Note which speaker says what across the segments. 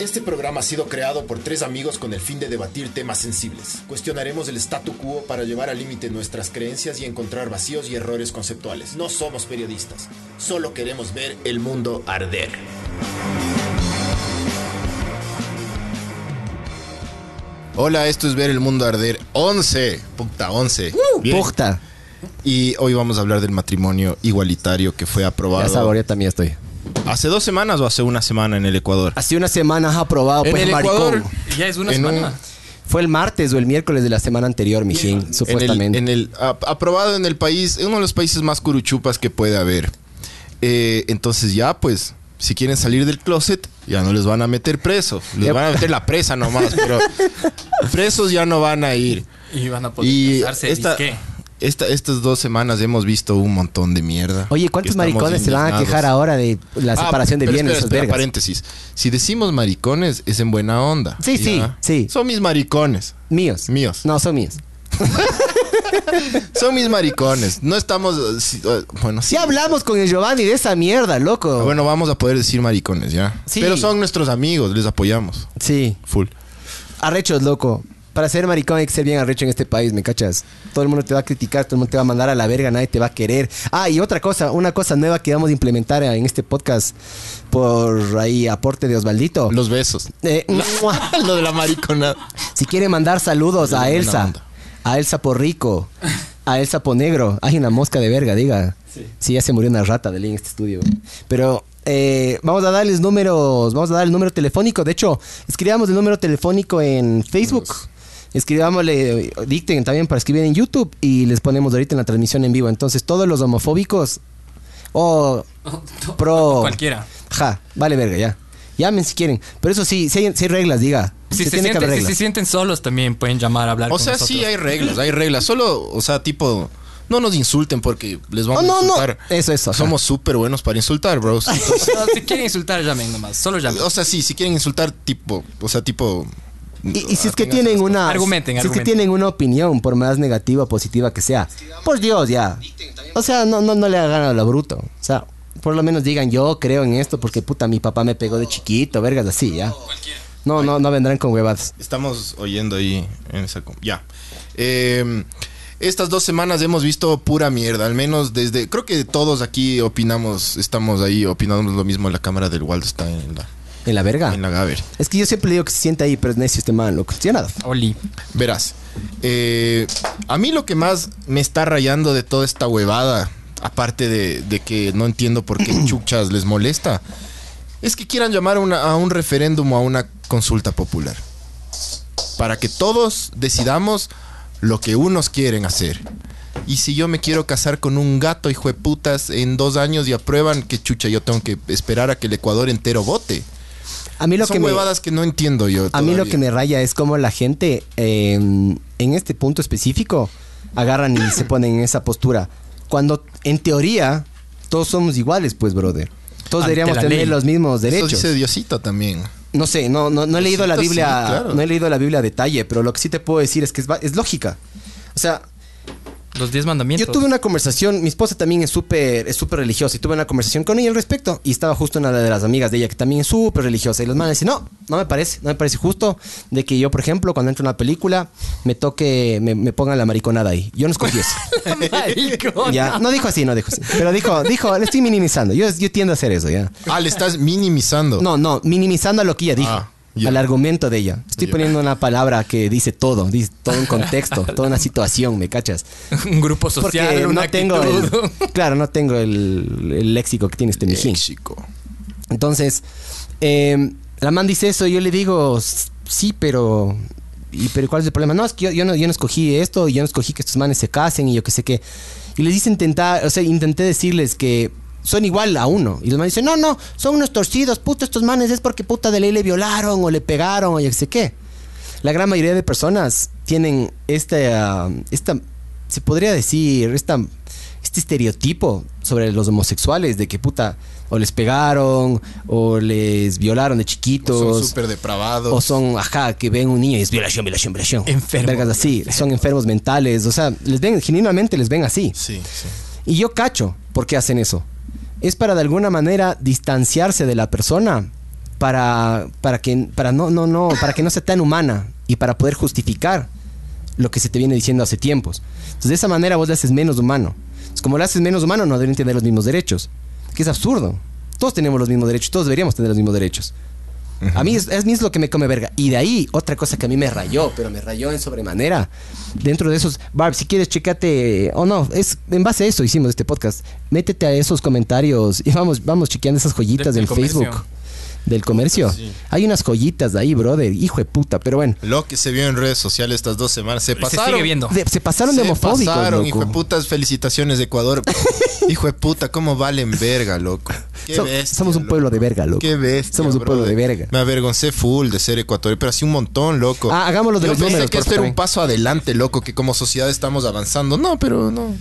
Speaker 1: Este programa ha sido creado por tres amigos con el fin de debatir temas sensibles. Cuestionaremos el statu quo para llevar al límite nuestras creencias y encontrar vacíos y errores conceptuales. No somos periodistas, solo queremos ver el mundo arder. Hola, esto es Ver el Mundo Arder 11, punta 11. Bien.
Speaker 2: Puta.
Speaker 1: Y hoy vamos a hablar del matrimonio igualitario que fue
Speaker 2: Ya
Speaker 1: aprobado
Speaker 2: saboreé también estoy.
Speaker 1: hace dos semanas o hace una semana en el Ecuador.
Speaker 2: Hace una semana has aprobado,
Speaker 3: En
Speaker 2: pues,
Speaker 3: el
Speaker 2: maricón.
Speaker 3: Ecuador ya es una
Speaker 1: En un-
Speaker 3: semana.
Speaker 2: Fue el martes o el miércoles de la semana anterior, mijín,
Speaker 1: En el-
Speaker 2: supuestamente.
Speaker 1: En el, a- aprobado en el país, en uno de los países más curuchupas que puede haber. Eh, entonces ya, pues, si quieren salir del closet, ya no les van a meter preso. Les
Speaker 2: Ya.
Speaker 1: van a meter la presa nomás, pero presos ya no van a ir.
Speaker 3: Y van a poder
Speaker 1: Y
Speaker 3: casarse.
Speaker 1: esta,
Speaker 3: ¿Qué?
Speaker 1: esta- estas dos semanas hemos visto un montón de mierda.
Speaker 2: Oye,
Speaker 1: Que
Speaker 2: ¿cuántos
Speaker 1: estamos
Speaker 2: maricones se van a
Speaker 1: indignados.
Speaker 2: quejar ahora de la
Speaker 1: Ah,
Speaker 2: separación de
Speaker 1: pero
Speaker 2: bienes,
Speaker 1: espera,
Speaker 2: esas
Speaker 1: espera,
Speaker 2: vergas?
Speaker 1: paréntesis. Si decimos maricones, es en buena onda.
Speaker 2: Sí, sí, sí.
Speaker 1: Son mis maricones.
Speaker 2: Míos.
Speaker 1: Míos.
Speaker 2: No, son míos.
Speaker 1: Son mis maricones. No estamos. eh, si- eh, Bueno, sí.
Speaker 2: Sí hablamos con el Giovanni de esa mierda, loco.
Speaker 1: Ah, Bueno, vamos a poder decir maricones ya.
Speaker 2: Sí.
Speaker 1: Pero son nuestros amigos, les apoyamos.
Speaker 2: Sí.
Speaker 1: Full.
Speaker 2: Arrechos, loco. Para ser maricón hay que ser bien arrecho en este país, ¿me cachas? Todo el mundo te va a criticar, todo el mundo te va a mandar a la verga, nadie te va a querer. Ah, y otra cosa, una cosa nueva que vamos a implementar en este podcast por ahí aporte de Osvaldito.
Speaker 1: Los besos.
Speaker 2: Eh, ¡mua!
Speaker 1: Lo de la mariconada.
Speaker 2: si quiere mandar saludos a
Speaker 1: Buena
Speaker 2: Elsa,
Speaker 1: onda.
Speaker 2: a Elsa por rico, a Elsa por negro. Hay una mosca de verga, diga. Sí. ya se murió una rata de ley en este estudio. Pero eh, vamos a darles números, vamos a dar el número telefónico. De hecho, escribamos el número telefónico en Facebook. Escribámosle, eh, dicten también para escribir en YouTube y les ponemos ahorita en la transmisión en vivo. Entonces, todos los homofóbicos o pro.
Speaker 3: Cualquiera.
Speaker 2: Ja, vale verga, ya. Llamen si quieren. Pero eso sí, si hay, si hay reglas, diga. Se
Speaker 3: Si se,
Speaker 2: tiene que haber
Speaker 3: sienten, si
Speaker 2: reglas.
Speaker 3: se sienten solos también pueden llamar a hablar
Speaker 1: O
Speaker 3: con
Speaker 1: sea,
Speaker 3: nosotros.
Speaker 1: sí hay reglas, hay reglas. Solo, o sea, tipo, no nos insulten porque les vamos
Speaker 2: Oh, No,
Speaker 1: a
Speaker 2: no, no.
Speaker 1: insultar.
Speaker 2: Eso, eso, ajá.
Speaker 1: Somos súper buenos para insultar, bros.
Speaker 3: No, si quieren insultar, llamen nomás. Solo llamen.
Speaker 1: O sea, sí, si quieren insultar, tipo, o sea, tipo.
Speaker 2: Y, y si es que
Speaker 1: tengan-
Speaker 2: tienen una.
Speaker 3: Argumenten,
Speaker 2: si es que
Speaker 3: argumenten.
Speaker 2: tienen una opinión, por más negativa o positiva que sea. Por Dios, ya. O sea, no, no, no le hagan a lo bruto. O sea, por lo menos digan, yo creo en esto porque puta, mi papá me pegó de chiquito, vergas así, ya. No, no, no vendrán con huevadas.
Speaker 1: Estamos oyendo ahí en esa. com- Ya. Eh, estas dos semanas hemos visto pura mierda, al menos desde. Creo que todos aquí opinamos, estamos ahí, opinamos lo mismo en la cámara del Waldo, está en la,
Speaker 2: En la verga.
Speaker 1: en la Gaber.
Speaker 2: Es que yo siempre le digo que se siente ahí, pero es necio este man, loco. Ya nada.
Speaker 3: Oli.
Speaker 1: Verás, eh, a mí lo que más me está rayando de toda esta huevada, aparte de, de que no entiendo por qué chuchas les molesta, es que quieran llamar a una- a un referéndum o a una consulta popular. Para que todos decidamos lo que unos quieren hacer. Y si yo me quiero casar con un gato, hijo de putas, en dos años y aprueban, que chucha, yo tengo que esperar a que el Ecuador entero vote.
Speaker 2: A mí lo
Speaker 1: Son
Speaker 2: que me.
Speaker 1: huevadas que no entiendo yo.
Speaker 2: A mí lo
Speaker 1: todavía.
Speaker 2: que me raya es cómo la gente eh, en este punto específico agarran y se ponen en esa postura. Cuando en teoría todos somos iguales, pues, brother. Todos
Speaker 3: Ante
Speaker 2: deberíamos
Speaker 3: la
Speaker 2: tener
Speaker 3: ley.
Speaker 2: los mismos
Speaker 1: Eso
Speaker 2: derechos.
Speaker 1: dice Diosito también.
Speaker 2: No sé, no, no, no he leído la
Speaker 1: Sí,
Speaker 2: Biblia.
Speaker 1: claro.
Speaker 2: No he leído la Biblia a detalle, pero lo que sí te puedo decir es que es, va- es lógica. O sea,
Speaker 3: Los 10 mandamientos.
Speaker 2: yo tuve una conversación, mi esposa también es súper es súper religiosa y tuve una conversación con ella al respecto y estaba justo una de las amigas de ella que también es súper religiosa y los manes dicen, no, no me parece, no me parece justo de que yo, por ejemplo, cuando entro a una película me toque, me, me pongan la mariconada ahí. Yo no escogí eso.
Speaker 3: Maricón.
Speaker 2: ya, no dijo así, no dijo así. Pero dijo, dijo, le estoy minimizando. Yo, yo tiendo a hacer eso, ya.
Speaker 1: Ah, le estás minimizando.
Speaker 2: No, no, minimizando a lo que ella dijo.
Speaker 1: Ah, ya.
Speaker 2: Al argumento de ella. Estoy poniendo una palabra que dice todo, dice todo un contexto, toda una situación, ¿me cachas?
Speaker 3: Un grupo social,
Speaker 2: Porque
Speaker 3: una
Speaker 2: no tengo el,
Speaker 3: actitud.
Speaker 2: claro, no tengo el, el léxico que tiene este mijín.
Speaker 1: México.
Speaker 2: Entonces, eh, la man dice eso y yo le digo, "S- sí, pero... ¿Y pero cuál es el problema? No, es que yo, yo no, yo no escogí esto, y yo no escogí que estos manes se casen y yo qué sé qué. Y les hice intentar, o sea, intenté decirles que son igual a uno. Y los manes dicen, no, no, son unos torcidos, puta, estos manes es porque puta de ley le violaron o le pegaron o yo qué sé qué. La gran mayoría de personas tienen este, ah, esta, se podría decir, esta, este estereotipo sobre los homosexuales de que puta, o les pegaron, o les violaron de chiquitos.
Speaker 1: Son súper depravados.
Speaker 2: O son, ajá, que ven un niño y es violación, violación, violación.
Speaker 3: Enfermos.
Speaker 2: Vergas así, son enfermos mentales. O sea, les ven, genuinamente les ven así.
Speaker 1: Sí, sí.
Speaker 2: Y yo cacho por qué hacen eso. Es para de alguna manera distanciarse de la persona para, para que, para no, no, no, para que no sea tan humana y para poder justificar lo que se te viene diciendo hace tiempos. Entonces, de esa manera vos le haces menos humano. Entonces, como le haces menos humano, no deberían tener los mismos derechos. Que es absurdo. Todos tenemos los mismos derechos, todos deberíamos tener los mismos derechos. A mí es, a mí es lo que me come verga. Y de ahí, otra cosa que a mí me rayó, pero me rayó en sobremanera. Dentro de esos, Barb, si quieres, chécate. O no, es en base a eso hicimos este podcast. Métete a esos comentarios y vamos, vamos chequeando esas joyitas
Speaker 3: Del-
Speaker 2: del,
Speaker 3: del comercio.
Speaker 2: Facebook. Del comercio. Hay unas joyitas de ahí, brother. Hijo de puta. Pero bueno,
Speaker 1: Lo que se vio en redes sociales estas dos semanas. Se
Speaker 3: Y Se
Speaker 1: pasaron.
Speaker 3: sigue viendo.
Speaker 2: de- se pasaron de
Speaker 1: Se
Speaker 2: homofóbicos,
Speaker 1: pasaron,
Speaker 2: loco.
Speaker 1: hijo de putas, felicitaciones de Ecuador. hijo de puta, cómo valen verga, loco. Qué
Speaker 2: So-
Speaker 1: bestia,
Speaker 2: somos un
Speaker 1: loco.
Speaker 2: pueblo de verga, loco.
Speaker 1: Qué bestia,
Speaker 2: Somos un pueblo de
Speaker 1: brother.
Speaker 2: verga.
Speaker 1: Me avergoncé full de ser ecuatoriano, pero así un montón, loco.
Speaker 2: Ah, hagámoslo de
Speaker 1: Yo
Speaker 2: los
Speaker 1: pensé
Speaker 2: números,
Speaker 1: que
Speaker 2: porfa,
Speaker 1: esto era un
Speaker 2: también.
Speaker 1: paso adelante, loco, que como sociedad estamos avanzando. No, pero no.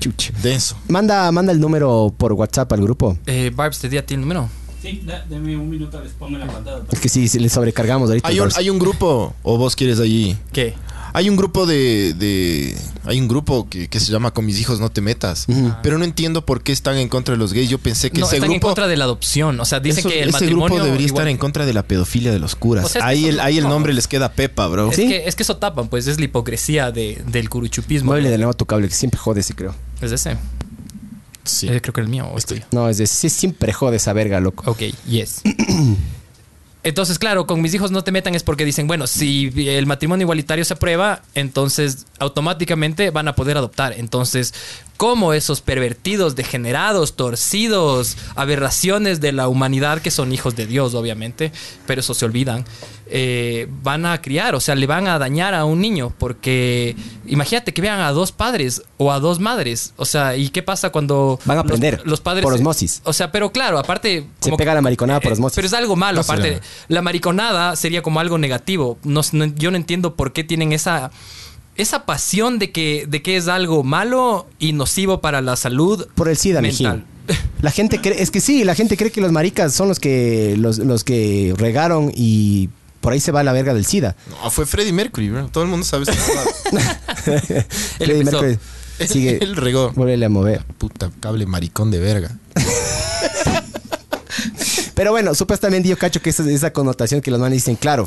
Speaker 2: Chucha.
Speaker 1: Denso.
Speaker 2: Manda, manda el número por WhatsApp al grupo.
Speaker 3: Eh, Barbs, te di a ti el número.
Speaker 4: Sí, da- deme un minuto, les pongo en la pantalla.
Speaker 2: Es que sí, sí, le sobrecargamos ahorita.
Speaker 1: Hay un,
Speaker 2: Barb.
Speaker 1: hay un grupo, o vos quieres allí.
Speaker 3: ¿Qué?
Speaker 1: Hay un grupo de. de- hay un grupo que, que se llama Con mis hijos no te metas.
Speaker 2: Ujú.
Speaker 1: Pero no entiendo por qué están en contra de los gays. Yo pensé que
Speaker 3: Ah. No,
Speaker 1: ese
Speaker 3: están en
Speaker 1: grupo.
Speaker 3: contra de la adopción. O sea, dicen
Speaker 1: eso-
Speaker 3: que el
Speaker 1: ese
Speaker 3: matrimonio...
Speaker 1: grupo debería
Speaker 3: igual-
Speaker 1: estar en contra de la pedofilia de los curas.
Speaker 3: O sea,
Speaker 1: ahí,
Speaker 3: es-
Speaker 1: el, ahí el
Speaker 3: no.
Speaker 1: nombre les queda Pepa, bro.
Speaker 3: Es,
Speaker 2: ¿Sí?
Speaker 3: que, es que eso tapan, pues es la hipocresía de- del curuchupismo.
Speaker 2: Mueble de nuevo tu cable, que siempre jode ese, creo.
Speaker 3: Es ese.
Speaker 1: Sí.
Speaker 3: Eh, creo que el mío o el tuyo.
Speaker 2: No, es de sí, siempre jode esa verga, loco.
Speaker 3: Ok, yes. Entonces, claro, con mis hijos no te metan es porque dicen, bueno, si el matrimonio igualitario se aprueba, entonces automáticamente van a poder adoptar. Entonces, ¿cómo esos pervertidos, degenerados, torcidos, aberraciones de la humanidad, que son hijos de Dios, obviamente, pero eso se olvidan, eh, van a criar? O sea, le van a dañar a un niño, porque imagínate que vean a dos padres o a dos madres. O sea, ¿y qué pasa cuando
Speaker 2: Van a
Speaker 3: los-
Speaker 2: aprender
Speaker 3: Los, padres...
Speaker 2: por osmosis.
Speaker 3: O sea, pero claro, aparte...
Speaker 2: Se
Speaker 3: como-
Speaker 2: pega la mariconada por
Speaker 3: eh,
Speaker 2: osmosis.
Speaker 3: Pero es algo malo,
Speaker 1: No se
Speaker 3: aparte.
Speaker 1: le-
Speaker 3: La mariconada sería como algo negativo. No s- no- yo no entiendo por qué tienen esa, esa pasión de que, de que es algo malo y nocivo para la salud.
Speaker 2: Por el SIDA,
Speaker 3: Mental.
Speaker 2: mijín. La gente cree, es que sí, la gente cree que los maricas son los que, los, los que regaron y por ahí se va la verga del SIDA.
Speaker 1: No, fue Freddie Mercury, bro. Todo el mundo sabe esa verdad.
Speaker 2: Freddie
Speaker 3: empezó.
Speaker 2: Mercury, sigue,
Speaker 1: El regó.
Speaker 2: vuélvele a mover.
Speaker 1: Puta cable maricón de verga.
Speaker 2: Pero bueno, supuestamente yo cacho que esa, esa connotación que los manes dicen, claro.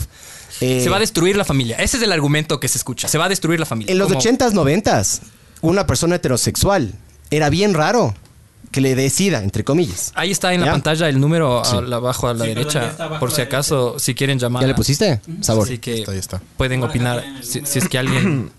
Speaker 2: eh,
Speaker 3: Se va a destruir la familia. Ese es el argumento que se escucha. Se va a destruir la familia.
Speaker 2: En los
Speaker 3: Como-
Speaker 2: 80s, 90s, una persona heterosexual era bien raro que le decida, entre comillas.
Speaker 3: Ahí está en la
Speaker 2: Ya.
Speaker 3: pantalla el número a- abajo a la
Speaker 4: Sí, perdón,
Speaker 3: derecha.
Speaker 4: ya está abajo
Speaker 3: por
Speaker 4: a la
Speaker 3: si acaso, si quieren llamar.
Speaker 2: ¿Ya le pusiste? Sabor.
Speaker 3: Así que
Speaker 1: Ahí está, ahí está.
Speaker 3: pueden
Speaker 4: Por acá
Speaker 3: opinar.
Speaker 4: tienen el
Speaker 3: Si,
Speaker 4: número.
Speaker 3: si es que alguien.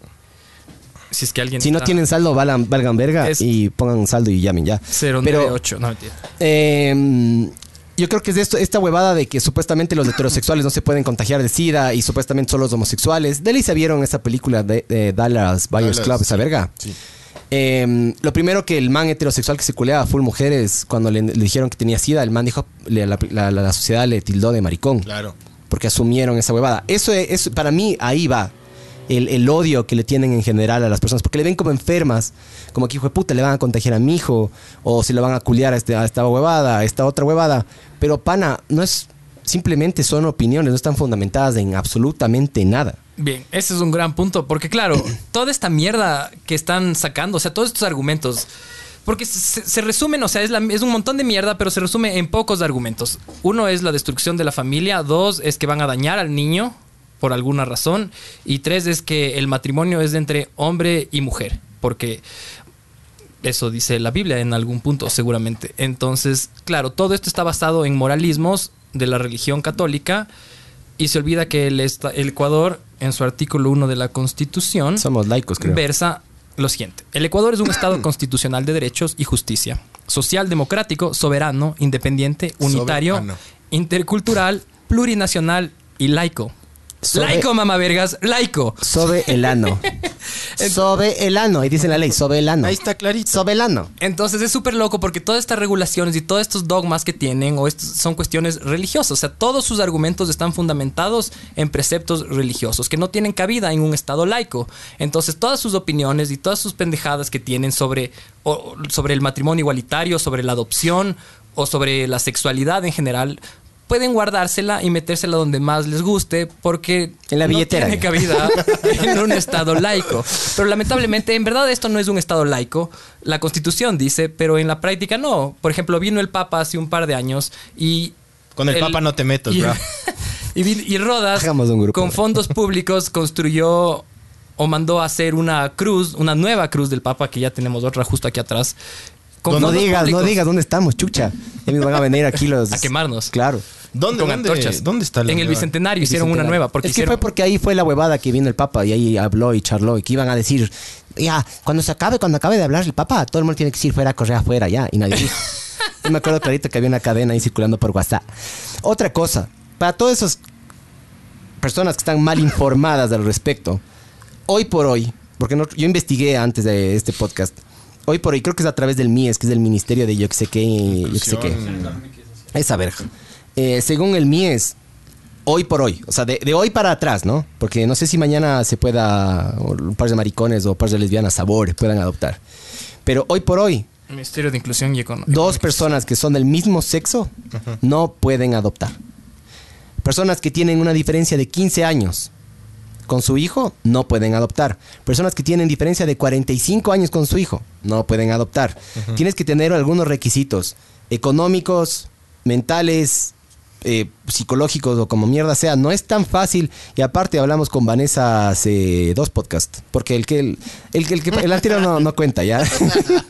Speaker 3: si es que alguien.
Speaker 2: Si no
Speaker 3: está-
Speaker 2: tienen saldo, valan- valgan verga
Speaker 3: Es-
Speaker 2: y pongan saldo y llamen ya. Pero
Speaker 3: 098. No mentira.
Speaker 2: eh, yo creo que es de esto, esta huevada de que supuestamente los heterosexuales no se pueden contagiar de SIDA y supuestamente son los homosexuales. De ley se vieron esa película de, de Dallas Buyers
Speaker 1: Dallas,
Speaker 2: Club, esa verga.
Speaker 1: Sí.
Speaker 2: Eh, lo primero que el man heterosexual que se culeaba full mujeres, cuando le, le dijeron que tenía SIDA, el man dijo, le- la, la- la sociedad le tildó de maricón.
Speaker 1: Claro.
Speaker 2: porque asumieron esa huevada. Eso es, eso- para mí ahí va el, el odio que le tienen en general a las personas, porque le ven como enfermas, como que hijo de puta le van a contagiar a mi hijo, o si lo van a culiar a, este- a esta huevada, a esta otra huevada. Pero pana, no es simplemente son opiniones, no están fundamentadas en absolutamente nada.
Speaker 3: Bien, ese es un gran punto, porque claro, toda esta mierda que están sacando, o sea, todos estos argumentos, porque se, se resumen, o sea, es, la- es un montón de mierda, pero se resume en pocos argumentos. Uno es la destrucción de la familia, dos es que van a dañar al niño por alguna razón, y tres es que el matrimonio es entre hombre y mujer, porque eso dice la Biblia en algún punto, seguramente. Entonces, claro, todo esto está basado en moralismos de la religión católica y se olvida que el, esta- el Ecuador, en su artículo 1 de la Constitución,
Speaker 2: Somos laicos, creo.
Speaker 3: versa lo siguiente. El Ecuador es un Estado constitucional de derechos y justicia, social, democrático, soberano, independiente, unitario,
Speaker 1: Soberano.
Speaker 3: intercultural, plurinacional y laico.
Speaker 2: Sobe-
Speaker 3: Laico, mamavergas, laico.
Speaker 2: Sobe el ano. Sobe el ano. Ahí dice la ley, sobe el ano.
Speaker 1: Ahí está clarito.
Speaker 2: Sobe el ano.
Speaker 3: Entonces es súper loco porque todas estas regulaciones y todos estos dogmas que tienen o estos son cuestiones religiosas. O sea, todos sus argumentos están fundamentados en preceptos religiosos que no tienen cabida en un Estado laico. Entonces todas sus opiniones y todas sus pendejadas que tienen sobre, o- sobre el matrimonio igualitario, sobre la adopción o sobre la sexualidad en general, pueden guardársela y metérsela donde más les guste porque
Speaker 2: En la billetera.
Speaker 3: no tiene cabida en un estado laico. Pero lamentablemente, en verdad, esto no es un estado laico. La constitución dice, pero en la práctica no. Por ejemplo, vino el Papa hace un par de años y
Speaker 1: Con el,
Speaker 3: El-
Speaker 1: papa no te metas,
Speaker 3: y,
Speaker 1: bro.
Speaker 3: y vi- y Rodas,
Speaker 2: Hagamos un grupo.
Speaker 3: con fondos públicos, construyó o mandó a hacer una cruz, una nueva cruz del Papa, que ya tenemos otra justo aquí atrás. Con
Speaker 2: No
Speaker 3: fondos
Speaker 2: digas, no
Speaker 3: públicos
Speaker 2: digas dónde estamos, chucha. Ya nos van a venir aquí los.
Speaker 3: A quemarnos.
Speaker 2: Claro.
Speaker 1: ¿Dónde,
Speaker 3: con
Speaker 1: dónde-
Speaker 3: antorchas.
Speaker 1: dónde está la
Speaker 3: En el
Speaker 1: nueva?
Speaker 3: Bicentenario hicieron una nueva. Porque
Speaker 2: es que
Speaker 3: hicieron-
Speaker 2: fue porque ahí fue la huevada que vino el Papa y ahí habló y charló y que iban a decir, ya, cuando se acabe, cuando acabe de hablar el Papa, todo el mundo tiene que decir fuera, correa afuera, ya, y nadie dijo. Yo me acuerdo clarito que había una cadena ahí circulando por WhatsApp. Otra cosa, para todas esas personas que están mal informadas al respecto, hoy por hoy, porque no- yo investigué antes de este podcast, hoy por hoy creo que es a través del MIES, que es del Ministerio de yo que sé qué, yo que sé qué. Esa verja. Eh, según el MIES, hoy por hoy, o sea, de, de hoy para atrás, ¿no? Porque no sé si mañana se pueda, o un par de maricones o un par de lesbianas, sabor, puedan adoptar. Pero hoy por hoy,
Speaker 3: Ministerio de Inclusión y Economía.
Speaker 2: dos personas que son del mismo sexo no pueden adoptar. Personas que tienen una diferencia de 15 años con su hijo no pueden adoptar. Personas que tienen diferencia de 45 años con su hijo no pueden adoptar. Tienes que tener algunos requisitos económicos, mentales, eh, psicológicos o como mierda sea. No es tan fácil. Y aparte hablamos con Vanessa hace dos podcasts. Porque el que el, el, que- el que- el anterior no, no cuenta ya.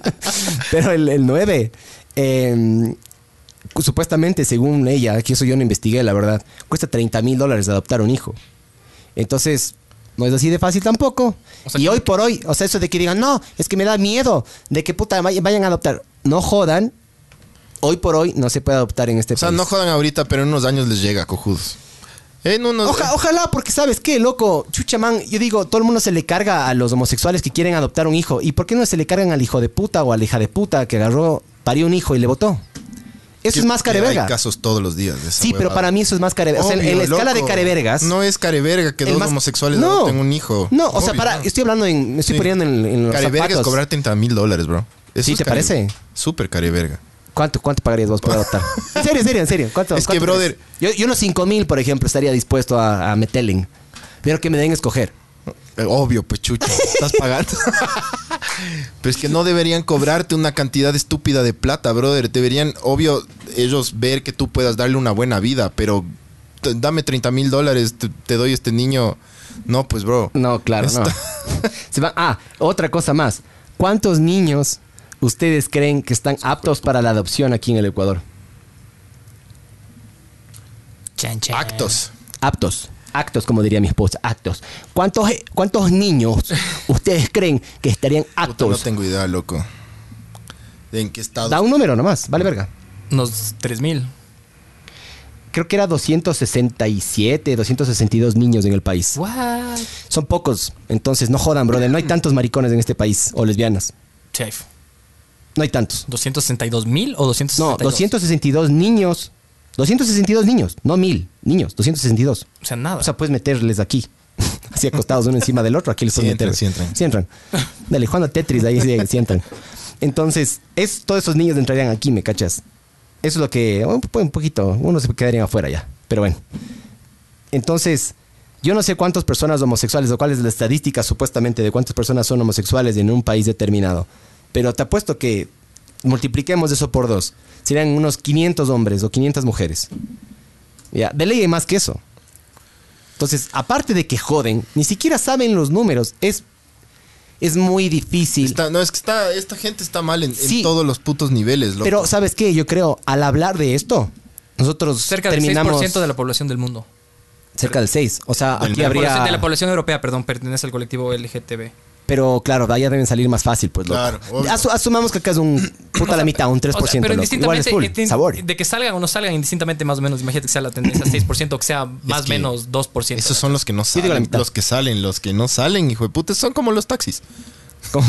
Speaker 2: Pero el, el 9. em, cu- supuestamente, según ella, que eso yo no investigué, la verdad, cuesta 30 mil dólares adoptar un hijo. Entonces, no es así de fácil tampoco.
Speaker 3: O sea,
Speaker 2: y
Speaker 3: que-
Speaker 2: hoy por hoy, o sea, eso de que digan, no, es que me da miedo de que puta vay- vayan a adoptar. No jodan. Hoy por hoy no se puede adoptar en este
Speaker 1: O sea,
Speaker 2: país.
Speaker 1: no jodan ahorita, pero en unos años les llega, cojudos. En unos.
Speaker 2: Oja- ojalá, porque sabes qué, loco, chuchamán, yo digo, todo el mundo se le carga a los homosexuales que quieren adoptar un hijo. ¿Y por qué no se le cargan al hijo de puta o a la hija de puta que agarró, parió un hijo y le votó? Eso es más
Speaker 1: careverga.
Speaker 2: careverga.
Speaker 1: Hay casos todos los días de esa
Speaker 2: Sí, pero
Speaker 1: huevada.
Speaker 2: para mí eso es más careverga. O sea, en- en
Speaker 1: Obvio,
Speaker 2: la escala de
Speaker 1: loco.
Speaker 2: carevergas.
Speaker 1: No es careverga que
Speaker 2: el
Speaker 1: dos
Speaker 2: más-
Speaker 1: homosexuales
Speaker 2: No.
Speaker 1: adopten un hijo.
Speaker 2: No, o sea,
Speaker 1: Obvio,
Speaker 2: para,
Speaker 1: no.
Speaker 2: estoy hablando en, me estoy
Speaker 1: Sí.
Speaker 2: poniendo en, en los
Speaker 1: Careverga
Speaker 2: zapatos.
Speaker 1: es cobrar 30 mil dólares, bro. Eso
Speaker 2: Sí,
Speaker 1: es
Speaker 2: ¿te
Speaker 1: care-
Speaker 2: parece?
Speaker 1: Súper careverga.
Speaker 2: ¿Cuánto, ¿Cuánto pagarías vos por adoptar? En serio, en serio, en serio. ¿Cuánto,
Speaker 1: Es que,
Speaker 2: cuánto
Speaker 1: brother-
Speaker 2: crees? Yo, yo unos 5 mil, por ejemplo, estaría dispuesto a, a meterle. en- Pero que me den a escoger.
Speaker 1: Eh, Obvio, pues chucha, estás pagando. Pero es que no deberían cobrarte una cantidad estúpida de plata, brother. Deberían, obvio, ellos ver que tú puedas darle una buena vida, pero t- dame 30 mil dólares, te, te doy este niño. No, pues, bro.
Speaker 2: No, claro, no.
Speaker 1: Está-
Speaker 2: Se va- ah, otra cosa más. ¿Cuántos niños ustedes creen que están aptos para la adopción aquí en el Ecuador?
Speaker 3: Chan, chan.
Speaker 1: Actos.
Speaker 2: Aptos. Actos, como diría mi esposa, actos. ¿Cuántos, eh, cuántos niños ustedes creen que estarían
Speaker 1: Puta, no
Speaker 2: aptos?
Speaker 1: tengo idea, loco. ¿De en qué estado?
Speaker 2: Da un número nomás, vale verga.
Speaker 3: Unos 3000.
Speaker 2: Creo que era 267, 262 niños en el país.
Speaker 3: What?
Speaker 2: Son pocos, entonces no jodan, brother. No hay tantos maricones en este país, o lesbianas.
Speaker 3: Chef.
Speaker 2: No hay tantos.
Speaker 3: 262 mil o 262?
Speaker 2: No, 262 niños. 262 niños, no mil niños, 262.
Speaker 3: O sea,
Speaker 1: Ah.
Speaker 3: nada.
Speaker 2: O sea, puedes meterles aquí. Así acostados uno encima del otro, aquí les
Speaker 1: Sí
Speaker 2: puedes
Speaker 1: entran,
Speaker 2: meter.
Speaker 1: sí entran.
Speaker 2: Sí entran. Dale, Juan a Tetris, ahí sí, sí entran. Entonces, es, todos esos niños entrarían aquí, ¿me cachas? Eso es lo que, un, po- un poquito, unos se quedarían afuera ya, pero bueno. Entonces, yo no sé cuántas personas homosexuales, o cuál es la estadística supuestamente de cuántas personas son homosexuales en un país determinado, pero te apuesto que multipliquemos eso por dos. Serían unos 500 hombres o 500 mujeres. Ya, de ley hay más que eso. Entonces, aparte de que joden, ni siquiera saben los números. Es, es muy difícil.
Speaker 1: Está- no, es que está, esta gente está mal en, en
Speaker 2: Sí.
Speaker 1: todos los putos niveles, loco.
Speaker 2: Pero, ¿sabes qué? Yo creo, al hablar de esto, nosotros
Speaker 3: Cerca del
Speaker 2: terminamos
Speaker 3: 6% de la población del mundo.
Speaker 2: cerca del 6. O sea,
Speaker 1: Del
Speaker 2: aquí
Speaker 3: De la,
Speaker 2: habría...
Speaker 3: población, de la población europea, perdón, pertenece al colectivo LGTB.
Speaker 2: Pero claro, de allá deben salir más fácil, pues loco.
Speaker 1: Claro, obvio.
Speaker 2: Asu- asumamos que acá es un puta la mitad, un 3%.
Speaker 3: O sea, pero
Speaker 2: loco. Igual es
Speaker 3: indistintamente,
Speaker 2: full,
Speaker 3: eh, tin-
Speaker 2: sabor.
Speaker 3: de que salgan o no salgan, indistintamente más o menos, imagínate que sea la tendencia 6% o que sea más o
Speaker 1: que
Speaker 3: menos 2%.
Speaker 1: Esos son los que no
Speaker 2: digo la
Speaker 1: salen.
Speaker 2: mitad.
Speaker 1: los que salen, los que no salen, hijo de puta. Son como los taxis.
Speaker 2: Como-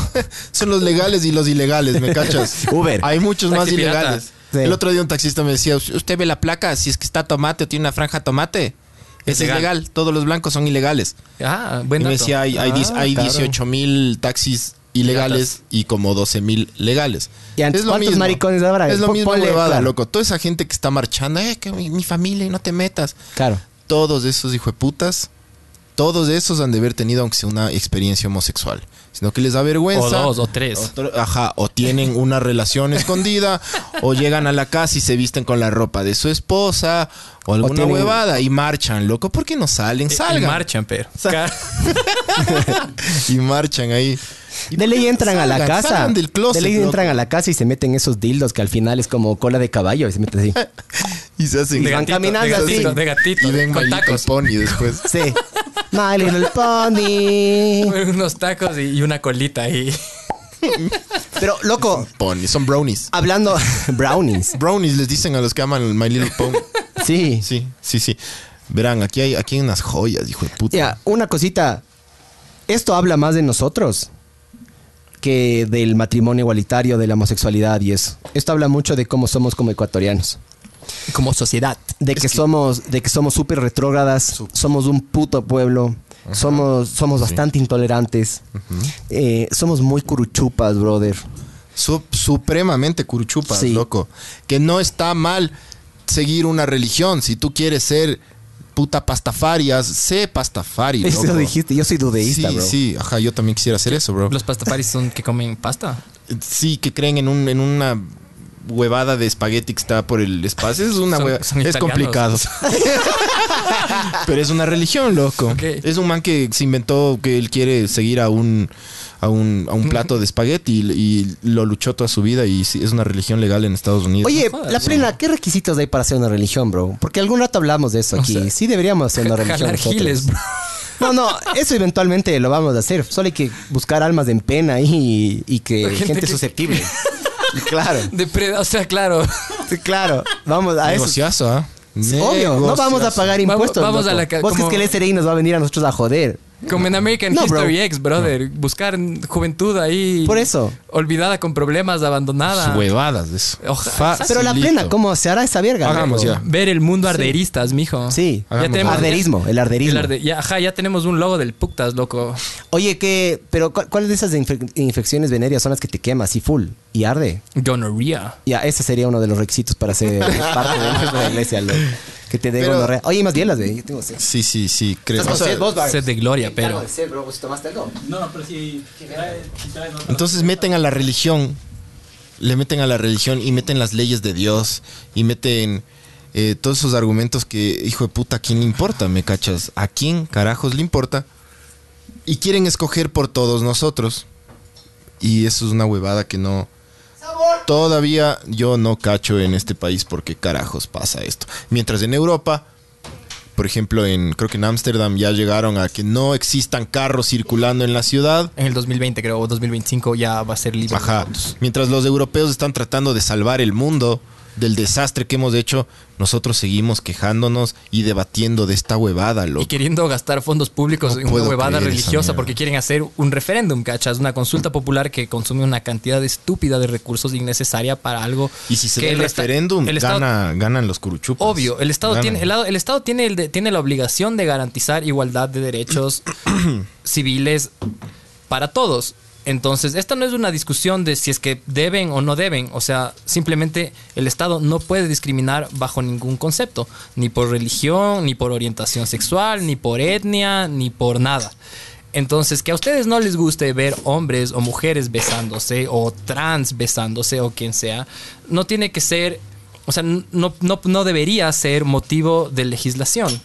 Speaker 1: Son los legales y los ilegales, ¿me cachas?
Speaker 2: Uber.
Speaker 1: Hay muchos
Speaker 3: Taxi
Speaker 1: más
Speaker 3: pirata.
Speaker 1: ilegales.
Speaker 2: Sí.
Speaker 1: El otro día un taxista me decía, usted ve la placa, si es que está tomate o tiene una franja tomate,
Speaker 3: Es
Speaker 1: ese es
Speaker 3: legal.
Speaker 1: legal. Todos los blancos son ilegales.
Speaker 3: Ah, buen
Speaker 1: y me
Speaker 3: dato.
Speaker 1: decía, hay, hay, dis-
Speaker 2: Ah,
Speaker 1: hay
Speaker 2: claro.
Speaker 1: 18 mil taxis ilegales y como 12 mil legales.
Speaker 2: ¿Y ante cuántos maricones habrá?
Speaker 1: Es lo
Speaker 2: Po-
Speaker 1: mismo,
Speaker 2: ponle,
Speaker 1: huevada,
Speaker 2: claro.
Speaker 1: loco. Toda esa gente que está marchando, eh, que mi, mi familia y no te metas.
Speaker 2: Claro.
Speaker 1: Todos esos hijueputas todos esos han de haber tenido aunque sea una experiencia homosexual, sino que les da vergüenza.
Speaker 3: O dos, o tres.
Speaker 1: tro- ajá, o tienen una relación escondida, o llegan a la casa y se visten con la ropa de su esposa, o alguna
Speaker 2: tienen-
Speaker 1: huevada, y marchan, loco, ¿por qué no salen?
Speaker 3: Eh, Y- y
Speaker 1: Salgan.
Speaker 3: marchan, pero.
Speaker 1: Sa- y marchan ahí. ¿Y
Speaker 2: De
Speaker 1: por
Speaker 2: ley
Speaker 1: qué
Speaker 2: entran a la
Speaker 1: salgan?
Speaker 2: casa.
Speaker 1: Salgan del closet.
Speaker 2: de ley
Speaker 1: loco.
Speaker 2: entran a la casa y se meten esos dildos que al final es como cola de caballo y se meten así.
Speaker 1: Y se hacen.
Speaker 2: Y van caminando
Speaker 3: de
Speaker 2: así.
Speaker 3: gatito, de gatito,
Speaker 1: Y ven
Speaker 3: con
Speaker 1: My Little
Speaker 3: tacos.
Speaker 1: Pony después.
Speaker 2: Sí. My little pony.
Speaker 3: Unos tacos y, y una colita ahí.
Speaker 2: Pero, loco,
Speaker 1: Pony, son brownies.
Speaker 2: hablando brownies.
Speaker 1: Brownies les dicen a los que aman el My Little Pony.
Speaker 2: Sí.
Speaker 1: Sí, sí, sí. Verán, aquí hay, aquí hay unas joyas, hijo de puta.
Speaker 2: Ya, una cosita. Esto habla más de nosotros que del matrimonio igualitario, de la homosexualidad y eso. Esto habla mucho de cómo somos como ecuatorianos.
Speaker 3: Como sociedad.
Speaker 2: De que, somos, de que somos súper retrógradas, somos un puto pueblo, somos, somos bastante intolerantes, eh, somos muy curuchupas, brother.
Speaker 1: Su- supremamente curuchupas,
Speaker 2: Sí.
Speaker 1: loco. Que no está mal seguir una religión. Si tú quieres ser puta pastafarias, sé pastafari,
Speaker 2: Eso
Speaker 1: loco.
Speaker 2: dijiste, yo soy
Speaker 1: Sí,
Speaker 2: dudeísta, bro.
Speaker 1: sí, ajá, yo también quisiera hacer eso, bro.
Speaker 3: Los pastafaris son que comen pasta.
Speaker 1: Sí, que creen en, un, en una huevada de espagueti que está por el espacio. Es una
Speaker 3: Son-
Speaker 1: hueva.
Speaker 3: son
Speaker 1: Es
Speaker 3: italianos.
Speaker 1: complicado. Pero es una religión, loco.
Speaker 3: Ok.
Speaker 1: Es un man que se inventó que él quiere seguir a un, a un, a un plato de espagueti y, y lo luchó toda su vida y sí, es una religión legal en Estados Unidos.
Speaker 2: Oye,
Speaker 3: jodas,
Speaker 2: la
Speaker 3: bro.
Speaker 2: plena, ¿qué requisitos hay para hacer una religión, bro? Porque algún rato hablamos de eso
Speaker 3: O
Speaker 2: aquí.
Speaker 3: sea,
Speaker 2: sí deberíamos hacer una religión.
Speaker 3: Jalar
Speaker 2: nosotros.
Speaker 3: giles, bro.
Speaker 2: No, no, eso eventualmente lo vamos a hacer. Solo hay que buscar almas en pena ahí y, y que
Speaker 3: Gente
Speaker 2: gente,
Speaker 3: que-
Speaker 2: susceptible. claro,
Speaker 3: Depreda- o sea, claro.
Speaker 2: sí, claro. Vamos a eso.
Speaker 1: Negociazo, ¿ah?
Speaker 2: Obvio, no vamos a
Speaker 1: Negociazo.
Speaker 2: pagar
Speaker 3: Vamos-
Speaker 2: impuestos.
Speaker 3: vamos
Speaker 2: loco.
Speaker 3: a la ca-
Speaker 2: Vos
Speaker 3: como-
Speaker 2: crees que el SRI nos va a venir a nosotros a joder.
Speaker 3: Como en American
Speaker 2: No, bro.
Speaker 3: History X, brother. Buscar juventud ahí.
Speaker 2: Por eso.
Speaker 3: Olvidada con problemas, abandonada.
Speaker 1: Sus Huevadas de eso.
Speaker 3: Oja-
Speaker 2: Pero la
Speaker 1: Facilito.
Speaker 2: plena, ¿cómo se hará esa verga?
Speaker 1: Ah, Hagamos
Speaker 2: loco?
Speaker 1: ya.
Speaker 3: Ver el mundo arderistas, mijo.
Speaker 2: Sí.
Speaker 1: Hagamos
Speaker 3: Ya tenemos.
Speaker 2: Arderismo, el
Speaker 3: El
Speaker 2: arderismo.
Speaker 3: arde- ya, ajá, ya tenemos un logo del Puctas, loco.
Speaker 2: Oye, ¿qué? Pero cu- ¿cuáles de esas infe- infecciones venéreas son las que te quema así full y arde?
Speaker 3: Gonorrhea.
Speaker 2: Ya, ese sería uno de los requisitos para ser parte de nuestra iglesia, loco. Que te dé
Speaker 1: Pero-
Speaker 2: gonorrea. Oye, más bielas, güey. Yo tengo sed.
Speaker 1: Sí, sí, sí, creo.
Speaker 2: Estás
Speaker 1: O sea,
Speaker 2: con sed, vos, Bart.
Speaker 3: Sed de gloria, pero.
Speaker 2: Algo de sed, bro. ¿Vos pues tomaste algo?
Speaker 4: No, pero si traes, si traes otra-
Speaker 1: Entonces meten a la religión, le meten a la religión y meten las leyes de Dios y meten eh, todos esos argumentos que, hijo de puta, ¿a quién le importa? ¿Me cachas? ¿A quién carajos le importa? Y quieren escoger por todos nosotros. Y eso es una huevada que no... Todavía yo no cacho en este país porque carajos pasa esto. Mientras en Europa, por ejemplo, en creo que en Ámsterdam ya llegaron a que no existan carros circulando en la ciudad.
Speaker 3: En el 2020, creo, o 2025 ya va a ser libre. de
Speaker 1: Ajá.
Speaker 3: votos.
Speaker 1: Mientras los europeos están tratando de salvar el mundo del desastre que hemos hecho, nosotros seguimos quejándonos y debatiendo de esta huevada,
Speaker 3: Y
Speaker 1: loco.
Speaker 3: queriendo gastar fondos públicos
Speaker 1: No
Speaker 3: en una
Speaker 1: puedo
Speaker 3: huevada
Speaker 1: creer esa
Speaker 3: religiosa
Speaker 1: mierda.
Speaker 3: porque quieren hacer un referéndum, ¿cachas? Una consulta popular que consume una cantidad estúpida de recursos innecesaria para algo.
Speaker 1: Y si se
Speaker 3: que
Speaker 1: da el
Speaker 3: el esta-
Speaker 1: referéndum,
Speaker 3: el Estado-
Speaker 1: gana- ganan los curuchupas.
Speaker 3: Obvio, el Estado,
Speaker 1: Ganan.
Speaker 3: tiene, el, el Estado tiene, el de- tiene la obligación de garantizar igualdad de derechos civiles para todos. Entonces, esta no es una discusión de si es que deben o no deben. O sea, simplemente el Estado no puede discriminar bajo ningún concepto. Ni por religión, ni por orientación sexual, ni por etnia, ni por nada. Entonces, que a ustedes no les guste ver hombres o mujeres besándose, o trans besándose, o quien sea, no tiene que ser, o sea, n- no, no, no debería ser motivo de legislación.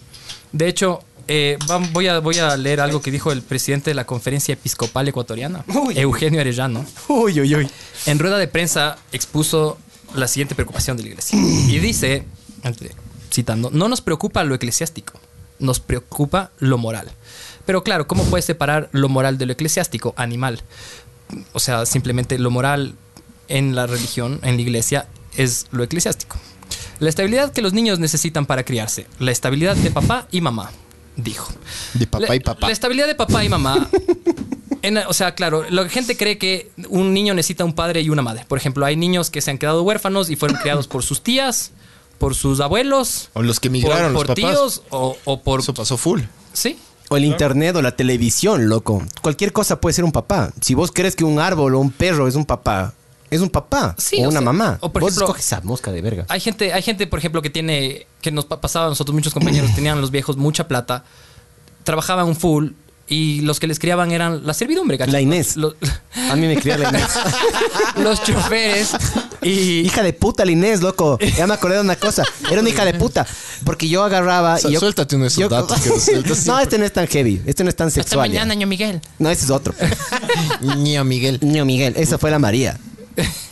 Speaker 3: De hecho, eh, vam- voy, a, voy a leer algo que dijo el presidente de la Conferencia Episcopal Ecuatoriana,
Speaker 2: Uy.
Speaker 3: Eugenio Arellano.
Speaker 2: Uy, uy, uy.
Speaker 3: En rueda de prensa expuso la siguiente preocupación de la iglesia. Y dice, ante- citando, no nos preocupa lo eclesiástico, nos preocupa lo moral. Pero claro, ¿cómo puedes separar lo moral de lo eclesiástico? Animal. O sea, simplemente lo moral en la religión, en la iglesia, es lo eclesiástico. La estabilidad que los niños necesitan para criarse, la estabilidad de papá y mamá, dijo.
Speaker 1: De papá
Speaker 3: La-
Speaker 1: y papá.
Speaker 3: La estabilidad de papá y mamá. en- o sea, claro, la gente cree que un niño necesita un padre y una madre. Por ejemplo, hay niños que se han quedado huérfanos y fueron criados por sus tías, por sus abuelos,
Speaker 1: O los que migraron,
Speaker 3: por,
Speaker 1: los
Speaker 3: por
Speaker 1: papás.
Speaker 3: tíos o, o por...
Speaker 1: Eso pasó full.
Speaker 3: Sí.
Speaker 2: O el internet o la televisión, loco. Cualquier cosa puede ser un papá. Si vos crees que un árbol o un perro es un papá, es un papá.
Speaker 3: Sí,
Speaker 2: o
Speaker 3: o
Speaker 2: una
Speaker 3: sea,
Speaker 2: mamá.
Speaker 3: o por
Speaker 2: vos
Speaker 3: ejemplo-
Speaker 2: escoges esa mosca de verga.
Speaker 3: Hay gente, hay gente, por ejemplo, que tiene, que nos pa- pasaba a nosotros muchos compañeros, tenían los viejos mucha plata, trabajaban full y los que les criaban eran la servidumbre, ¿cachai?
Speaker 2: La Inés.
Speaker 3: Los,
Speaker 2: A mí me cría la Inés.
Speaker 3: los choferes y...
Speaker 2: hija de puta la Inés, loco. Ya me acordé de una cosa. Era una hija de puta. Porque yo agarraba.
Speaker 1: Su-
Speaker 2: y yo,
Speaker 1: suéltate uno de esos datos que nos sueltas
Speaker 2: No,
Speaker 1: siempre.
Speaker 2: este no es tan heavy. Este no es tan
Speaker 3: Hasta
Speaker 2: sexual. ya.
Speaker 3: mañana, ño Miguel.
Speaker 2: No, ese es otro.
Speaker 1: Ni a Miguel.
Speaker 2: Niño Miguel, esa fue la María.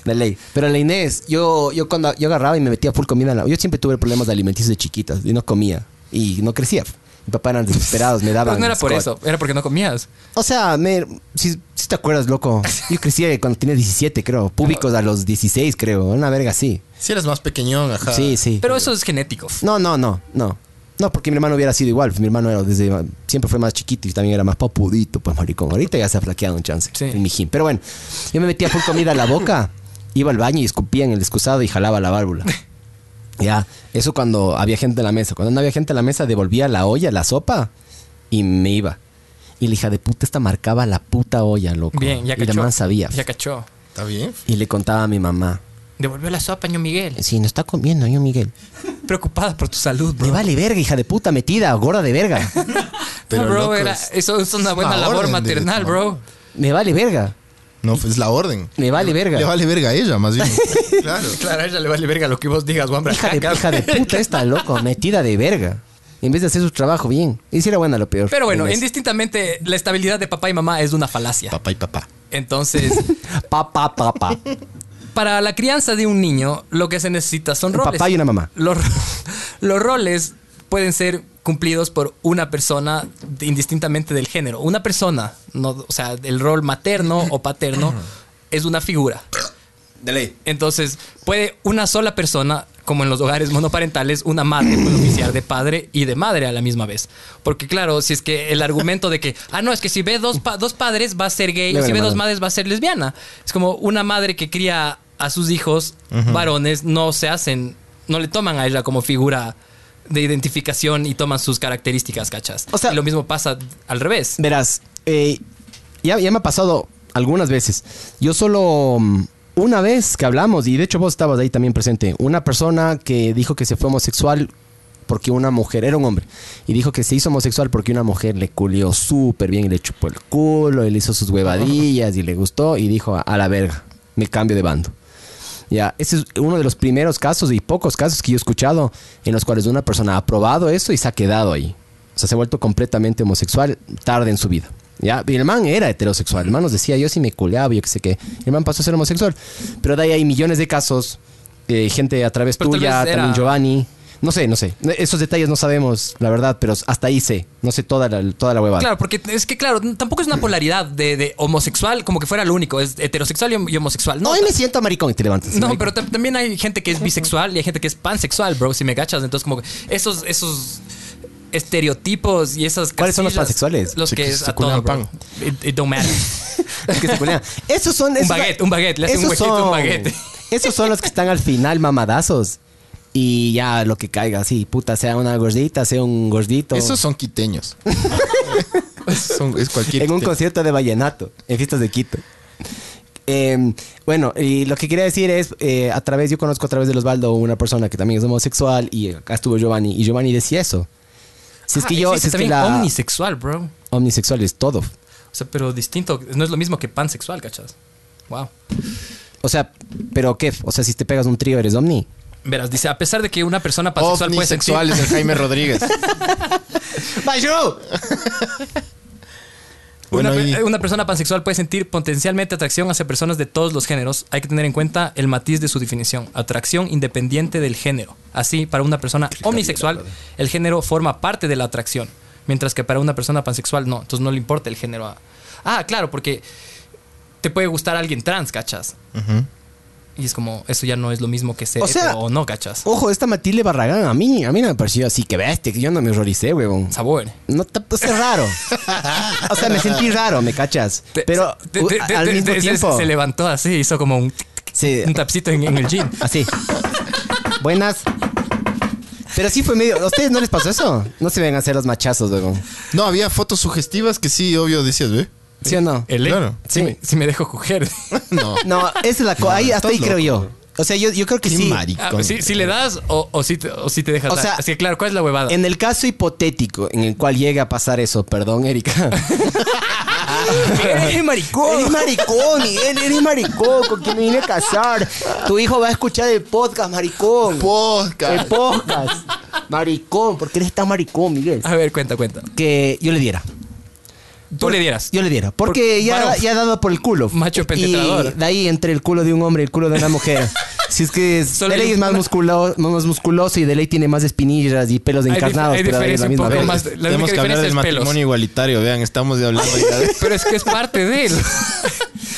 Speaker 2: De ley. Pero la Inés, yo, yo cuando yo agarraba y me metía full comida. en la- Yo siempre tuve problemas de alimenticios de chiquitas y no comía. Y no crecía. Mi papá eran desesperados, me daban.
Speaker 3: Pero Pues no era por
Speaker 2: asco.
Speaker 3: eso, era porque no comías.
Speaker 2: O sea, me- si, si te acuerdas, loco. Yo crecí cuando tenía 17, creo. Públicos a los 16, creo. Una verga así.
Speaker 1: Si eres más pequeñón, ajá.
Speaker 2: Sí, sí.
Speaker 3: Pero eso es genético.
Speaker 2: No, no, no, no. No, porque mi hermano hubiera sido igual. Mi hermano era desde siempre fue más chiquito y también era más papudito, pues maricón. Ahorita ya se ha flaqueado un chance
Speaker 3: Sí.
Speaker 2: en mi gym. Pero bueno, yo me metía full comida a la boca, iba al baño y escupía en el excusado y jalaba la válvula. Ya, eso cuando había gente en la mesa. Cuando no había gente en la mesa, devolvía la olla, la sopa y me iba. Y la hija de puta esta marcaba la puta olla, loco.
Speaker 3: Bien, ya
Speaker 2: Y la
Speaker 3: cachó.
Speaker 2: man sabía.
Speaker 3: Ya cachó.
Speaker 1: ¿Está bien?
Speaker 2: Y le contaba a mi mamá.
Speaker 3: Devolvió la sopa, ño Miguel.
Speaker 2: Sí, no está comiendo, yo Miguel.
Speaker 3: Preocupada por tu salud, bro.
Speaker 2: Me vale verga, hija de puta metida, gorda de verga.
Speaker 1: Pero,
Speaker 3: no, bro,
Speaker 1: loco,
Speaker 3: era-
Speaker 1: es-
Speaker 3: eso es una buena
Speaker 1: una
Speaker 3: labor
Speaker 1: orden de-
Speaker 3: maternal, bro.
Speaker 2: Me vale verga.
Speaker 1: No, pues es la orden.
Speaker 2: Me vale verga.
Speaker 1: Le vale verga a ella, más bien. claro.
Speaker 3: Claro, a ella le vale verga lo que vos digas, Juan
Speaker 2: Hija de, hija de puta esta, loco. Metida de verga. En vez de hacer su trabajo bien. Y si era buena lo peor.
Speaker 3: Pero bueno,
Speaker 2: Inés.
Speaker 3: indistintamente, la estabilidad de papá y mamá es una falacia.
Speaker 1: Papá y papá.
Speaker 3: Entonces,
Speaker 2: Pa, pa, pa, pa.
Speaker 3: para la crianza de un niño, lo que se necesita son
Speaker 2: Un
Speaker 3: roles.
Speaker 2: papá y una mamá.
Speaker 3: Los, los roles pueden ser cumplidos por una persona de- indistintamente del género. Una persona, no, o sea, el rol materno o paterno es una figura. Entonces, puede una sola persona, como en los hogares monoparentales, una madre puede oficiar de padre y de madre a la misma vez. Porque claro, si es que el argumento de que, ah, no, es que si ve dos, pa- dos padres va a ser gay,
Speaker 2: Le
Speaker 3: o si
Speaker 2: vale
Speaker 3: ve dos
Speaker 2: madre.
Speaker 3: madres va a ser lesbiana. Es como una madre que cría a sus hijos varones, no se hacen, no le toman a ella como figura de identificación y toman sus características, ¿cachas?
Speaker 2: O sea-
Speaker 3: y lo mismo pasa al revés.
Speaker 2: Verás, eh, ya, ya me ha pasado algunas veces. Yo solo mm, una vez que hablamos, y de hecho vos estabas ahí también presente, una persona que dijo que se fue homosexual porque una mujer, era un hombre, y dijo que se hizo homosexual porque una mujer le culió súper bien y le chupó el culo y le hizo sus huevadillas y le gustó y dijo, a la verga, me cambio de bando. Ya, ese es uno de los primeros casos y pocos casos que yo he escuchado en los cuales una persona ha probado eso y se ha quedado ahí. O sea, se ha vuelto completamente homosexual tarde en su vida. Ya, y el man era heterosexual. El man nos decía, yo sí me culeaba, yo qué sé qué. El man pasó a ser homosexual. Pero de ahí hay millones de casos. eh, gente a través
Speaker 3: Pero tal
Speaker 2: tuya,
Speaker 3: vez era-
Speaker 2: también Giovanni. No sé, no sé. Esos detalles no sabemos, la verdad, pero hasta ahí sé. No sé toda la, toda la huevada.
Speaker 3: Claro, porque es que, claro, tampoco es una polaridad de, de homosexual como que fuera lo único, es heterosexual y hom- y homosexual. No,
Speaker 2: Hoy me siento maricón y te levantas.
Speaker 3: No,
Speaker 2: maricón.
Speaker 3: pero tam- también hay gente que es bisexual y hay gente que es pansexual, bro, si me cachas. Entonces, como que esos, esos estereotipos y esas
Speaker 2: ¿Cuáles son los
Speaker 3: casillas,
Speaker 2: pansexuales?
Speaker 3: Los
Speaker 1: Sí,
Speaker 3: que
Speaker 1: que
Speaker 3: es
Speaker 1: se
Speaker 3: a todo,
Speaker 1: culean
Speaker 3: bro. It, it don't matter.
Speaker 2: Los que se culean. Esos son. esos-
Speaker 3: baguette, un baguette, le hace un
Speaker 2: esos
Speaker 3: huequito, un baguette.
Speaker 2: Esos son los que están al final mamadazos. Y ya lo que caiga, así, puta, sea una gordita, sea un gordito.
Speaker 1: Esos son quiteños. Esos son, es cualquier
Speaker 2: en un
Speaker 1: quiteño.
Speaker 2: concierto de vallenato, en fiestas de Quito. Eh, bueno, y lo que quería decir es, eh, a través, yo conozco a través de Osvaldo una persona que también es homosexual y acá estuvo Giovanni, y Giovanni decía eso. Si es que
Speaker 3: Ah,
Speaker 2: yo, si
Speaker 3: existe
Speaker 2: es que
Speaker 3: también
Speaker 2: la
Speaker 3: omnisexual, bro. O
Speaker 2: omnisexual es todo.
Speaker 3: sea, pero distinto, no es lo mismo que pansexual, cachas. Wow.
Speaker 2: O sea, pero qué, o sea, si te pegas un trío eres omni.
Speaker 3: Verás, dice, a pesar de que una persona pansexual puede sentir...
Speaker 1: Omnisexual es el Jaime Rodríguez.
Speaker 3: Una,
Speaker 1: Bueno, y-
Speaker 3: eh, una persona pansexual puede sentir potencialmente atracción hacia personas de todos los géneros. Hay que tener en cuenta el matiz de su definición. Atracción independiente del género. Así, para una persona omnisexual, el género forma parte de la atracción. Mientras que para una persona pansexual, no. Entonces no le importa el género. a- Ah, claro, porque te puede gustar alguien trans, ¿cachas?
Speaker 1: Ujú.
Speaker 3: Y es como, eso ya no es lo mismo que ser
Speaker 2: O sea-
Speaker 3: hetero o no, ¿cachas?
Speaker 2: Ojo, esta Matilde Barragán, a mí, a mí no me pareció así que bestia, que yo no me horroricé, huevón.
Speaker 3: Sabor.
Speaker 2: No, te pues, es raro. O sea, me sentí raro, ¿me cachas?
Speaker 3: Te-
Speaker 2: Pero
Speaker 3: te-
Speaker 2: u-
Speaker 3: te- te-
Speaker 2: al
Speaker 3: te-
Speaker 2: mismo
Speaker 3: te- se-
Speaker 2: tiempo...
Speaker 3: Se levantó así, hizo como un,
Speaker 2: Sí,
Speaker 3: un tapcito en, en el jean.
Speaker 2: así. Buenas. Pero sí fue medio... ¿A ustedes no les pasó eso? No se vengan a hacer los machazos, huevón.
Speaker 1: No, había fotos sugestivas que sí, obvio, decías, ¿ve?
Speaker 2: ¿Sí o no?
Speaker 3: El
Speaker 1: Claro.
Speaker 3: Si
Speaker 2: Sí.
Speaker 3: me- si me dejo coger.
Speaker 1: No.
Speaker 2: No, esa es la cosa. Ahí, hasta
Speaker 1: estás
Speaker 2: ahí creo
Speaker 1: loco,
Speaker 2: yo. O sea, yo, yo creo que
Speaker 1: Qué
Speaker 2: sí.
Speaker 1: maricón.
Speaker 3: Ah, si, si le das o, o si, te, o si te dejas
Speaker 2: O
Speaker 3: dar.
Speaker 2: sea,
Speaker 3: Así que claro, ¿cuál es la huevada?
Speaker 2: En el caso hipotético en el cual llega a pasar eso, perdón, Erika.
Speaker 3: ¡Eh, maricón!
Speaker 2: Eres maricón, Miguel, eres maricón, con quien me vine a casar. Tu hijo va a escuchar el podcast, maricón. el
Speaker 1: Podcast.
Speaker 2: podcast. Maricón, ¿por qué eres tan maricón, Miguel?
Speaker 3: A ver, cuenta, cuenta.
Speaker 2: Que yo le diera.
Speaker 3: Tú
Speaker 2: Por-
Speaker 3: le dieras.
Speaker 2: Yo le diera. Porque
Speaker 3: Por-
Speaker 2: ya,
Speaker 3: varón.
Speaker 2: ya dado por el culo.
Speaker 3: Macho
Speaker 2: Y
Speaker 3: penetrador.
Speaker 2: de ahí entre el culo de un hombre y el culo de una mujer. si es que es,
Speaker 3: Solo
Speaker 2: de ley
Speaker 3: hay
Speaker 2: es más,
Speaker 3: una-
Speaker 2: musculo- más musculoso y de ley tiene más espinillas y pelos
Speaker 3: dif-
Speaker 2: encarnados.
Speaker 3: hay
Speaker 2: pero de ley es la
Speaker 3: diferencia un
Speaker 2: misma
Speaker 3: poco
Speaker 2: verga.
Speaker 3: más de- la única
Speaker 1: Tenemos que hablar
Speaker 3: diferencia
Speaker 1: del
Speaker 3: es pelos.
Speaker 1: matrimonio igualitario, vean, estamos ya hablando ya de-
Speaker 3: Pero es que es parte de él.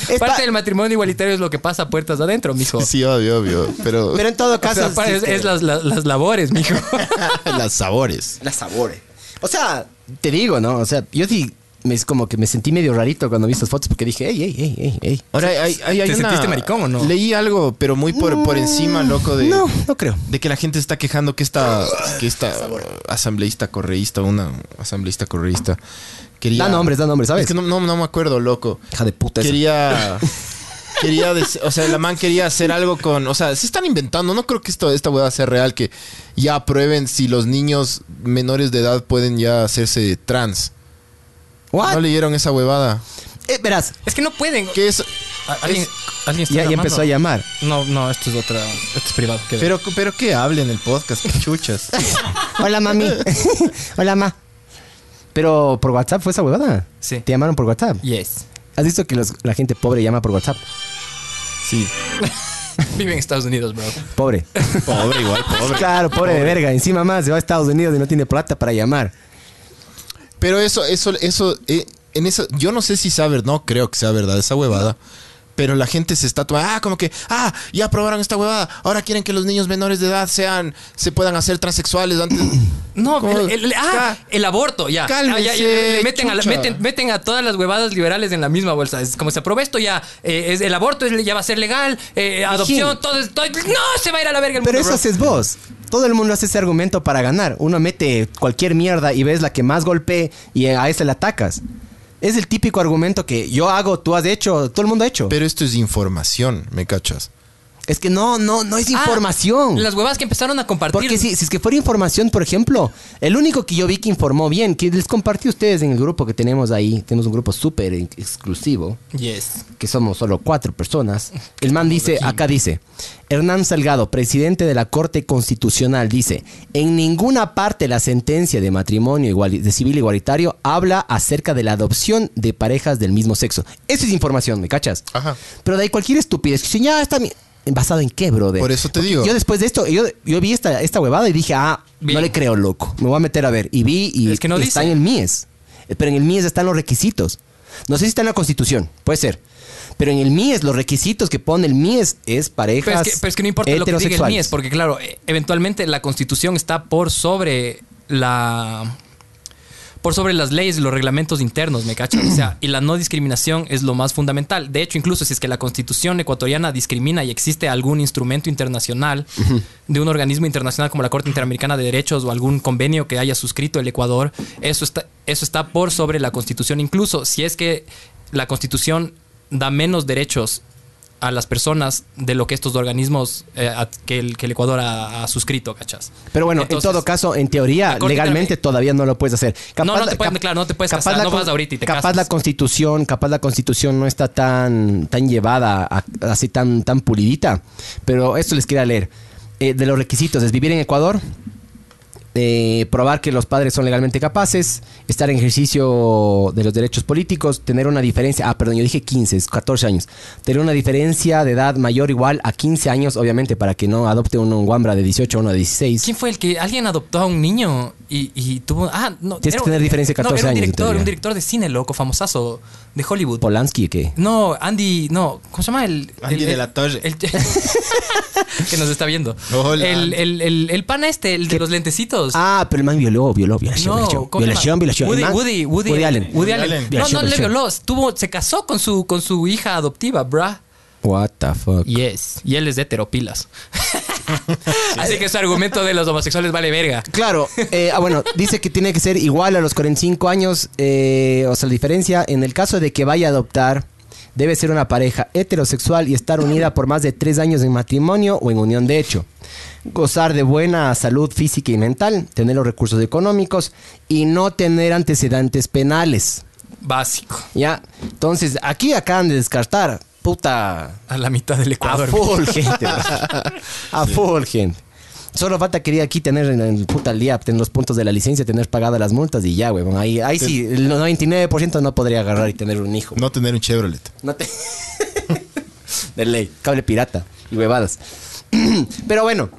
Speaker 2: Es pa-
Speaker 3: parte del matrimonio igualitario es lo que pasa a puertas adentro, mijo.
Speaker 1: Sí, obvio, obvio. Pero,
Speaker 2: Pero en todo
Speaker 3: O
Speaker 2: caso... este,
Speaker 3: sea, pa-
Speaker 2: si
Speaker 3: es,
Speaker 2: es que-
Speaker 3: es las, las- las labores, mijo.
Speaker 1: las sabores.
Speaker 2: Las sabores. O sea, te digo, ¿no? O sea, yo sí... Me, es como que me sentí medio rarito cuando vi estas fotos porque dije, ey, ey, ey, ey, ey.
Speaker 1: Ahora, hay, hay, hay
Speaker 3: ¿Te
Speaker 1: una-
Speaker 3: sentiste maricón o no?
Speaker 1: Leí algo, pero muy por, por encima, loco, de,
Speaker 2: No, no creo.
Speaker 1: de que la gente está quejando que esta, que esta asambleísta correísta, una asambleísta correísta, quería...
Speaker 2: Da nombres, da nombres, ¿sabes?
Speaker 1: Es que no, no, no me acuerdo, loco.
Speaker 2: Hija de puta esa.
Speaker 1: Quería... Quería dec- o sea, la man quería hacer algo con, o sea, se están inventando, no creo que esto, esta hueá sea real, que ya aprueben si los niños menores de edad pueden ya hacerse trans.
Speaker 2: What?
Speaker 1: ¿No leyeron esa huevada?
Speaker 2: Eh, verás,
Speaker 3: es que no pueden.
Speaker 1: Que es,
Speaker 3: ¿Al- ¿Alguien, alguien está
Speaker 2: ya, ya
Speaker 3: llamando?
Speaker 2: empezó a llamar.
Speaker 3: No, no, esto es otra. Esto es privado. queda.
Speaker 1: pero, pero que hablen el podcast, que chuchas.
Speaker 2: Hola, mami. Hola, ma. Pero por WhatsApp fue esa huevada.
Speaker 3: Sí.
Speaker 2: Te llamaron por WhatsApp.
Speaker 3: Yes.
Speaker 2: ¿Has visto que los- la gente pobre llama por WhatsApp?
Speaker 1: Sí.
Speaker 3: Vive en Estados Unidos, bro.
Speaker 2: Pobre.
Speaker 1: Pobre, igual, pobre.
Speaker 2: Claro, pobre, de verga. Encima más, se va a Estados Unidos y no tiene plata para llamar.
Speaker 1: Pero eso, eso, eso, eh, en eso, yo no sé si sea verdad, no creo que sea verdad esa huevada. Pero la gente se está tomando, ah, como que, ah, ya aprobaron esta huevada, ahora quieren que los niños menores de edad sean, se puedan hacer transexuales antes.
Speaker 3: No,
Speaker 1: ¿Cómo?
Speaker 3: el, el- ah, el aborto, ya.
Speaker 1: Cálmese,
Speaker 3: Ah, ya, ya, le meten, a la-
Speaker 1: chucha.
Speaker 3: meten- meten a todas las huevadas liberales en la misma bolsa. Es como se aprobó esto, ya. eh, es, el aborto es- ya va a ser legal. eh, adopción, todo, es- todo- No, se va a ir a la verga el
Speaker 2: Pero
Speaker 3: mundo,
Speaker 2: eso haces vos. Todo el mundo hace ese argumento para ganar. Uno mete cualquier mierda y ves la que más golpee y a esa le atacas. Es el típico argumento que yo hago, tú has hecho, todo el mundo ha hecho.
Speaker 1: Pero esto es información, ¿me cachas?
Speaker 2: es que no, no, no es
Speaker 3: bro. Ah,
Speaker 2: información.
Speaker 3: las huevadas que empezaron a compartir.
Speaker 2: Porque si, si es que fuera información, por ejemplo, el único que yo vi que informó bien, que les compartí a ustedes en el grupo que tenemos ahí, tenemos un grupo súper ex- exclusivo,
Speaker 3: Yes.
Speaker 2: que somos solo cuatro personas, el man dice, acá dice, Hernán Salgado, presidente de la Corte Constitucional, dice, en ninguna parte la sentencia de matrimonio iguali- de civil igualitario habla acerca de la adopción de parejas del mismo sexo. Eso es información, ¿me cachas?
Speaker 1: Ajá.
Speaker 2: Pero de ahí cualquier estupidez. que dicen, ya está mi- ¿Basado en qué, brother?
Speaker 1: Por eso te digo.
Speaker 2: Yo después de esto, yo, yo vi esta, esta huevada y dije, ah,
Speaker 3: Bien.
Speaker 2: no le creo, loco. Me voy a meter a ver. Y vi y
Speaker 3: Es que no
Speaker 2: está
Speaker 3: dice.
Speaker 2: en el MIES. Eh, Pero en el MIES están los requisitos. No sé si está en la Constitución, puede ser. Pero en el MIES, los requisitos que pone el MIES es
Speaker 3: Pero
Speaker 2: parejas
Speaker 3: es, que, pero es que no importa lo que diga el
Speaker 2: heterosexuales.
Speaker 3: Mies, porque claro, eh, eventualmente la constitución está por sobre la. Por sobre las leyes y los reglamentos internos, ¿me cachas? O sea, y la no discriminación es lo más fundamental. De hecho, incluso si es que la constitución ecuatoriana discrimina y existe algún instrumento internacional de un organismo internacional como la Corte Interamericana de Derechos o algún convenio que haya suscrito el Ecuador, eso está, eso está por sobre la constitución. Incluso si es que la constitución da menos derechos a las personas de lo que estos organismos eh, a- que, el, que el Ecuador ha, ha suscrito, ¿cachas?
Speaker 2: Pero bueno,
Speaker 3: Entonces,
Speaker 2: en todo caso, en teoría,
Speaker 3: la Corte
Speaker 2: legalmente
Speaker 3: Interamer-
Speaker 2: todavía no lo puedes hacer.
Speaker 3: No, no te
Speaker 2: la-
Speaker 3: puedes- claro, no te puedes casar, no
Speaker 2: con-
Speaker 3: vas ahorita y te
Speaker 2: capaz
Speaker 3: casas.
Speaker 2: la constitución, capaz la constitución no está tan, tan llevada, a- así tan, tan pulidita. Pero esto les quería leer. Eh, de los requisitos es vivir en Ecuador, eh, probar que los padres son legalmente capaces, estar en ejercicio de los derechos políticos, tener una diferencia, ah, perdón, yo dije 15, es 14 años, tener una diferencia de edad mayor o igual a 15 años, obviamente, para que no adopte uno un guambra de 18 a uno de 16.
Speaker 3: ¿Quién fue el que alguien adoptó a un niño y, y tuvo. Ah, no.
Speaker 2: Tienes
Speaker 3: era-
Speaker 2: que tener diferencia de
Speaker 3: no,
Speaker 2: 14
Speaker 3: era un
Speaker 2: años, en
Speaker 3: director,
Speaker 2: teoría.
Speaker 3: un director de cine, loco, famosazo de Hollywood.
Speaker 2: Polanski, ¿qué?
Speaker 3: no, Andy, no, ¿cómo se llama el?
Speaker 1: Andy
Speaker 3: el-
Speaker 1: de
Speaker 3: el-
Speaker 1: la Torre.
Speaker 3: el- que nos está viendo.
Speaker 1: Hola.
Speaker 3: El, el, el, el pana este, el de
Speaker 2: ¿Qué?
Speaker 3: los lentecitos.
Speaker 2: Ah, pero el man violó, violó, violación,
Speaker 3: No,
Speaker 2: violación,
Speaker 3: ¿cómo se
Speaker 2: violación,
Speaker 3: llama?
Speaker 2: violación. El
Speaker 3: Woody,
Speaker 2: man-
Speaker 3: Woody, Woody,
Speaker 2: Allen.
Speaker 3: Woody Allen.
Speaker 1: Allen.
Speaker 3: No, no
Speaker 2: Violación,
Speaker 3: le
Speaker 2: violación.
Speaker 3: violó. Estuvo, se casó con su, con su hija adoptiva, bruh.
Speaker 2: What the fuck.
Speaker 3: Yes. Y él es de teropilas. Así que su argumento de los homosexuales vale verga.
Speaker 2: Claro, eh, ah, bueno, dice que tiene que ser igual a los 45 años, eh, o sea, la diferencia en el caso de que vaya a adoptar, debe ser una pareja heterosexual y estar unida por más de tres años en matrimonio o en unión de hecho. Gozar de buena salud física y mental, tener los recursos económicos y no tener antecedentes penales.
Speaker 3: Básico.
Speaker 2: Ya, entonces aquí acaban de descartar, puta,
Speaker 3: A la mitad del
Speaker 2: a
Speaker 3: Ecuador.
Speaker 2: full gente. pues. bro. A full gente. Solo falta quería aquí tener en, en puta el día, tener los puntos de la licencia, tener pagadas las multas y ya, huevón. Ahí, ahí sí, el 99% no podría agarrar y tener un hijo.
Speaker 1: No tener un Chevrolet.
Speaker 2: No te- de ley. Cable pirata y huevadas. Pero bueno,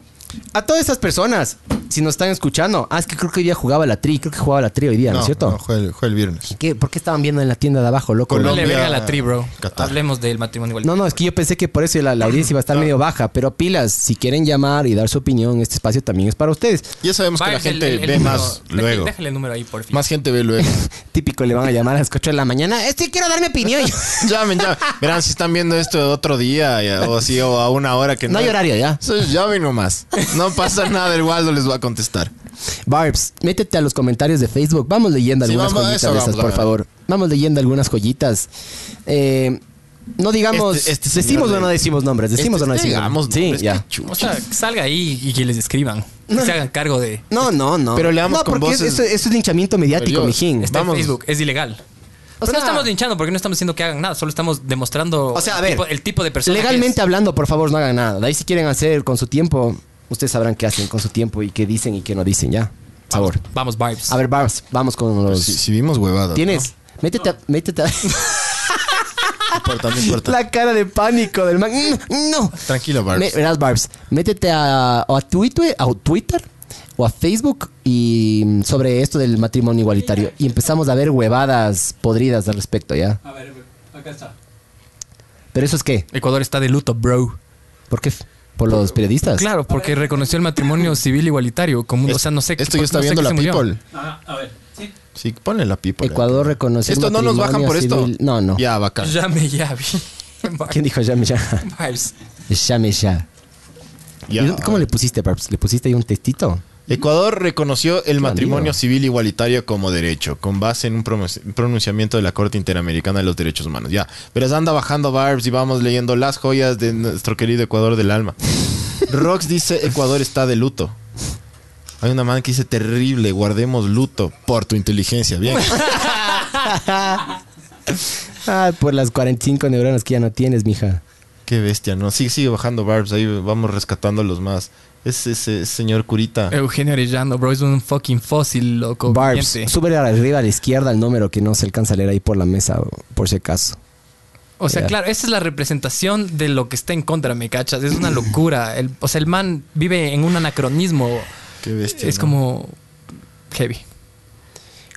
Speaker 2: a todas esas personas, si nos están escuchando, ah, es que creo que hoy día jugaba la tri, creo que jugaba la tri hoy día, ¿no, es cierto?
Speaker 1: fue, el, fue el viernes.
Speaker 2: ¿Qué- ¿Por qué estaban viendo en la tienda de abajo, loco?
Speaker 1: Colombia.
Speaker 3: No le verga a la tri, bro.
Speaker 1: Qatar.
Speaker 3: Hablemos del matrimonio igual.
Speaker 2: No, no, es que yo pensé que por eso la, la audiencia iba a estar medio baja, pero pilas, si quieren llamar y dar su opinión, este espacio también es para ustedes.
Speaker 1: Ya sabemos que la gente ve más luego.
Speaker 3: Déjale el número ahí, por fin.
Speaker 1: Más gente ve luego.
Speaker 2: Típico, le van a llamar a las 8 de la mañana, este quiero dar mi opinión.
Speaker 1: llamen, llamen. Verán si están viendo esto otro día ya, o así o a una hora que
Speaker 2: No hay horario ya.
Speaker 1: Sí, llamen nomás. No pasa nada, el Waldo les va a contestar.
Speaker 2: Barbs, métete a los comentarios de Facebook. Vamos leyendo
Speaker 1: Sí,
Speaker 2: algunas
Speaker 1: vamos a
Speaker 2: joyitas
Speaker 1: eso,
Speaker 2: de esas,
Speaker 1: vamos a
Speaker 2: por
Speaker 1: ver.
Speaker 2: favor. Vamos leyendo algunas joyitas. Eh, no digamos.
Speaker 1: Este- este señor
Speaker 2: ¿Decimos
Speaker 1: de-
Speaker 2: o no decimos nombres? ¿Decimos
Speaker 1: Este-
Speaker 2: o no decimos?
Speaker 1: digamos
Speaker 2: sí,
Speaker 1: nombres,
Speaker 2: ya.
Speaker 1: qué chucha.
Speaker 3: O sea, que salga ahí y que les escriban. Que se hagan cargo de.
Speaker 2: No, no, no.
Speaker 1: Pero leamos
Speaker 2: no,
Speaker 1: con
Speaker 2: porque
Speaker 1: voces- Pues
Speaker 2: Eso, eso es linchamiento mediático,
Speaker 1: Dios.
Speaker 2: mijín.
Speaker 1: Es-
Speaker 3: Está en
Speaker 1: Vamos.
Speaker 3: Facebook, es ilegal.
Speaker 2: O
Speaker 3: Pero
Speaker 2: sea-
Speaker 3: no estamos linchando porque no estamos diciendo que hagan nada, solo estamos demostrando
Speaker 2: O sea, a
Speaker 3: el,
Speaker 2: ver,
Speaker 3: tipo, el tipo de persona. que
Speaker 2: Legalmente hablando, por favor, no hagan nada. De ahí, si quieren hacer con su tiempo, ustedes sabrán qué hacen con su tiempo y qué dicen y qué no dicen, ya. Por
Speaker 3: es. Vamos, Pues
Speaker 2: favor.
Speaker 3: Vamos, Barbs.
Speaker 2: A ver, Barbs, vamos con los.
Speaker 1: Si, si vimos huevadas.
Speaker 2: ¿Tienes? Métete a- Métete a.
Speaker 1: No, importa, no importa.
Speaker 2: La cara de pánico del man. Mm, No.
Speaker 1: Tranquilo, Barbs.
Speaker 2: Me- verás, Barbs. Métete a, o a, Twitter, a Twitter o a Facebook y mm, sobre esto del matrimonio igualitario. Y empezamos a ver huevadas podridas al respecto, ¿ya?
Speaker 4: A ver, acá está.
Speaker 2: ¿Pero eso es qué?
Speaker 3: Ecuador está de luto, bro.
Speaker 2: ¿Por qué? ¿Por los periodistas?
Speaker 3: Claro, porque reconoció el matrimonio civil igualitario común. o sea, no sé
Speaker 1: Esto ya
Speaker 3: por-
Speaker 1: está
Speaker 3: no sé
Speaker 1: viendo
Speaker 3: qué
Speaker 1: la
Speaker 3: se murió.
Speaker 1: People.
Speaker 4: Ajá, a ver. Sí.
Speaker 1: Sí, ponle la People.
Speaker 2: Ecuador reconoció el
Speaker 1: Esto no nos bajan
Speaker 2: matrimonio
Speaker 1: por esto.
Speaker 2: civil- No, no.
Speaker 1: Ya, bacán.
Speaker 3: Llame Pues ya, vi.
Speaker 2: ¿Quién dijo Yame ya?
Speaker 3: Barbs.
Speaker 2: Llame ya.
Speaker 1: Ya.
Speaker 2: ¿Y dónde- ¿Cómo le pusiste, Barbs? ¿Le pusiste ahí un textito?
Speaker 1: Ecuador reconoció el matrimonio
Speaker 2: bandido.
Speaker 1: civil igualitario como derecho, con base en un promo- pronunciamiento de la Corte Interamericana de los Derechos Humanos. Ya, verás, anda bajando barbs y vamos leyendo las joyas de nuestro querido Ecuador del alma. Rox dice, Ecuador está de luto. Hay una man que dice, terrible, guardemos luto por tu inteligencia. Bien.
Speaker 2: Ah, por las 45 neuronas que ya no tienes, mija.
Speaker 1: Qué bestia, ¿no? Sigue, sigue bajando barbs, ahí vamos rescatando los más. Es ese señor curita.
Speaker 3: Eugenio Arellano, bro, es un fucking fósil, loco.
Speaker 2: Barbs,
Speaker 3: viviente.
Speaker 2: sube arriba a la izquierda el número que no se alcanza a leer ahí por la mesa, o- por si acaso.
Speaker 3: O sea,
Speaker 2: Ya.
Speaker 3: claro, esa es la representación de lo que está en contra, ¿me cachas? Es
Speaker 1: Mm.
Speaker 3: una locura. El- o sea, el man vive en un anacronismo.
Speaker 1: Qué bestia.
Speaker 3: es
Speaker 1: ¿no?
Speaker 3: como heavy.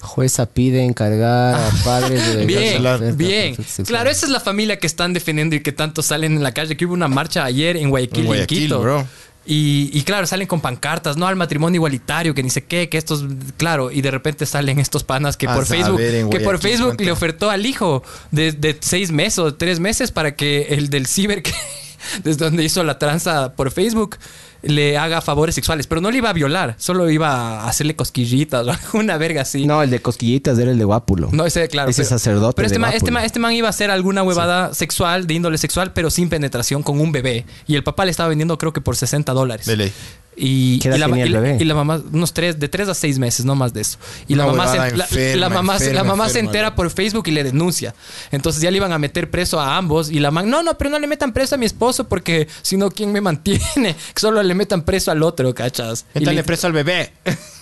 Speaker 2: Jueza pide encargar a padres de... Este,
Speaker 3: Bien,
Speaker 1: cancelar.
Speaker 3: bien. Claro, esa es la familia que están defendiendo y que tanto salen en la calle. Que hubo una marcha ayer en Guayaquil,
Speaker 1: En
Speaker 3: en
Speaker 1: Guayaquil,
Speaker 3: Quito.
Speaker 1: bro.
Speaker 3: Y, y claro, salen con pancartas, ¿no? Al matrimonio igualitario, que ni sé qué, que estos, claro, y de repente salen estos panas que
Speaker 1: A
Speaker 3: por
Speaker 1: saber
Speaker 3: Facebook,
Speaker 1: en
Speaker 3: que por
Speaker 1: Guayaquil
Speaker 3: Facebook
Speaker 1: cuánto.
Speaker 3: le ofertó al hijo de, de seis meses o tres meses para que el del ciber, que, desde donde hizo la tranza por Facebook, le haga favores sexuales. Pero no le iba a violar, solo iba a hacerle cosquillitas o alguna verga así.
Speaker 2: No, el de cosquillitas era el de Guápulo.
Speaker 3: No, ese, claro.
Speaker 2: Ese
Speaker 3: pero-
Speaker 2: sacerdote
Speaker 3: Pero este
Speaker 2: de
Speaker 3: man, este,
Speaker 2: Nápoles.
Speaker 3: man, este man iba a hacer alguna huevada sexual, de índole sexual, pero sin penetración con un bebé. Y el papá le estaba vendiendo, creo que por 60 dólares.
Speaker 1: De ley.
Speaker 3: Y,
Speaker 2: ¿Qué
Speaker 3: y
Speaker 2: edad
Speaker 3: la, ma-
Speaker 2: tenía el
Speaker 3: y la-
Speaker 2: bebé?
Speaker 3: y la mamá, unos tres, de tres a seis meses, no más de eso. Y la
Speaker 1: Una
Speaker 3: mamá, se,
Speaker 1: huevada
Speaker 3: la-
Speaker 1: enferma,
Speaker 3: la mamá, se- la
Speaker 1: enferma,
Speaker 3: mamá se
Speaker 1: enferma,
Speaker 3: entera
Speaker 1: ¿no?
Speaker 3: por Facebook y le denuncia. Entonces ya le iban a meter preso a ambos. Y la man, no, no, pero no le metan preso a mi esposo porque si no, ¿quién me mantiene? Solo le metan preso al otro, ¿cachas? Y
Speaker 1: Métale
Speaker 3: le-
Speaker 1: preso al bebé.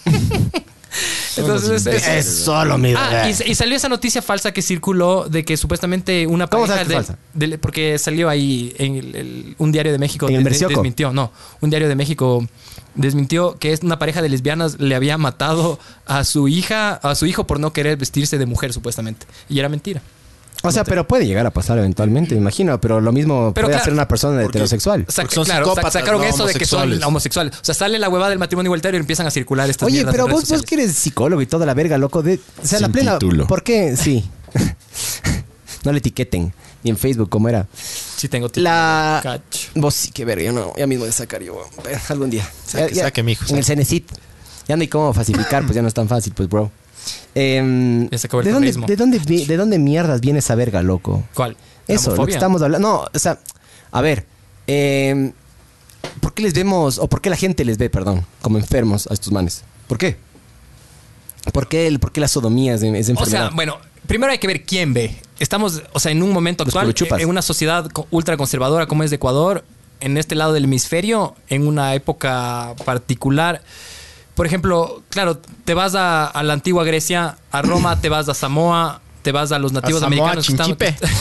Speaker 3: Entonces, este,
Speaker 1: Unos
Speaker 3: es-
Speaker 1: imbéciles.
Speaker 2: solo mi
Speaker 3: Ah, y, y salió esa noticia falsa que circuló de que supuestamente una
Speaker 2: ¿Cómo
Speaker 3: pareja
Speaker 2: sabes que
Speaker 3: de-
Speaker 2: es falsa?
Speaker 3: del- porque salió ahí en el- el- un diario de México
Speaker 2: ¿En el
Speaker 3: des-
Speaker 2: Mercioco?
Speaker 3: desmintió, no, un diario de México desmintió que es una pareja de lesbianas le había matado a su hija, a su hijo por no querer vestirse de mujer supuestamente y era mentira.
Speaker 2: O sea, pero puede llegar a pasar eventualmente, me imagino. Pero lo mismo
Speaker 3: Pero
Speaker 2: puede
Speaker 3: claro,
Speaker 2: hacer una persona
Speaker 1: porque-
Speaker 2: heterosexual.
Speaker 3: Sa-
Speaker 1: Porque son
Speaker 3: claro, sa-
Speaker 1: psicópatas,
Speaker 3: sacaron
Speaker 1: no
Speaker 3: eso de que son
Speaker 1: homosexuales.
Speaker 3: homosexuales. O sea, sale la huevada del matrimonio igualitario y empiezan a circular estas
Speaker 2: Oye,
Speaker 3: mierdas
Speaker 2: pero
Speaker 3: en redes
Speaker 2: vos, vos
Speaker 3: sociales.
Speaker 2: que eres psicólogo y toda la verga, loco. De, o sea, la
Speaker 1: Sin
Speaker 2: plena...
Speaker 1: título.
Speaker 2: ¿Por qué? Sí. no le etiqueten. Ni en Facebook, como era.
Speaker 3: Sí tengo título.
Speaker 2: La...
Speaker 3: Cacho.
Speaker 2: Vos sí que verga, yo no, ya mismo de sacar yo, weón. Pero algún día.
Speaker 1: Saque, saque, mijo,
Speaker 2: En el Cenecit. Ya no hay cómo falsificar, pues ya no es tan fácil, pues, bro. Em,
Speaker 3: Ya se acabó el
Speaker 2: ¿de, dónde,
Speaker 3: terrorismo.
Speaker 2: de, dónde, vi- ¿De dónde mierdas viene esa verga, loco?
Speaker 3: ¿Cuál?
Speaker 2: Eso, lo que
Speaker 3: homofobia.
Speaker 2: estamos hablando. No, o sea, a ver. eh, ¿Por qué les vemos, o por qué la gente les ve, perdón, como enfermos a estos manes? ¿Por qué? ¿Por qué, el- por qué la sodomía es, es
Speaker 3: O
Speaker 2: enfermedad?
Speaker 3: sea, bueno, primero hay que ver quién ve. Estamos, o sea, en un momento
Speaker 2: Los
Speaker 3: actual,
Speaker 2: curuchupas.
Speaker 3: en una sociedad co- ultraconservadora como es de Ecuador, en este lado del hemisferio, en una época particular. Por ejemplo, claro, te vas a, a la antigua Grecia, a Roma, te vas a Samoa, te vas a los nativos
Speaker 1: Samoa,
Speaker 3: americanos. que estaban-
Speaker 1: Chinchipe.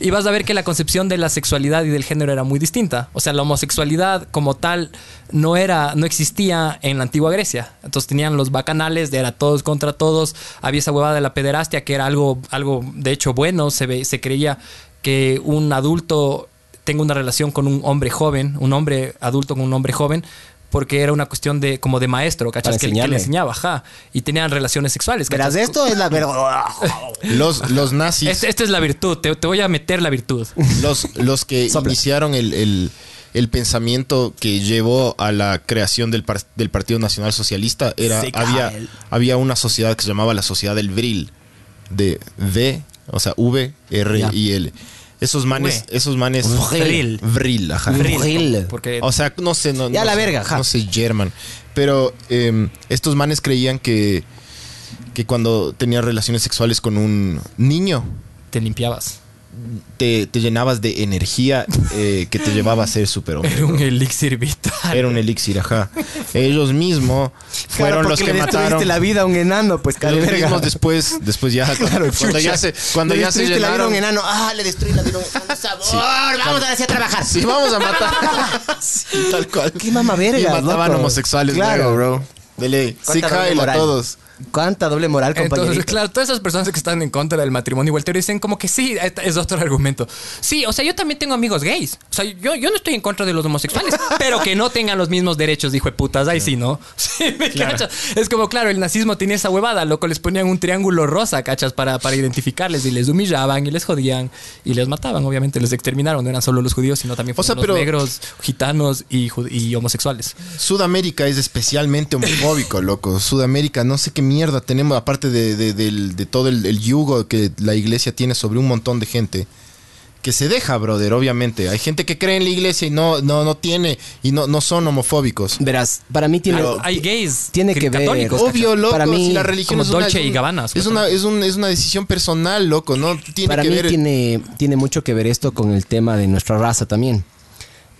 Speaker 3: y vas a ver que la concepción de la sexualidad y del género era muy distinta. O sea, la homosexualidad como tal no era, no existía en la antigua Grecia. Entonces tenían los bacanales de era todos contra todos. Había esa huevada de la pederastia que era algo, algo de hecho bueno. Se, ve- se creía que un adulto tenga una relación con un hombre joven, un hombre adulto con un hombre joven, porque era una cuestión de como de maestro, ¿cachas?
Speaker 2: Para
Speaker 3: Que, que le
Speaker 2: enseñarle.
Speaker 3: enseñaba, ajá. Y tenían relaciones sexuales.
Speaker 2: Verás,
Speaker 3: ¿cachas?
Speaker 2: esto es la verdad.
Speaker 1: Los, los nazis,
Speaker 3: Este- Esta es la virtud, te, te voy a meter la virtud.
Speaker 2: este.
Speaker 1: los, los que
Speaker 2: Sopla.
Speaker 1: iniciaron el, el- el pensamiento que llevó a la creación del, par- del Partido Nacional Socialista, era,
Speaker 2: Se cae
Speaker 1: había,
Speaker 2: el-
Speaker 1: había una sociedad que se llamaba la Sociedad del Vril, de V, o sea, V, R
Speaker 2: Ya.
Speaker 1: y L. Esos manes, esos manes...
Speaker 2: Vril.
Speaker 1: Vril, ajá.
Speaker 2: Vril. Bril.
Speaker 3: Porque
Speaker 1: O sea, no sé, no,
Speaker 2: Ya
Speaker 1: no
Speaker 2: la
Speaker 1: sé,
Speaker 2: verga, ja.
Speaker 1: No sé, German. Pero eh, estos manes creían que, que cuando tenías relaciones sexuales con un niño,
Speaker 3: te limpiabas.
Speaker 1: te, te llenabas de energía eh, que te llevaba a ser superhombre.
Speaker 3: Era un elixir vital.
Speaker 1: Era un elixir, ajá. Ellos mismos fueron
Speaker 2: Claro,
Speaker 1: los que
Speaker 2: porque le destruiste
Speaker 1: mataron.
Speaker 2: la vida a un enano, pues, cara de
Speaker 1: los
Speaker 2: verga.
Speaker 1: mismos después, después ya, cuando ya
Speaker 2: Chucha.
Speaker 1: se, cuando
Speaker 2: Le
Speaker 1: ya se
Speaker 2: destruiste la vida a
Speaker 1: llenaron.
Speaker 2: un enano. Ah, le destruí la vida a un enano. Sabor. Vamos ahora sí a trabajar.
Speaker 1: Sí, vamos a matar. Sí, tal cual.
Speaker 2: Qué mamaverga,
Speaker 1: Y mataban
Speaker 2: loco.
Speaker 1: homosexuales,
Speaker 2: Claro.
Speaker 1: claro, bro. Dele, sí,
Speaker 2: Cuánta doble
Speaker 1: Kyle, a
Speaker 2: moral.
Speaker 1: todos.
Speaker 2: Cuánta doble moral,
Speaker 3: Entonces,
Speaker 2: compañerito.
Speaker 3: claro, todas esas personas que están en contra del matrimonio igualitario dicen como que sí, esta es otro argumento. Sí, o sea, yo también tengo amigos gays. O sea, yo, yo no estoy en contra de los homosexuales, pero que no tengan los mismos derechos, dijo de putas. Ahí sí, ¿no? Sí, me cachas. Es como, claro, el nazismo tenía esa huevada, loco, les ponían un triángulo rosa, cachas, para, para identificarles y les humillaban y les jodían y les mataban, obviamente, les exterminaron. No eran solo los judíos, sino también
Speaker 1: O sea,
Speaker 3: fueron los
Speaker 1: pero-
Speaker 3: negros, gitanos y, ju- y homosexuales.
Speaker 1: Sudamérica es especialmente homofóbico, loco. Sudamérica, no sé qué mierda tenemos, aparte de, de- del- de todo el, el yugo que la iglesia tiene sobre un montón de gente. Que se deja, brother, obviamente. Hay gente que cree en la iglesia y no, no, no tiene, y no, no son homofóbicos.
Speaker 2: Verás, para mí tiene...
Speaker 1: Pero-
Speaker 3: Hay gays.
Speaker 2: Tiene que ver.
Speaker 3: católicos, cachas.
Speaker 1: Obvio, loco,
Speaker 2: Pues, Para mí,
Speaker 1: si la religión
Speaker 3: como
Speaker 1: es una,
Speaker 3: Dolce
Speaker 1: es un-
Speaker 3: y Gabbana,
Speaker 1: Es una, es, un- es una decisión personal, loco, ¿no? Tiene
Speaker 2: para
Speaker 1: que
Speaker 2: mí
Speaker 1: ver.
Speaker 2: tiene, tiene mucho que ver esto con el tema de nuestra raza también.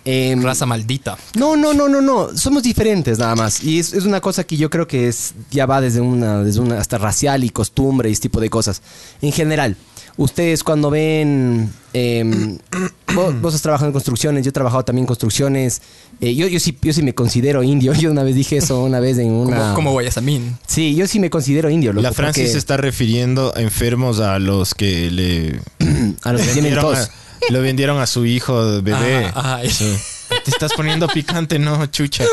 Speaker 2: Em,
Speaker 3: Raza maldita.
Speaker 2: No, no, no, no, no. Somos diferentes nada más. Y es, es una cosa que yo creo que es, ya va desde una, desde una hasta racial y costumbre y ese tipo de cosas. En general, ustedes cuando ven, em, vos, vos has trabajado en construcciones, yo he trabajado también en construcciones. Eh, yo, yo, sí, yo sí me considero indio. Yo una vez dije eso, una vez en una...
Speaker 3: Como, como Guayasamín.
Speaker 2: Sí, yo sí me considero indio. loco,
Speaker 1: La Francis
Speaker 2: porque-
Speaker 1: está refiriendo a enfermos a los que le
Speaker 2: A los que tienen
Speaker 1: vendieron
Speaker 2: tos.
Speaker 1: a- lo vendieron a su hijo bebé.
Speaker 3: Ah, Ajá, ajá.
Speaker 1: Sí. Te estás poniendo picante, no, chucha.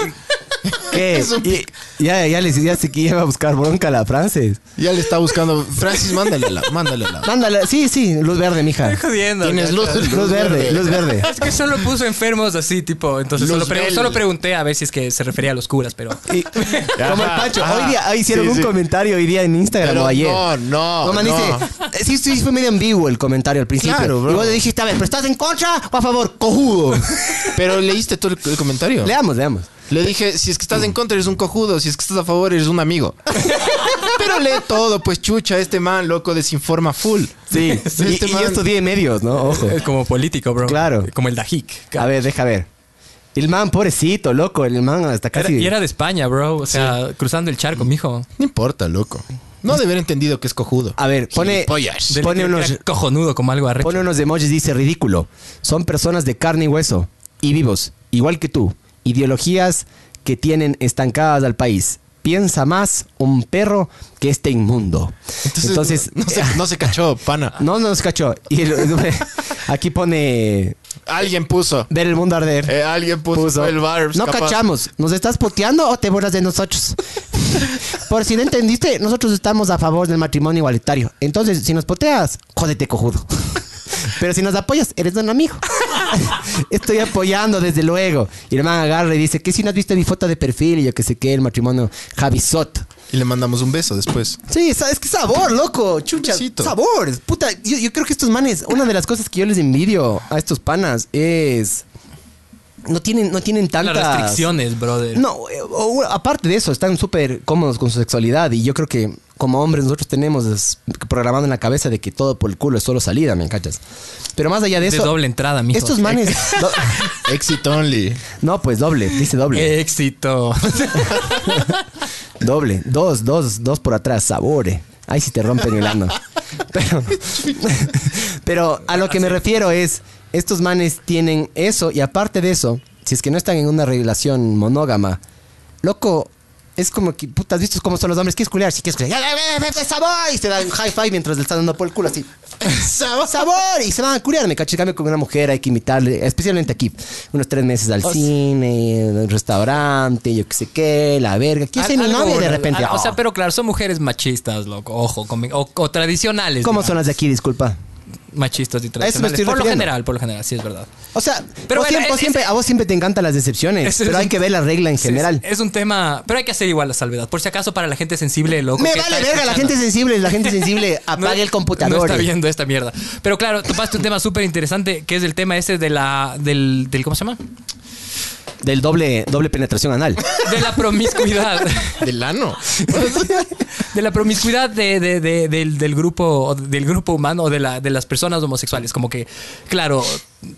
Speaker 2: ¿Qué?
Speaker 1: Es un
Speaker 2: Y- ya, ya les ya sé que iba a buscar bronca a la Frances.
Speaker 1: Ya le está buscando. Francis, mándale la, mándale la.
Speaker 2: Mándala, sí, sí, luz verde, mija.
Speaker 3: jodiendo.
Speaker 1: Tienes luz,
Speaker 2: Luz verde, luz verde.
Speaker 3: Es que solo puso enfermos así, tipo. Entonces solo, pre-
Speaker 1: Luzbel.
Speaker 3: solo pregunté a ver si es que se refería a los curas, pero.
Speaker 2: Y- como el Pacho,
Speaker 1: ajá.
Speaker 2: hoy día ah, hicieron
Speaker 1: Sí,
Speaker 2: un
Speaker 1: sí.
Speaker 2: comentario hoy día en Instagram
Speaker 1: Pero
Speaker 2: o ayer.
Speaker 1: no, no,
Speaker 2: No, man,
Speaker 1: no.
Speaker 2: dice, eh, sí, sí, fue medio ambiguo el comentario al principio.
Speaker 1: Claro, bro.
Speaker 2: Y vos le dijiste, a ver, ¿pero estás en contra o a favor? Cojudo.
Speaker 1: Pero leíste todo el, el comentario.
Speaker 2: leamos, leamos.
Speaker 1: Le dije, si es que estás en contra, eres un cojudo. Si es que estás a favor, eres un amigo. Pero lee todo, pues chucha, este man loco desinforma full.
Speaker 2: Sí, y,
Speaker 1: Este
Speaker 2: y
Speaker 1: man-
Speaker 2: yo estudié medios, ¿no? Ojo.
Speaker 3: Es como político, bro.
Speaker 2: Claro.
Speaker 3: Como el Dajik.
Speaker 2: A ver, deja ver. El man, pobrecito, loco, el man hasta
Speaker 3: Era-
Speaker 2: casi...
Speaker 3: y era de España, bro. O sea, cruzando el charco, mijo.
Speaker 1: No importa, loco. No de haber entendido que es cojudo.
Speaker 2: A ver, pone,
Speaker 1: Gilipollas.
Speaker 3: Del
Speaker 2: pone
Speaker 3: que
Speaker 2: unos...
Speaker 3: era cojonudo como algo arrecho.
Speaker 2: Pone unos emojis y dice ridículo. Son personas de carne y hueso y vivos, igual que tú. Ideologías que tienen estancadas al país. Piensa más un perro que este inmundo. Entonces,
Speaker 1: no, se, no se cachó, pana.
Speaker 2: no nos cachó. Y el- aquí pone
Speaker 1: Alguien puso.
Speaker 2: ver el mundo arder.
Speaker 1: Eh, alguien puso,
Speaker 2: Puso,
Speaker 1: el Barbs.
Speaker 2: no
Speaker 1: capaz.
Speaker 2: cachamos. ¿Nos estás puteando o te burlas de nosotros? Por si no entendiste, nosotros estamos a favor del matrimonio igualitario. Entonces, si nos puteas, jódete cojudo. Pero si nos apoyas, eres un amigo. Estoy apoyando, desde luego. Y el man agarra y dice que si no has visto mi foto de perfil y yo que sé qué, el matrimonio Javisot.
Speaker 1: Y le mandamos un beso después.
Speaker 2: Sí, sa- es que sabor, loco. Chucha,
Speaker 1: Besito.
Speaker 2: sabor. Puta, yo, yo creo que estos manes, una de las cosas que yo les envidio a estos panas es. No tienen, no tienen tantas.
Speaker 3: Las restricciones, brother.
Speaker 2: No, eh, o- aparte de eso, están súper cómodos con su sexualidad y yo creo que como hombres nosotros tenemos es- programado en la cabeza de que todo por el culo es solo salida, ¿me cachas? Pero más allá de
Speaker 3: de
Speaker 2: eso,
Speaker 3: doble entrada, mijo.
Speaker 2: estos manes... do-
Speaker 1: Exit only.
Speaker 2: no, pues doble, dice
Speaker 3: Eh,
Speaker 2: doble.
Speaker 3: Éxito.
Speaker 2: Doble, dos, dos, dos por atrás, sabore. Ay, si te rompen el ano. Pero, pero a lo que me refiero es, estos manes tienen eso y aparte de eso, si es que no están en una relación monógama, loco, es como que, puta, ¿has visto cómo son los hombres? ¿Quieres culiar? Si quieres culiar, ¡Ya, ya, ya, ya, ¡sabor! Y se dan high five mientras le están dando por el culo así. ¡Sabor! Y se van a culiar, me caché. En cambio, con una mujer hay que imitarle, especialmente aquí, unos tres meses al cine, en un restaurante, yo qué sé qué, la verga. ¿Quién es mi
Speaker 3: Algo,
Speaker 2: novia de
Speaker 3: al-
Speaker 2: repente?
Speaker 3: al- O sea,
Speaker 2: Oh.
Speaker 3: pero claro, son mujeres machistas, loco. Ojo, conmigo. o, o tradicionales.
Speaker 2: ¿Cómo
Speaker 3: digamos.
Speaker 2: son las de aquí? Disculpa.
Speaker 3: Machistas y
Speaker 2: me estoy
Speaker 3: tradicionales. Por lo
Speaker 2: refiriendo.
Speaker 3: general, por lo general, sí es verdad.
Speaker 2: O sea,
Speaker 3: Pero
Speaker 2: vos
Speaker 3: bueno,
Speaker 2: siempre- vos
Speaker 3: es-
Speaker 2: siempre- a vos siempre te encantan las decepciones,
Speaker 3: Ese es
Speaker 2: pero hay
Speaker 3: un-
Speaker 2: que ver la regla en
Speaker 3: Sí,
Speaker 2: general.
Speaker 3: Es, es un tema. Pero hay que hacer igual la salvedad. Por si acaso, para la gente sensible, loco.
Speaker 2: Me
Speaker 3: que
Speaker 2: vale
Speaker 3: está
Speaker 2: verga, la
Speaker 3: escuchando.
Speaker 2: gente sensible, la gente sensible,
Speaker 3: No-
Speaker 2: apague el computador.
Speaker 3: No está viendo esta mierda. Pero claro, topaste un tema súper interesante que es el tema ese de la. Del, del- ¿Cómo se llama?
Speaker 2: Del doble, doble penetración anal.
Speaker 3: De la promiscuidad.
Speaker 1: Del ano.
Speaker 3: De la promiscuidad de- de- de- del, del grupo o del grupo humano o de, la, de las personas homosexuales. Como que, claro,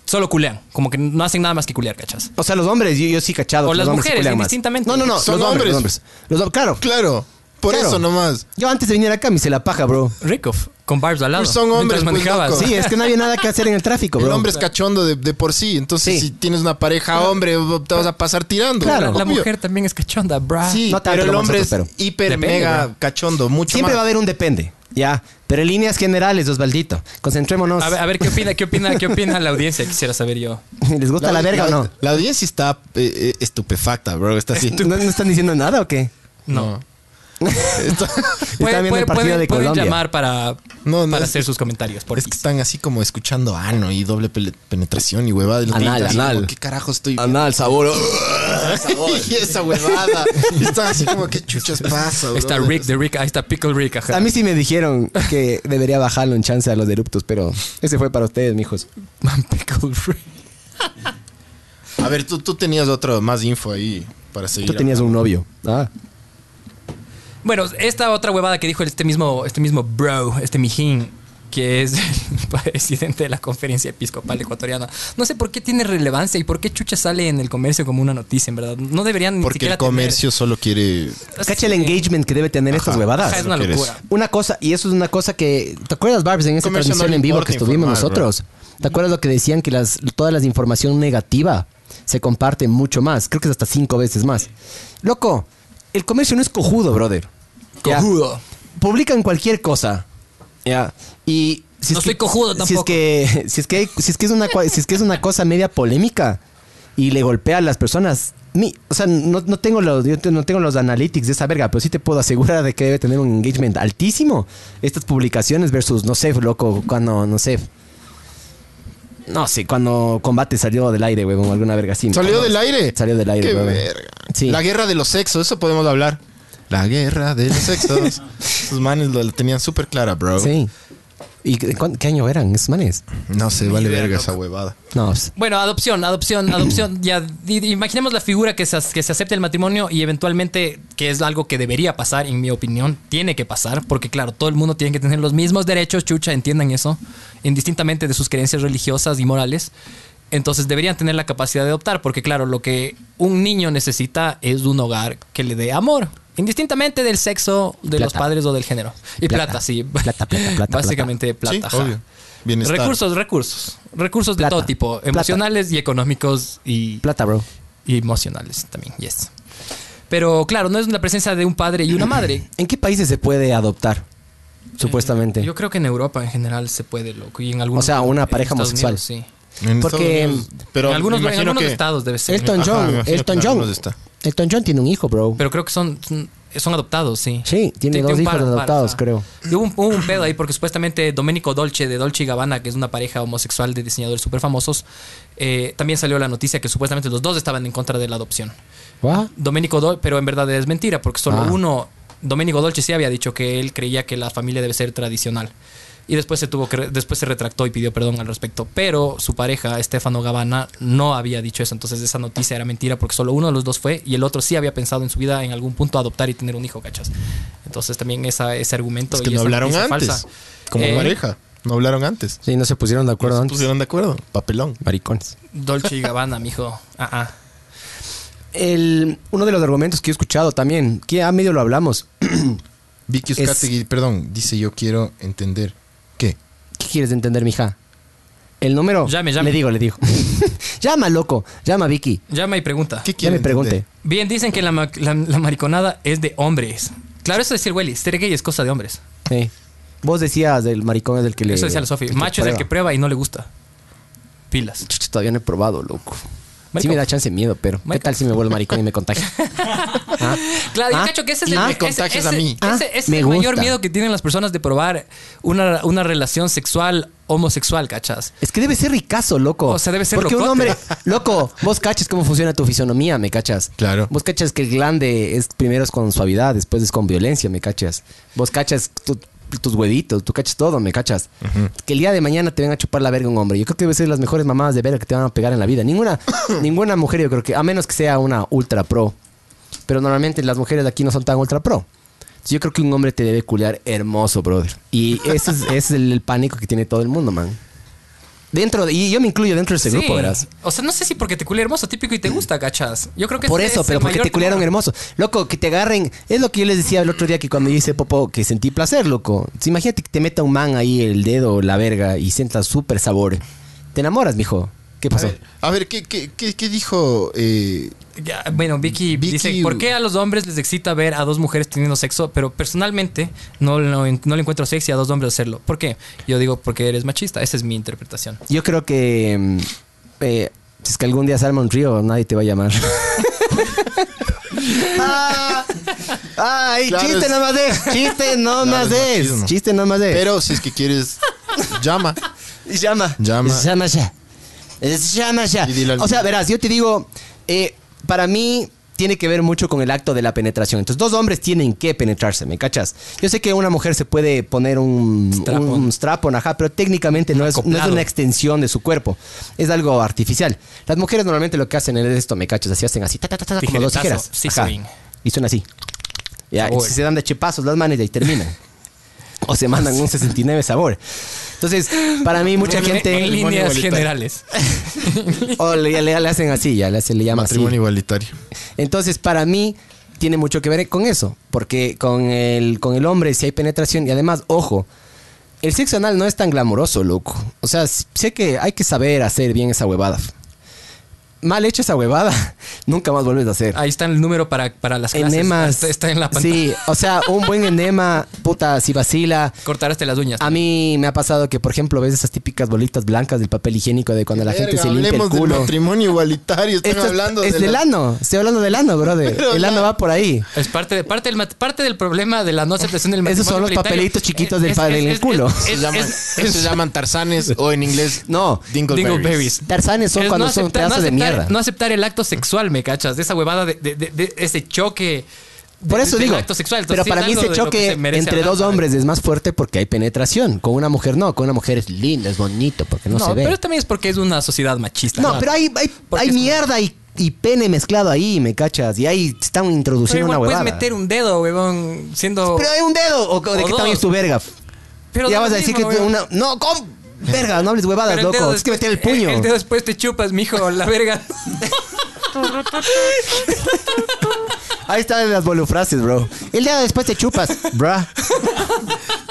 Speaker 3: solo culean. Como que no hacen nada más que culear, ¿cachas?
Speaker 2: O sea, los hombres, yo, yo sí cachado.
Speaker 3: O
Speaker 2: que
Speaker 3: las
Speaker 2: los hombres
Speaker 3: mujeres,
Speaker 2: culean más.
Speaker 3: indistintamente.
Speaker 2: No, no, no,
Speaker 1: Son
Speaker 2: los hombres.
Speaker 1: hombres.
Speaker 2: Los hombres. Los hom- claro.
Speaker 1: Claro. Por
Speaker 2: Claro.
Speaker 1: eso nomás.
Speaker 2: Yo antes de venir acá me hice la paja, bro.
Speaker 3: Rickoff, con Barbs al lado.
Speaker 1: Pues son hombres,
Speaker 3: mientras
Speaker 1: pues,
Speaker 3: manejabas.
Speaker 1: loco.
Speaker 2: Sí, es que no había nada que hacer en el tráfico,
Speaker 1: El
Speaker 2: bro.
Speaker 1: hombre es cachondo de, de por sí. Entonces,
Speaker 2: Sí.
Speaker 1: si tienes una pareja hombre, te vas a pasar tirando.
Speaker 2: Claro. ah,
Speaker 3: La
Speaker 1: Obvio.
Speaker 3: mujer también es cachonda, bruh.
Speaker 1: Sí,
Speaker 2: No tanto
Speaker 1: pero el
Speaker 2: como
Speaker 1: hombre
Speaker 2: nosotros,
Speaker 1: es hiper
Speaker 3: Depende,
Speaker 1: mega
Speaker 3: bro.
Speaker 1: cachondo, mucho
Speaker 2: Siempre va a
Speaker 1: más.
Speaker 2: haber un depende, ya. Pero en líneas generales, Osvaldito, concentrémonos.
Speaker 3: A ver, a ver, ¿qué opina, qué opina, qué opina la audiencia? Quisiera saber yo.
Speaker 2: ¿Les gusta la, verga o no?
Speaker 1: La audiencia está eh, eh, estupefacta, bro. Está así.
Speaker 2: no? no están diciendo nada o qué?
Speaker 3: No.
Speaker 1: Está-
Speaker 2: Están viendo el partido de
Speaker 3: pueden
Speaker 2: Colombia.
Speaker 3: llamar para,
Speaker 1: No, no,
Speaker 3: para
Speaker 1: es-
Speaker 3: hacer sus comentarios. Por
Speaker 1: es que están así como escuchando ano y doble pele- penetración y huevada. y los
Speaker 2: Anal,
Speaker 1: niños así
Speaker 2: anal.
Speaker 1: como, ¿Qué carajo estoy
Speaker 2: Anal, sabor.
Speaker 1: y esa huevada. Y están así como, ¿qué chuchas pasa, bro?
Speaker 3: Está Rick, de Rick, ahí está Pickle Rick. ajá.
Speaker 2: A mí sí me dijeron que debería bajarlo en chance a los eruptos, pero ese fue para ustedes, mijos.
Speaker 3: Pickle Rick.
Speaker 1: A ver, tú, tú tenías otro más info ahí para seguir.
Speaker 2: Tú tenías un novio. Ah.
Speaker 3: Bueno, esta otra huevada que dijo este mismo, este mismo bro, este mijín, que es el presidente de la conferencia episcopal ecuatoriana. No sé por qué tiene relevancia y por qué chucha sale en el comercio como una noticia, en verdad. No deberían ni
Speaker 1: Porque
Speaker 3: siquiera
Speaker 1: el comercio solo quiere...
Speaker 3: tener-
Speaker 2: Cacha el engagement que debe tener estas huevadas.
Speaker 3: Pues Ajá, es una
Speaker 1: ¿Qué quieres?
Speaker 3: locura.
Speaker 2: Una cosa, y eso es una cosa que. ¿Te acuerdas, Barbs, en esa
Speaker 1: Comercio no
Speaker 2: transmisión
Speaker 1: le
Speaker 2: en vivo
Speaker 1: importa
Speaker 2: que estuvimos
Speaker 1: informar,
Speaker 2: nosotros? ¿Te acuerdas lo que decían que las, toda la información negativa se comparte mucho más? Creo que es hasta cinco veces más. Loco, el comercio no es cojudo, brother. Ya.
Speaker 3: Cojudo.
Speaker 2: Publican cualquier cosa. Ya. Y.
Speaker 3: No soy cojudo
Speaker 2: Si es
Speaker 3: tampoco.
Speaker 2: que, si es que, si es que es una, cua- si es que es una cosa media polémica y le golpea a las personas. Mi, o sea, no, no tengo los, yo te- no tengo los analytics de esa verga, pero sí te puedo asegurar de que debe tener un engagement altísimo estas publicaciones versus, no sé, loco, cuando, no sé. No sé, cuando combate salió del aire, huevón, alguna verga así.
Speaker 1: ¿Salió del aire?
Speaker 2: Salió del aire,
Speaker 1: Qué
Speaker 2: huevón.
Speaker 1: verga.
Speaker 2: Sí.
Speaker 1: La guerra de los sexos, eso podemos hablar. La guerra de los sexos. Sus manes lo tenían súper clara, bro.
Speaker 2: Sí. ¿Y qué, cuán- qué año eran esos manes?
Speaker 1: No sé, vale
Speaker 3: idea,
Speaker 1: verga
Speaker 3: loco.
Speaker 1: esa huevada.
Speaker 2: No, pues,
Speaker 3: Bueno, adopción, adopción, adopción. Ya, di- di- imaginemos la figura que se, as- que se acepte el matrimonio y eventualmente, que es algo que debería pasar, en mi opinión, tiene que pasar, porque claro, todo el mundo tiene que tener los mismos derechos, chucha, entiendan eso, indistintamente de sus creencias religiosas y morales. Entonces deberían tener la capacidad de adoptar, porque claro, lo que un niño necesita es un hogar que le dé amor, indistintamente del sexo de los
Speaker 2: plata.
Speaker 3: padres o del género. Y plata,
Speaker 2: Plata.
Speaker 3: sí.
Speaker 2: Plata, plata, plata, plata.
Speaker 3: Básicamente plata.
Speaker 1: Sí,
Speaker 3: ajá.
Speaker 1: obvio. Bienestar.
Speaker 3: Recursos, recursos. Recursos
Speaker 2: Plata.
Speaker 3: de todo tipo.
Speaker 2: Plata.
Speaker 3: Emocionales y económicos y,
Speaker 2: plata, bro.
Speaker 3: y emocionales también. Yes. Pero claro, no es la presencia de un padre y una madre.
Speaker 2: ¿En qué países se puede adoptar? Supuestamente.
Speaker 3: Yo creo que en Europa en general se puede, loco. Y en algunos,
Speaker 2: O sea, una
Speaker 3: en
Speaker 2: pareja
Speaker 3: Estados
Speaker 2: homosexual.
Speaker 3: Unidos, sí.
Speaker 1: En
Speaker 2: Porque-
Speaker 1: Estados Unidos, pero
Speaker 3: en algunos,
Speaker 1: me
Speaker 3: en
Speaker 1: imagino
Speaker 3: algunos
Speaker 1: que-
Speaker 3: estados debe ser.
Speaker 2: Elton
Speaker 1: Ajá, me
Speaker 2: John,
Speaker 1: imagino
Speaker 2: Elton
Speaker 1: que
Speaker 2: John.
Speaker 1: algunos está.
Speaker 2: Elton John tiene un hijo, bro.
Speaker 3: Pero creo que son, son, son adoptados, sí.
Speaker 2: Sí, tiene dos
Speaker 3: un
Speaker 2: hijos adoptados,
Speaker 3: ajá.
Speaker 2: creo.
Speaker 3: Y hubo un, hubo un pedo ahí porque supuestamente Domenico Dolce de Dolce y Gabbana, que es una pareja homosexual de diseñadores súper famosos, eh, también salió la noticia que supuestamente los dos estaban en contra de la adopción.
Speaker 2: ¿What?
Speaker 3: Domenico Dol, pero en verdad es mentira, porque solo
Speaker 2: Ah.
Speaker 3: uno Domenico Dolce sí había dicho que él creía que la familia debe ser tradicional. Y después se tuvo que re- después se retractó y pidió perdón al respecto. Pero su pareja, Estefano Gabbana, no había dicho eso. Entonces esa noticia era mentira porque solo uno de los dos fue y el otro sí había pensado en su vida en algún punto adoptar y tener un hijo, ¿cachas? Entonces también esa, ese argumento.
Speaker 1: Es que
Speaker 3: y
Speaker 1: no
Speaker 3: esa
Speaker 1: hablaron
Speaker 3: noticia
Speaker 1: antes.
Speaker 3: falsa.
Speaker 1: Como
Speaker 3: Eh,
Speaker 1: pareja. No hablaron antes.
Speaker 2: Sí, no se pusieron de acuerdo
Speaker 1: No se
Speaker 2: antes.
Speaker 1: pusieron de acuerdo. Papelón.
Speaker 2: Maricones.
Speaker 3: Dolce y Gabbana, mijo. Ah, ah.
Speaker 2: El, uno de los argumentos que yo he escuchado también, que a medio lo hablamos.
Speaker 1: Vicky
Speaker 2: Es-
Speaker 1: Uzcategui, perdón, dice yo quiero entender. ¿Qué?
Speaker 2: ¿Qué quieres entender, mija? El número.
Speaker 3: Llame, llame.
Speaker 2: Le digo, le digo. llama, loco. Llama, Vicky.
Speaker 3: Llama y pregunta.
Speaker 1: ¿Qué
Speaker 2: Ya
Speaker 1: quiere
Speaker 2: me pregunte.
Speaker 1: entender?
Speaker 3: Bien, dicen que la, ma- la- la mariconada es de hombres. Claro, eso decía el Welly. Ser gay es cosa de hombres.
Speaker 2: Sí. Vos decías del maricón es el que le.
Speaker 3: eso decía la Sofi.
Speaker 2: que
Speaker 3: Macho es el que
Speaker 2: prueba.
Speaker 3: prueba y no le gusta. Pilas.
Speaker 2: Chucha, todavía no he probado, loco. Sí
Speaker 3: Marico.
Speaker 2: me da chance de miedo, pero ¿qué
Speaker 3: Marico.
Speaker 2: tal si me vuelvo maricón y me contagia? ¿Ah?
Speaker 3: Claro, yo
Speaker 2: Ah,
Speaker 3: cacho que ese es el,
Speaker 2: ah,
Speaker 1: me contagias a mí.
Speaker 3: ese-
Speaker 2: Ah,
Speaker 3: ese es
Speaker 2: me
Speaker 3: el mayor
Speaker 2: gusta.
Speaker 3: miedo que tienen las personas de probar una, una relación sexual homosexual, ¿cachas?
Speaker 2: Es que debe ser ricazo, loco.
Speaker 3: O sea, debe ser
Speaker 2: Porque un
Speaker 3: locote.
Speaker 2: hombre, loco, vos cachas cómo funciona tu fisonomía, me cachas.
Speaker 1: Claro.
Speaker 2: Vos cachas que el glande es primero es con suavidad, después es con violencia, me cachas. Vos cachas tu- tus huevitos, tú cachas todo, me cachas. Que el día de mañana te venga a chupar la verga un hombre. Yo creo que debe ser las mejores mamadas de verga que te van a pegar en la vida. Ninguna, ninguna mujer, yo creo que, a menos que sea una ultra pro. Pero normalmente las mujeres de aquí no son tan ultra pro. Entonces, Yo creo que un hombre te debe culear hermoso, brother. Y ese es, ese es el, pánico que tiene todo el mundo, man. Dentro de- y yo me incluyo dentro de ese
Speaker 3: Sí.
Speaker 2: grupo, verás.
Speaker 3: O sea, no sé si porque te culé hermoso, típico y te gusta, ¿cachas? Yo creo que
Speaker 2: Por
Speaker 3: ese
Speaker 2: eso,
Speaker 3: es
Speaker 2: pero
Speaker 3: el
Speaker 2: porque
Speaker 3: mayor
Speaker 2: te culearon
Speaker 3: temor.
Speaker 2: hermoso. Loco, que te agarren. Es lo que yo les decía el otro día que cuando yo hice popo, que sentí placer, loco. Entonces, imagínate que te meta un man ahí el dedo, la verga, y sientas súper sabor. Te enamoras, mijo. ¿Qué
Speaker 1: A
Speaker 2: pasó?
Speaker 1: ver, a ver, ¿qué, qué, qué- qué dijo? eh,
Speaker 3: Ya, bueno, Vicky,
Speaker 1: Vicky-
Speaker 3: dice, ¿por qué a los hombres les excita ver a dos mujeres teniendo sexo? Pero personalmente no, lo en- no le encuentro sexy a dos hombres hacerlo. ¿Por qué? Yo digo porque eres machista. Esa es mi interpretación.
Speaker 2: Yo creo que. mm, eh, si es que algún día salma un río, nadie te va a llamar. Ah, ¡Ay!
Speaker 1: Claro,
Speaker 2: chiste
Speaker 1: es-
Speaker 2: no más es. Chiste no
Speaker 1: Claro,
Speaker 2: más
Speaker 1: es
Speaker 2: es.
Speaker 1: machismo.
Speaker 2: Chiste no más es.
Speaker 1: pero si es que quieres, llama.
Speaker 2: Llama.
Speaker 1: Llama.
Speaker 2: Llama ya. Es Llama ya.
Speaker 1: Y dile al-
Speaker 2: O sea, verás, yo te digo, eh, para mí tiene que ver mucho con el acto de la penetración. Entonces, dos hombres tienen que penetrarse, ¿me cachas? Yo sé que una mujer se puede poner un
Speaker 3: Strap-on.
Speaker 2: un strapón, ajá, pero técnicamente no es, no es
Speaker 3: Acoplado.
Speaker 2: una extensión de su cuerpo. Es algo artificial. Las mujeres normalmente lo que hacen es esto, ¿me cachas? Así hacen así, ta, ta, ta, ta, como dos tijeras.
Speaker 3: Tijeretazo. Sí,
Speaker 2: Ajá.
Speaker 3: swing.
Speaker 2: Y son así. Ya, y
Speaker 3: Sabor.
Speaker 2: si se dan de chepazos las manes y ahí terminan. O se mandan un 69 sabor. Entonces, para mí mucha
Speaker 3: En-
Speaker 2: gente...
Speaker 3: En líneas
Speaker 1: igualitario.
Speaker 3: generales.
Speaker 2: O le, le- le hacen así, ya le, hacen- le llama así.
Speaker 1: Matrimonio igualitario.
Speaker 2: Entonces, para mí, tiene mucho que ver con eso. Porque con el, con el hombre, si hay penetración, y además, ojo, el sexo anal no es tan glamuroso, loco. O sea, s- sé que hay que saber hacer bien esa huevada. Mal hecha esa huevada, nunca más vuelves a hacer.
Speaker 3: Ahí está el número para, para las clases.
Speaker 2: Enemas.
Speaker 3: Está, está en la pantalla.
Speaker 2: Sí, o sea, un buen enema, puta, si vacila.
Speaker 3: Cortarte las uñas.
Speaker 2: A mí me ha pasado que, por ejemplo, ves esas típicas bolitas blancas del papel higiénico de cuando la gente
Speaker 1: Verga,
Speaker 2: se limpia el
Speaker 1: hablemos del
Speaker 2: culo.
Speaker 1: matrimonio igualitario. Están
Speaker 2: Esto es-
Speaker 1: hablando
Speaker 2: es
Speaker 1: de
Speaker 2: del
Speaker 1: la-
Speaker 2: ano, estoy hablando del ano, brother.
Speaker 1: Pero
Speaker 2: el
Speaker 1: ya-
Speaker 2: ano va por ahí.
Speaker 3: Es parte, de, parte, del, mat- parte del problema de la no aceptación del matrimonio.
Speaker 2: Esos son los
Speaker 3: igualitario.
Speaker 2: papelitos chiquitos del
Speaker 3: Es-
Speaker 2: padre
Speaker 3: es-
Speaker 2: en el
Speaker 3: es-
Speaker 2: culo.
Speaker 3: es-
Speaker 1: Se
Speaker 3: es-
Speaker 1: llaman,
Speaker 3: es-
Speaker 1: esos se llaman tarzanes o en inglés.
Speaker 2: No,
Speaker 1: Dingleberries.
Speaker 3: Dingleberries.
Speaker 2: Tarzanes son
Speaker 3: Es
Speaker 2: cuando
Speaker 3: no
Speaker 2: son
Speaker 3: aceptar-
Speaker 2: pedazos
Speaker 3: no
Speaker 2: de
Speaker 3: aceptar-
Speaker 2: mierda.
Speaker 3: No aceptar el acto sexual, me cachas. De esa huevada de, de- de- de ese choque. de-
Speaker 2: por eso
Speaker 3: del
Speaker 2: digo,
Speaker 3: acto sexual. Entonces,
Speaker 2: pero
Speaker 3: sí,
Speaker 2: para
Speaker 3: es
Speaker 2: mí
Speaker 3: algo
Speaker 2: ese
Speaker 3: de lo que
Speaker 2: choque
Speaker 3: se merece
Speaker 2: entre
Speaker 3: hablar,
Speaker 2: dos
Speaker 3: ¿sabes?
Speaker 2: hombres es más fuerte porque hay penetración. Con una mujer no, con una mujer es linda, es bonito, porque no,
Speaker 3: No,
Speaker 2: se ve.
Speaker 3: pero también es porque es una sociedad machista.
Speaker 2: No, pero hay, hay,
Speaker 3: Porque
Speaker 2: hay
Speaker 3: es-
Speaker 2: mierda y, y pene mezclado ahí, me cachas. Y ahí están
Speaker 3: Pero
Speaker 2: introduciendo
Speaker 3: igual
Speaker 2: una
Speaker 3: puedes
Speaker 2: huevada.
Speaker 3: meter un dedo, huevón, siendo...
Speaker 2: Pero hay un dedo. ¿O, o de
Speaker 3: O
Speaker 2: qué
Speaker 3: dos.
Speaker 2: tamaño es tu verga?
Speaker 3: Pero
Speaker 2: ya
Speaker 3: da lo
Speaker 2: vas a decir
Speaker 3: mismo,
Speaker 2: que
Speaker 3: huevón.
Speaker 2: una. No, ¿cómo? Verga, no hables huevadas,
Speaker 3: Pero el
Speaker 2: loco.
Speaker 3: dedo
Speaker 2: Es que meter el
Speaker 3: después-
Speaker 2: puño.
Speaker 3: El, dedo después te chupas, mijo, la verga.
Speaker 2: Ahí están las bolufrases, bro. El dedo después te chupas, bra.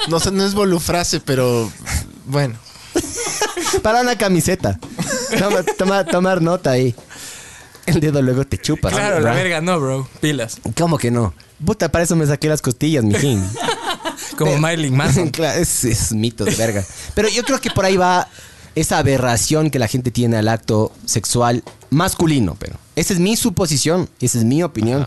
Speaker 1: No sé, no es volufrase, pero bueno.
Speaker 2: Para una camiseta. Toma, toma- tomar nota ahí. El dedo luego te chupas.
Speaker 3: claro, la
Speaker 2: bra.
Speaker 3: verga no, bro. Pilas.
Speaker 2: ¿Cómo que no? Puta, para eso me saqué las costillas, mijín.
Speaker 3: Como
Speaker 2: Pero-
Speaker 3: Marilyn Manson.
Speaker 2: Claro, es, es mito de verga. Pero yo creo que por ahí va esa aberración que la gente tiene al acto sexual masculino, pero. Esa es mi suposición, esa es mi opinión.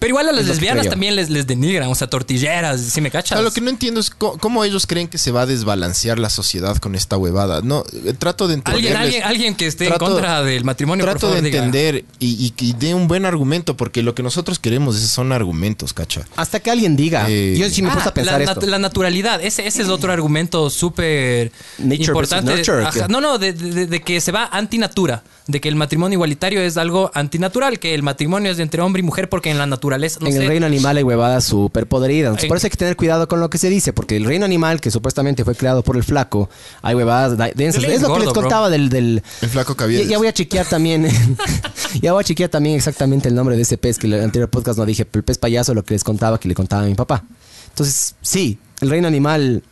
Speaker 3: Pero igual a las
Speaker 2: Es lo que
Speaker 3: lesbianas
Speaker 2: creo.
Speaker 3: también les, les denigran, o sea, tortilleras, si me
Speaker 1: O
Speaker 3: cachas.
Speaker 1: sea, lo que no entiendo es co- cómo ellos creen que se va a desbalancear la sociedad con esta huevada. No, eh, trato de entender.
Speaker 3: alguien, alguien, alguien que esté
Speaker 1: Trato-
Speaker 3: en contra del matrimonio, por
Speaker 1: Trato
Speaker 3: favor,
Speaker 1: de
Speaker 3: diga.
Speaker 1: entender y, y, y dé un buen argumento, porque lo que nosotros queremos es- son argumentos, cacha.
Speaker 2: Hasta que alguien diga.
Speaker 1: Eh,
Speaker 2: Yo sí me
Speaker 3: Ah,
Speaker 2: puse a pensar
Speaker 3: la,
Speaker 2: esto.
Speaker 3: nat- la naturalidad, ese, ese es otro argumento súper
Speaker 2: Nature
Speaker 3: importante.
Speaker 2: versus nurture, ¿o qué?
Speaker 3: Ajá, no, no, de, de- de que se va antinatura, de que el matrimonio igualitario es algo antinatural, que el matrimonio es entre hombre y mujer porque en la naturaleza no
Speaker 2: en el
Speaker 3: sé,
Speaker 2: reino animal hay huevadas súper podridas. Entonces,
Speaker 3: En-
Speaker 2: Por eso hay que tener cuidado con lo que se dice, porque el reino animal, que supuestamente fue creado por el flaco, hay huevadas da- densas.
Speaker 3: Dele
Speaker 2: Es lo que
Speaker 3: gordo,
Speaker 2: les
Speaker 3: bro.
Speaker 2: contaba del. del
Speaker 1: El flaco
Speaker 2: ya,
Speaker 1: Caviedes.
Speaker 2: ya voy a chequear también. ya voy a chequear también exactamente el nombre de ese pez que en el anterior podcast no dije. pero El pez payaso, lo que les contaba, que le contaba a mi papá. Entonces, sí, el reino animal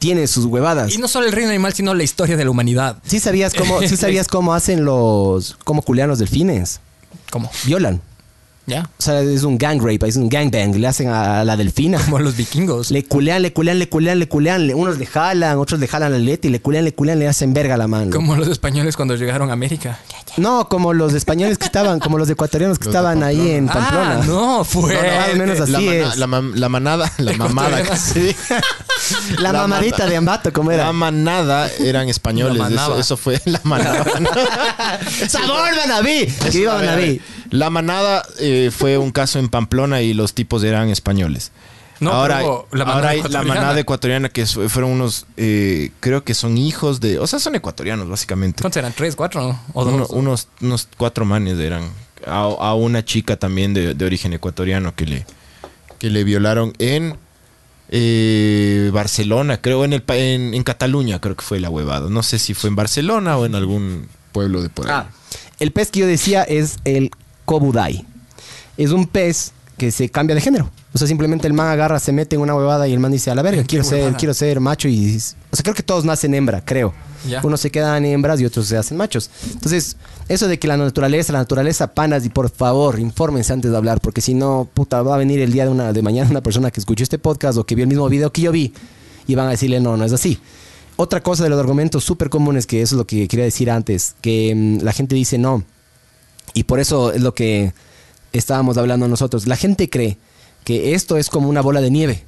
Speaker 2: tiene sus huevadas.
Speaker 3: Y no solo el reino animal, sino la historia de la humanidad.
Speaker 2: ¿Sí sabías cómo, sí sabías cómo hacen los. cómo culean los delfines?
Speaker 3: ¿Cómo?
Speaker 2: Violan.
Speaker 3: ¿Ya?
Speaker 2: O sea, es un gang rape, es un gang bang. Le hacen a la delfina.
Speaker 3: Como los vikingos.
Speaker 2: Le culean, le culean, le culean, le culean. le- unos le jalan, otros le jalan la aleta y le culean, le culean, le hacen verga a la mano.
Speaker 3: Como los españoles cuando llegaron a América.
Speaker 2: No, como los españoles que estaban, como los ecuatorianos que
Speaker 1: Los de
Speaker 2: estaban ahí en Pamplona.
Speaker 3: Ah, no, fue.
Speaker 2: No, no, más o menos así
Speaker 1: "Eh, la,
Speaker 2: es.
Speaker 1: la mam- la manada, la mamada. casi.
Speaker 2: La,
Speaker 1: La
Speaker 2: mamadita de Ambato, ¿cómo
Speaker 1: La
Speaker 2: era?
Speaker 1: manada eran españoles.
Speaker 3: La manaba.
Speaker 1: Eso, eso fue la manada.
Speaker 2: ¡Sabor, Manaví!
Speaker 1: Eso,
Speaker 2: ¡Que viva
Speaker 1: a ver, a ver.
Speaker 2: Manaví!
Speaker 1: La manada eh, fue un caso en Pamplona y los tipos eran españoles.
Speaker 3: No,
Speaker 1: ahora,
Speaker 3: pero la manada
Speaker 1: ahora hay la
Speaker 3: ecuatoriana.
Speaker 1: manada ecuatoriana que su- fueron unos, eh, creo que son hijos de, o sea, son ecuatorianos básicamente.
Speaker 3: ¿Cuántos eran? ¿Tres, cuatro? ¿O dos?
Speaker 1: Uno- unos, unos cuatro manes eran a, a una chica también de, de origen ecuatoriano que le, que le violaron en eh, Barcelona, creo, en, el, pa- en, en Cataluña, creo que fue la huevada. No sé si fue en Barcelona o en algún pueblo de por ahí.
Speaker 2: Ah, el pez que yo decía es el Kobudai. Es un pez que se cambia de género. O sea, simplemente el man agarra, se mete en una huevada y el man dice, a la verga, quiero ser,
Speaker 3: huevada?
Speaker 2: quiero ser macho y... O sea, creo que todos nacen hembra, creo.
Speaker 3: Ya.
Speaker 2: Unos se quedan hembras y otros se hacen machos. Entonces, eso de que la naturaleza, la naturaleza, panas, y por favor, infórmense antes de hablar, porque si no, puta, va a venir el día de, una, de mañana una persona que escuchó este podcast o que vio el mismo video que yo vi y van a decirle, no, no es así. Otra cosa de los argumentos súper comunes, que eso es lo que quería decir antes, que mm, la gente dice, no, y por eso es lo que estábamos hablando nosotros. La gente cree que esto es como una bola de nieve.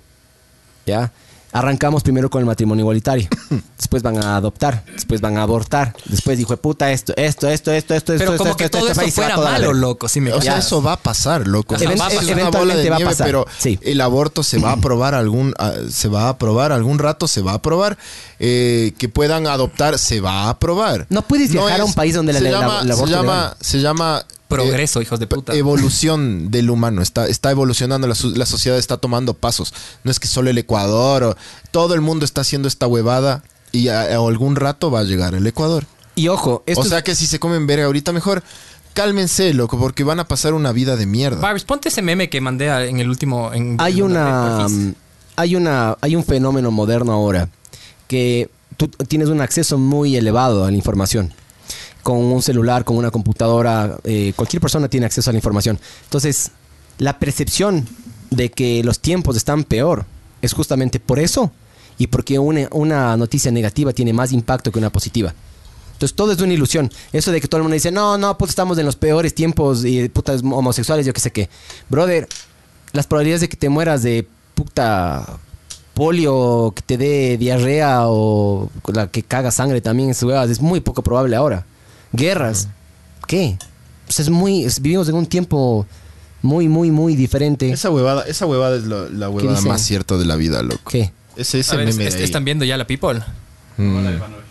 Speaker 2: ¿Ya? Arrancamos primero con el matrimonio igualitario. después van a adoptar. Después van a abortar. Después dijo, puta, esto, esto, esto, esto, esto,
Speaker 3: Pero
Speaker 2: esto,
Speaker 3: como
Speaker 2: esto,
Speaker 3: que
Speaker 2: esto,
Speaker 3: todo
Speaker 2: esto,
Speaker 3: eso
Speaker 2: ahí se va
Speaker 3: fuera
Speaker 2: toda la
Speaker 3: malo,
Speaker 2: verga.
Speaker 3: loco, si me
Speaker 1: O sea,
Speaker 3: cachas.
Speaker 1: eso va a pasar, loco.
Speaker 2: Ajá,
Speaker 1: O sea,
Speaker 2: va a
Speaker 1: eso
Speaker 2: pasar.
Speaker 1: es una bola de
Speaker 2: Eventualmente va a
Speaker 1: nieve,
Speaker 2: pasar,
Speaker 1: pero
Speaker 2: sí.
Speaker 1: el aborto se va a aprobar algún, ah, se va a aprobar algún rato, se va a aprobar eh, que puedan adoptar, se va a aprobar.
Speaker 2: No puedes viajar a un país donde la-
Speaker 1: se
Speaker 2: la-
Speaker 1: llama,
Speaker 2: el aborto
Speaker 1: se
Speaker 2: es
Speaker 1: llama,
Speaker 2: legal.
Speaker 1: se llama eh,
Speaker 3: Progreso, hijos de puta.
Speaker 1: Evolución del humano, está, está evolucionando, la, su- la sociedad está tomando pasos. No es que solo el Ecuador, o- todo el mundo está haciendo esta huevada y a- a algún rato va a llegar el Ecuador
Speaker 2: Y ojo, esto
Speaker 1: o sea
Speaker 2: es-
Speaker 1: que si se comen verga ahorita, mejor cálmense, loco, porque van a pasar una vida de mierda.
Speaker 3: Barbs, ponte ese meme que mandé a- en el último. En,
Speaker 2: hay
Speaker 3: en-
Speaker 2: una, mm,
Speaker 3: en-
Speaker 2: hay una, hay un fenómeno moderno ahora que tú tienes un acceso muy elevado a la información. Con un celular, con una computadora, eh, cualquier persona tiene acceso a la información. Entonces, la percepción de que los tiempos están peor es justamente por eso y porque una, una noticia negativa tiene más impacto que una positiva. Entonces todo es una ilusión. Eso de que todo el mundo dice, no, no, puta, estamos en los peores tiempos y putas homosexuales, yo qué sé qué. Brother, las probabilidades de que te mueras de puta polio, o que te dé diarrea o la que caga sangre también, esas huevas, es muy poco probable ahora. Guerras, ¿qué? Pues es muy, es- vivimos en un tiempo muy, muy, muy diferente.
Speaker 1: Esa huevada, esa huevada es la, la huevada
Speaker 2: dice?
Speaker 1: más cierta de la vida, loco.
Speaker 2: ¿Qué?
Speaker 1: Ese, ese
Speaker 3: A ver,
Speaker 1: meme
Speaker 3: es-
Speaker 1: de ahí.
Speaker 3: están viendo ya la people.
Speaker 1: Mm.
Speaker 4: Hola, Ivanovic.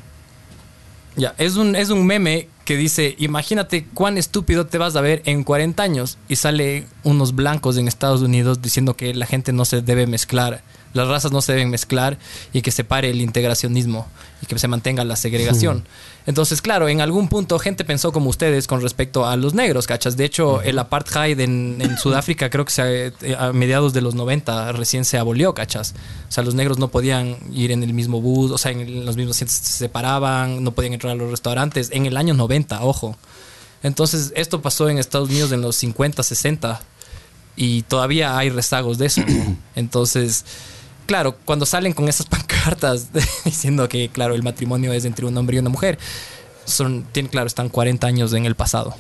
Speaker 3: Ya, es un, es un meme que dice, imagínate cuán estúpido te vas a ver en 40 años. Y sale unos blancos en Estados Unidos diciendo que la gente no se debe mezclar, las razas no se deben mezclar y que se pare el integracionismo y que se mantenga la segregación. Entonces, claro, en algún punto gente pensó como ustedes con respecto a los negros, ¿cachas? De hecho, el apartheid en, en Sudáfrica creo que se, eh, a mediados de los 90 recién se abolió, ¿cachas? O sea, los negros no podían ir en el mismo bus, o sea, en los mismos asientos se separaban, no podían entrar a los restaurantes en el año 90, ojo. Entonces, esto pasó en Estados Unidos en los 50, 60 y todavía hay rezagos de eso. ¿no? Entonces, claro, cuando salen con esas pancartas diciendo que, claro, el matrimonio es entre un hombre y una mujer, son, tienen, claro, están 40 años en el pasado.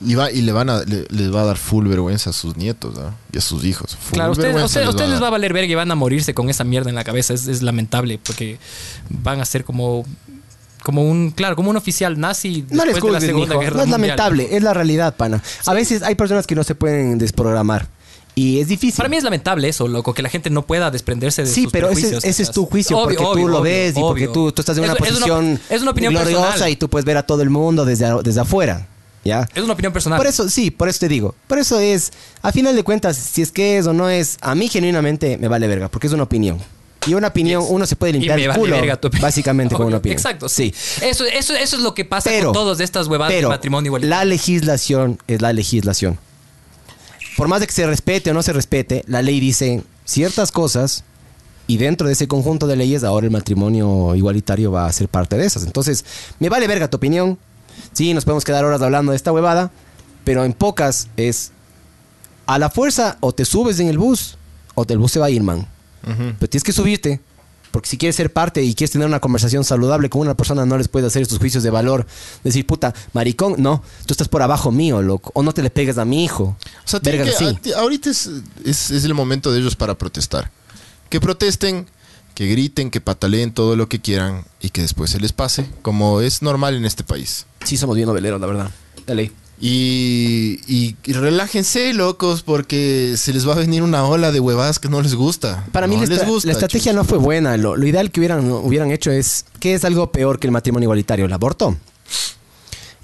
Speaker 1: Y, va, y le van a, le- les va a dar full vergüenza a sus nietos ¿ah? y a sus hijos. Full
Speaker 3: Claro, ustedes,
Speaker 1: vergüenza
Speaker 3: ustedes- ustedes
Speaker 1: a
Speaker 3: les va a
Speaker 1: dar.
Speaker 3: valer verga y van a morirse con esa mierda en la cabeza. Es, es lamentable porque van a ser como, como un, claro, como un oficial nazi
Speaker 2: No les
Speaker 3: después de la
Speaker 2: juzgues,
Speaker 3: Segunda
Speaker 2: mijo.
Speaker 3: Guerra
Speaker 2: No es
Speaker 3: Mundial.
Speaker 2: lamentable, es la realidad, pana. A veces hay personas que no se pueden desprogramar y es difícil.
Speaker 3: Para mí es lamentable eso, loco, que la gente no pueda desprenderse de
Speaker 2: Sí,
Speaker 3: sus
Speaker 2: pero ese,
Speaker 3: prejuicios,
Speaker 2: ese
Speaker 3: o
Speaker 2: es
Speaker 3: sea,
Speaker 2: tu juicio
Speaker 3: obvio,
Speaker 2: porque
Speaker 3: obvio,
Speaker 2: tú lo
Speaker 3: obvio,
Speaker 2: ves y porque
Speaker 3: obvio.
Speaker 2: tú, tú estás en
Speaker 3: Es-
Speaker 2: una
Speaker 3: es
Speaker 2: posición
Speaker 3: es una opinión
Speaker 2: gloriosa
Speaker 3: personal.
Speaker 2: y tú puedes ver a todo el mundo desde, a- desde afuera. ¿Ya?
Speaker 3: Es una opinión personal.
Speaker 2: Por eso, sí, por eso te digo. Por eso es, a final de cuentas, si es que es o no es, a mí genuinamente me vale verga, porque es una opinión. Y una opinión, uno se puede
Speaker 3: Y
Speaker 2: limpiar
Speaker 3: me
Speaker 2: el
Speaker 3: vale
Speaker 2: culo,
Speaker 3: verga tu opinión.
Speaker 2: básicamente, con
Speaker 3: Obvio,
Speaker 2: una opinión.
Speaker 3: Exacto, sí. Eso, eso, eso es lo que pasa
Speaker 2: Pero-
Speaker 3: con todas estas huevadas
Speaker 2: Pero
Speaker 3: de matrimonio igualitario.
Speaker 2: la legislación es la legislación. Por más de que se respete o no se respete, la ley dice ciertas cosas y dentro de ese conjunto de leyes ahora el matrimonio igualitario va a ser parte de esas. Entonces, me vale verga tu opinión. Sí, nos podemos quedar horas hablando de esta huevada, pero en pocas es a la fuerza o te subes en el bus o el bus se va a ir, man. Pero tienes que subirte. Porque si quieres ser parte y quieres tener una conversación saludable con una persona, no les puedes hacer estos juicios de valor. Decir, puta, maricón, no, tú estás por abajo mío, loco. O no te le pegas a mi hijo.
Speaker 1: O sea, tienen
Speaker 2: Vergas
Speaker 1: que- ah,
Speaker 2: así.
Speaker 1: a- ahorita es, es- es el momento de ellos para protestar. Que protesten, que griten, que pataleen todo lo que quieran y que después se les pase, como es normal en este país.
Speaker 2: Sí, somos bien noveleros, la verdad. Dale.
Speaker 1: Y, y- y relájense, locos, porque se les va a venir una ola de huevadas que no les gusta.
Speaker 2: Para mí
Speaker 1: No
Speaker 2: la,
Speaker 1: les
Speaker 2: estra-
Speaker 1: gusta,
Speaker 2: la estrategia
Speaker 1: chus.
Speaker 2: no fue buena. Lo, lo ideal que hubieran, hubieran hecho es, ¿qué es algo peor que el matrimonio igualitario? ¿El aborto?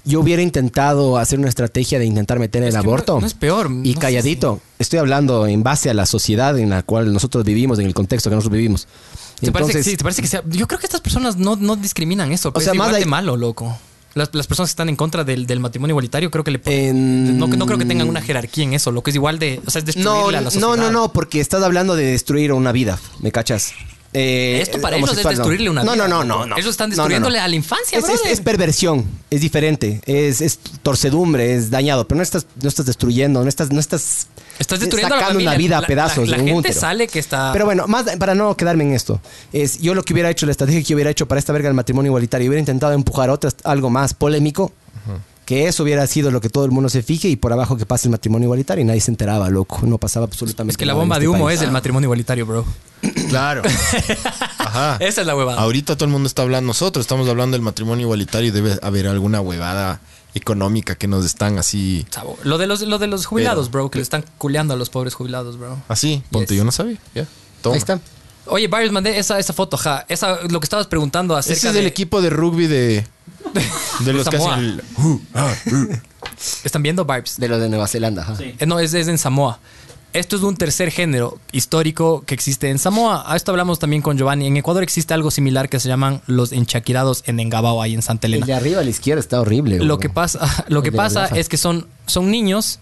Speaker 2: Yo hubiera intentado hacer una estrategia de intentar meter el
Speaker 3: Es que no-
Speaker 2: aborto.
Speaker 3: no es peor,
Speaker 2: Y
Speaker 3: no sé
Speaker 2: calladito. Estoy hablando en base a la sociedad en la cual nosotros vivimos, en el contexto que nosotros vivimos.
Speaker 3: ¿Te parece, que sí, te parece que sea. Yo creo que estas personas no, no discriminan eso. Pero
Speaker 2: sea,
Speaker 3: es
Speaker 2: más
Speaker 3: igual
Speaker 2: de-
Speaker 3: de malo, loco. Las, las personas que están en contra del, del matrimonio igualitario, creo que le ponen-
Speaker 2: En-
Speaker 3: no, no creo que tengan una jerarquía en eso, lo que es igual de. O sea, es destruirle
Speaker 2: No,
Speaker 3: a la
Speaker 2: no,
Speaker 3: sociedad.
Speaker 2: no, no, porque estás hablando de destruir una vida, ¿me cachas? Eh,
Speaker 3: Esto para ellos es
Speaker 2: homosexual, no.
Speaker 3: destruirle una
Speaker 2: no,
Speaker 3: vida.
Speaker 2: No, no, no, no.
Speaker 3: Ellos están
Speaker 2: No, no, no.
Speaker 3: destruyéndole a la infancia,
Speaker 2: es, es-
Speaker 3: brother.
Speaker 2: es perversión, es diferente, es, es torcedumbre, es dañado, pero no estás, no estás destruyendo, no estás, no estás,
Speaker 3: Estás destruyendo a la
Speaker 2: sacando
Speaker 3: familia.
Speaker 2: una vida a
Speaker 3: La-
Speaker 2: pedazos.
Speaker 3: la- la
Speaker 2: de un
Speaker 3: gente
Speaker 2: útero.
Speaker 3: sale que está-
Speaker 2: Pero bueno, más para no quedarme en esto, es yo lo que hubiera hecho, la estrategia que hubiera hecho para esta verga del matrimonio igualitario, hubiera intentado empujar otras, algo más polémico. Que eso hubiera sido lo que todo el mundo se fije y por abajo que pase el matrimonio igualitario y nadie se enteraba, loco. No pasaba absolutamente
Speaker 3: Es que la
Speaker 2: nada en
Speaker 3: bomba
Speaker 2: este
Speaker 3: de humo
Speaker 2: país.
Speaker 3: es el matrimonio igualitario, bro.
Speaker 1: Claro. Ajá.
Speaker 3: Esa es la huevada.
Speaker 1: Ahorita todo el mundo está hablando, nosotros estamos hablando del matrimonio igualitario y debe haber alguna huevada económica que nos están así.
Speaker 3: Chavo, Lo de los, lo de los jubilados,
Speaker 1: Pero-
Speaker 3: bro, que le están culeando a los pobres jubilados, bro.
Speaker 1: Así, ponte,
Speaker 3: Yes.
Speaker 1: yo no sabía. Ya. Toma.
Speaker 2: Ahí está.
Speaker 3: Oye, Barrios, mandé esa, esa foto, ja. Esa, lo que estabas preguntando acerca
Speaker 1: Ese es
Speaker 3: de-
Speaker 1: el equipo de rugby de, de los que
Speaker 3: Samoa.
Speaker 1: hacen el- uh, ah,
Speaker 3: ¿Están viendo, Barbs?
Speaker 2: De lo de Nueva Zelanda. ajá.
Speaker 4: Sí.
Speaker 3: Eh, No, es, es en Samoa. Esto es un tercer género histórico que existe en Samoa. A esto hablamos también con Giovanni. En Ecuador existe algo similar que se llaman los enchaquirados en Engabao, ahí en Santa
Speaker 2: El
Speaker 3: Elena.
Speaker 2: de arriba a la izquierda está horrible.
Speaker 3: Lo
Speaker 2: bro.
Speaker 3: que pasa, lo
Speaker 2: El
Speaker 3: que
Speaker 2: de
Speaker 3: pasa
Speaker 2: Rafa.
Speaker 3: es que son, son niños,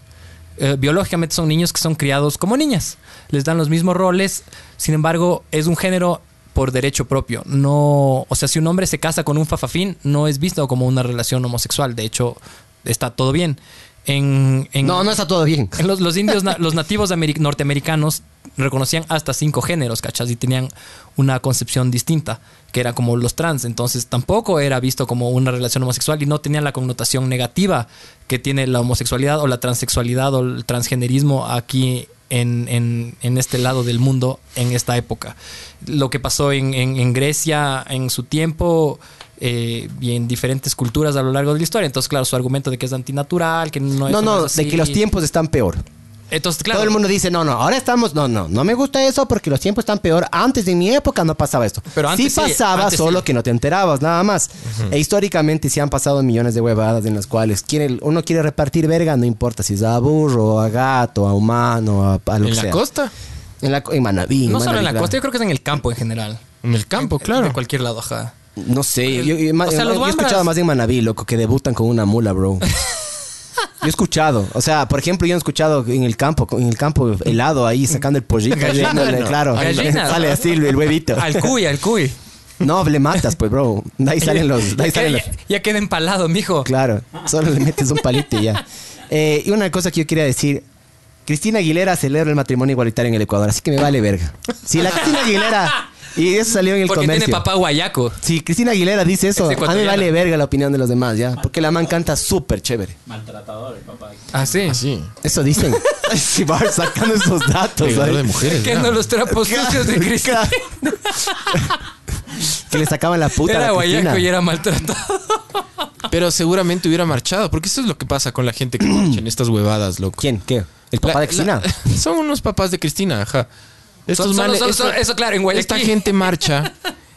Speaker 3: eh, biológicamente son niños que son criados como niñas. Les dan los mismos roles, sin embargo, es un género por derecho propio. No, o sea, si un hombre se casa con un fafafín, no es visto como una relación homosexual. De hecho, está todo bien. En, en-
Speaker 2: No, no está todo bien.
Speaker 3: en Los, los indios, na- los nativos ameri- norteamericanos reconocían hasta cinco géneros, ¿cachas? Y tenían una concepción distinta, que era como los trans. Entonces tampoco era visto como una relación homosexual y no tenían la connotación negativa que tiene la homosexualidad o la transexualidad o el transgenerismo aquí en, en- en este lado del mundo en esta época. Lo que pasó en, en- en Grecia en su tiempo eh, y en diferentes culturas a lo largo de la historia. Entonces, claro, su argumento de que es antinatural, que no es...
Speaker 2: No, no,
Speaker 3: es
Speaker 2: de
Speaker 3: así.
Speaker 2: que los tiempos están peor.
Speaker 3: Entonces, claro.
Speaker 2: Todo el mundo dice, no, no, ahora estamos, no, no, no me gusta eso porque los tiempos están peor. Antes de mi época no pasaba esto.
Speaker 3: Pero antes
Speaker 2: sí
Speaker 3: sí,
Speaker 2: pasaba,
Speaker 3: antes
Speaker 2: solo
Speaker 3: sí.
Speaker 2: que no te enterabas, nada más. E históricamente sí han pasado millones de huevadas en las cuales quiere, uno quiere repartir verga, no importa si es a burro, a gato, a humano, a, a lo que
Speaker 1: en la
Speaker 2: sea.
Speaker 1: costa,
Speaker 2: En la co- en Manaví.
Speaker 3: no solo en la
Speaker 2: Manaví,
Speaker 3: costa,
Speaker 2: claro.
Speaker 3: yo creo que es en el campo en general.
Speaker 1: en el campo,
Speaker 3: De
Speaker 1: claro.
Speaker 3: cualquier lado, ajá.
Speaker 2: No sé, yo, yo- ma-
Speaker 3: Eh, O sea,
Speaker 2: yo
Speaker 3: los
Speaker 2: he
Speaker 3: Wambras-
Speaker 2: escuchado más de Manaví, loco, que debutan con una mula, bro. Yo he escuchado, o sea, por ejemplo, yo he escuchado en el campo, en el campo helado ahí sacando el pollito,
Speaker 3: Gallina,
Speaker 2: dándole,
Speaker 3: ¿no?
Speaker 2: claro,
Speaker 3: Gallina.
Speaker 2: sale así el huevito.
Speaker 3: Al cuy, al cuy.
Speaker 2: No, le matas, pues, bro. De ahí salen los, de ahí
Speaker 3: ya,
Speaker 2: salen los.
Speaker 3: ya- ya queda empalado, mijo.
Speaker 2: Claro, solo le metes un palito y ya. Eh, y una cosa que yo quería decir. Cristina Aguilera celebra el matrimonio igualitario en el Ecuador, así que me vale verga. Si la Cristina Aguilera Y eso salió en el
Speaker 3: Porque
Speaker 2: comercio.
Speaker 3: tiene papá guayaco.
Speaker 2: Si Cristina Aguilera dice eso, a
Speaker 3: Es
Speaker 2: mí
Speaker 3: ecuatoriana.
Speaker 2: vale verga la opinión de los demás, ¿ya? Porque la man canta súper chévere.
Speaker 4: Maltratador el papá.
Speaker 3: Ah, sí.
Speaker 1: Así.
Speaker 2: Eso dicen. Si vas sacando esos datos,
Speaker 1: Pegador de
Speaker 2: ¿sabes?
Speaker 1: mujeres.
Speaker 3: Que
Speaker 1: ya.
Speaker 3: no los trapos sucios de Cristina.
Speaker 2: Claro. que le sacaban la puta. a la
Speaker 3: Era
Speaker 2: Cristina.
Speaker 3: guayaco y era maltratado.
Speaker 1: Pero seguramente hubiera marchado, porque eso es lo que pasa con la gente que marcha en estas huevadas, loco.
Speaker 2: ¿Quién? ¿Qué? ¿El papá
Speaker 1: La-
Speaker 2: de Cristina?
Speaker 1: la- son unos papás de Cristina, ajá. Estos
Speaker 3: Son- son-
Speaker 1: manes-
Speaker 3: son-
Speaker 1: esta-
Speaker 3: son- eso, claro, en Guayaquil.
Speaker 1: Esta gente marcha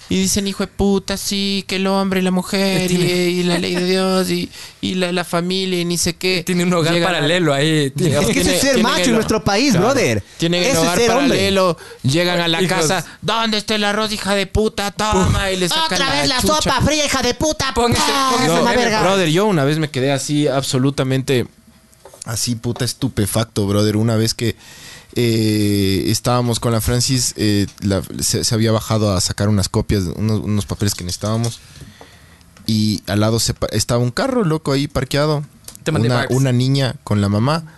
Speaker 1: y dicen, hijo de puta, sí, que el hombre y la mujer y, y la ley de Dios y, y la, la familia y ni sé qué.
Speaker 3: Tiene un hogar
Speaker 1: Llegan a-
Speaker 3: paralelo ahí.
Speaker 2: Es que eso
Speaker 1: Tiene-
Speaker 2: es ser
Speaker 1: tienen
Speaker 2: macho en
Speaker 1: el-
Speaker 2: nuestro país,
Speaker 1: Claro.
Speaker 2: brother.
Speaker 1: Tienen el
Speaker 2: eso
Speaker 1: hogar paralelo, llegan a la
Speaker 3: Hijos.
Speaker 1: casa, ¿dónde está el arroz, hija de puta? Toma, y le sacan chucha.
Speaker 2: fría, hija de puta.
Speaker 3: Póngase-
Speaker 2: ¡Pah!
Speaker 3: póngase
Speaker 1: No, eh,
Speaker 3: una
Speaker 2: verga.
Speaker 1: brother, yo una vez me quedé así absolutamente... Así, puta, estupefacto, brother. Una vez que eh, estábamos con la Francis, eh, la- se, se había bajado a sacar unas copias, unos, unos papeles que necesitábamos. Y al lado se pa- estaba un carro, loco, ahí parqueado.
Speaker 3: Te mandé
Speaker 1: una,
Speaker 3: packs.
Speaker 1: una niña con la mamá.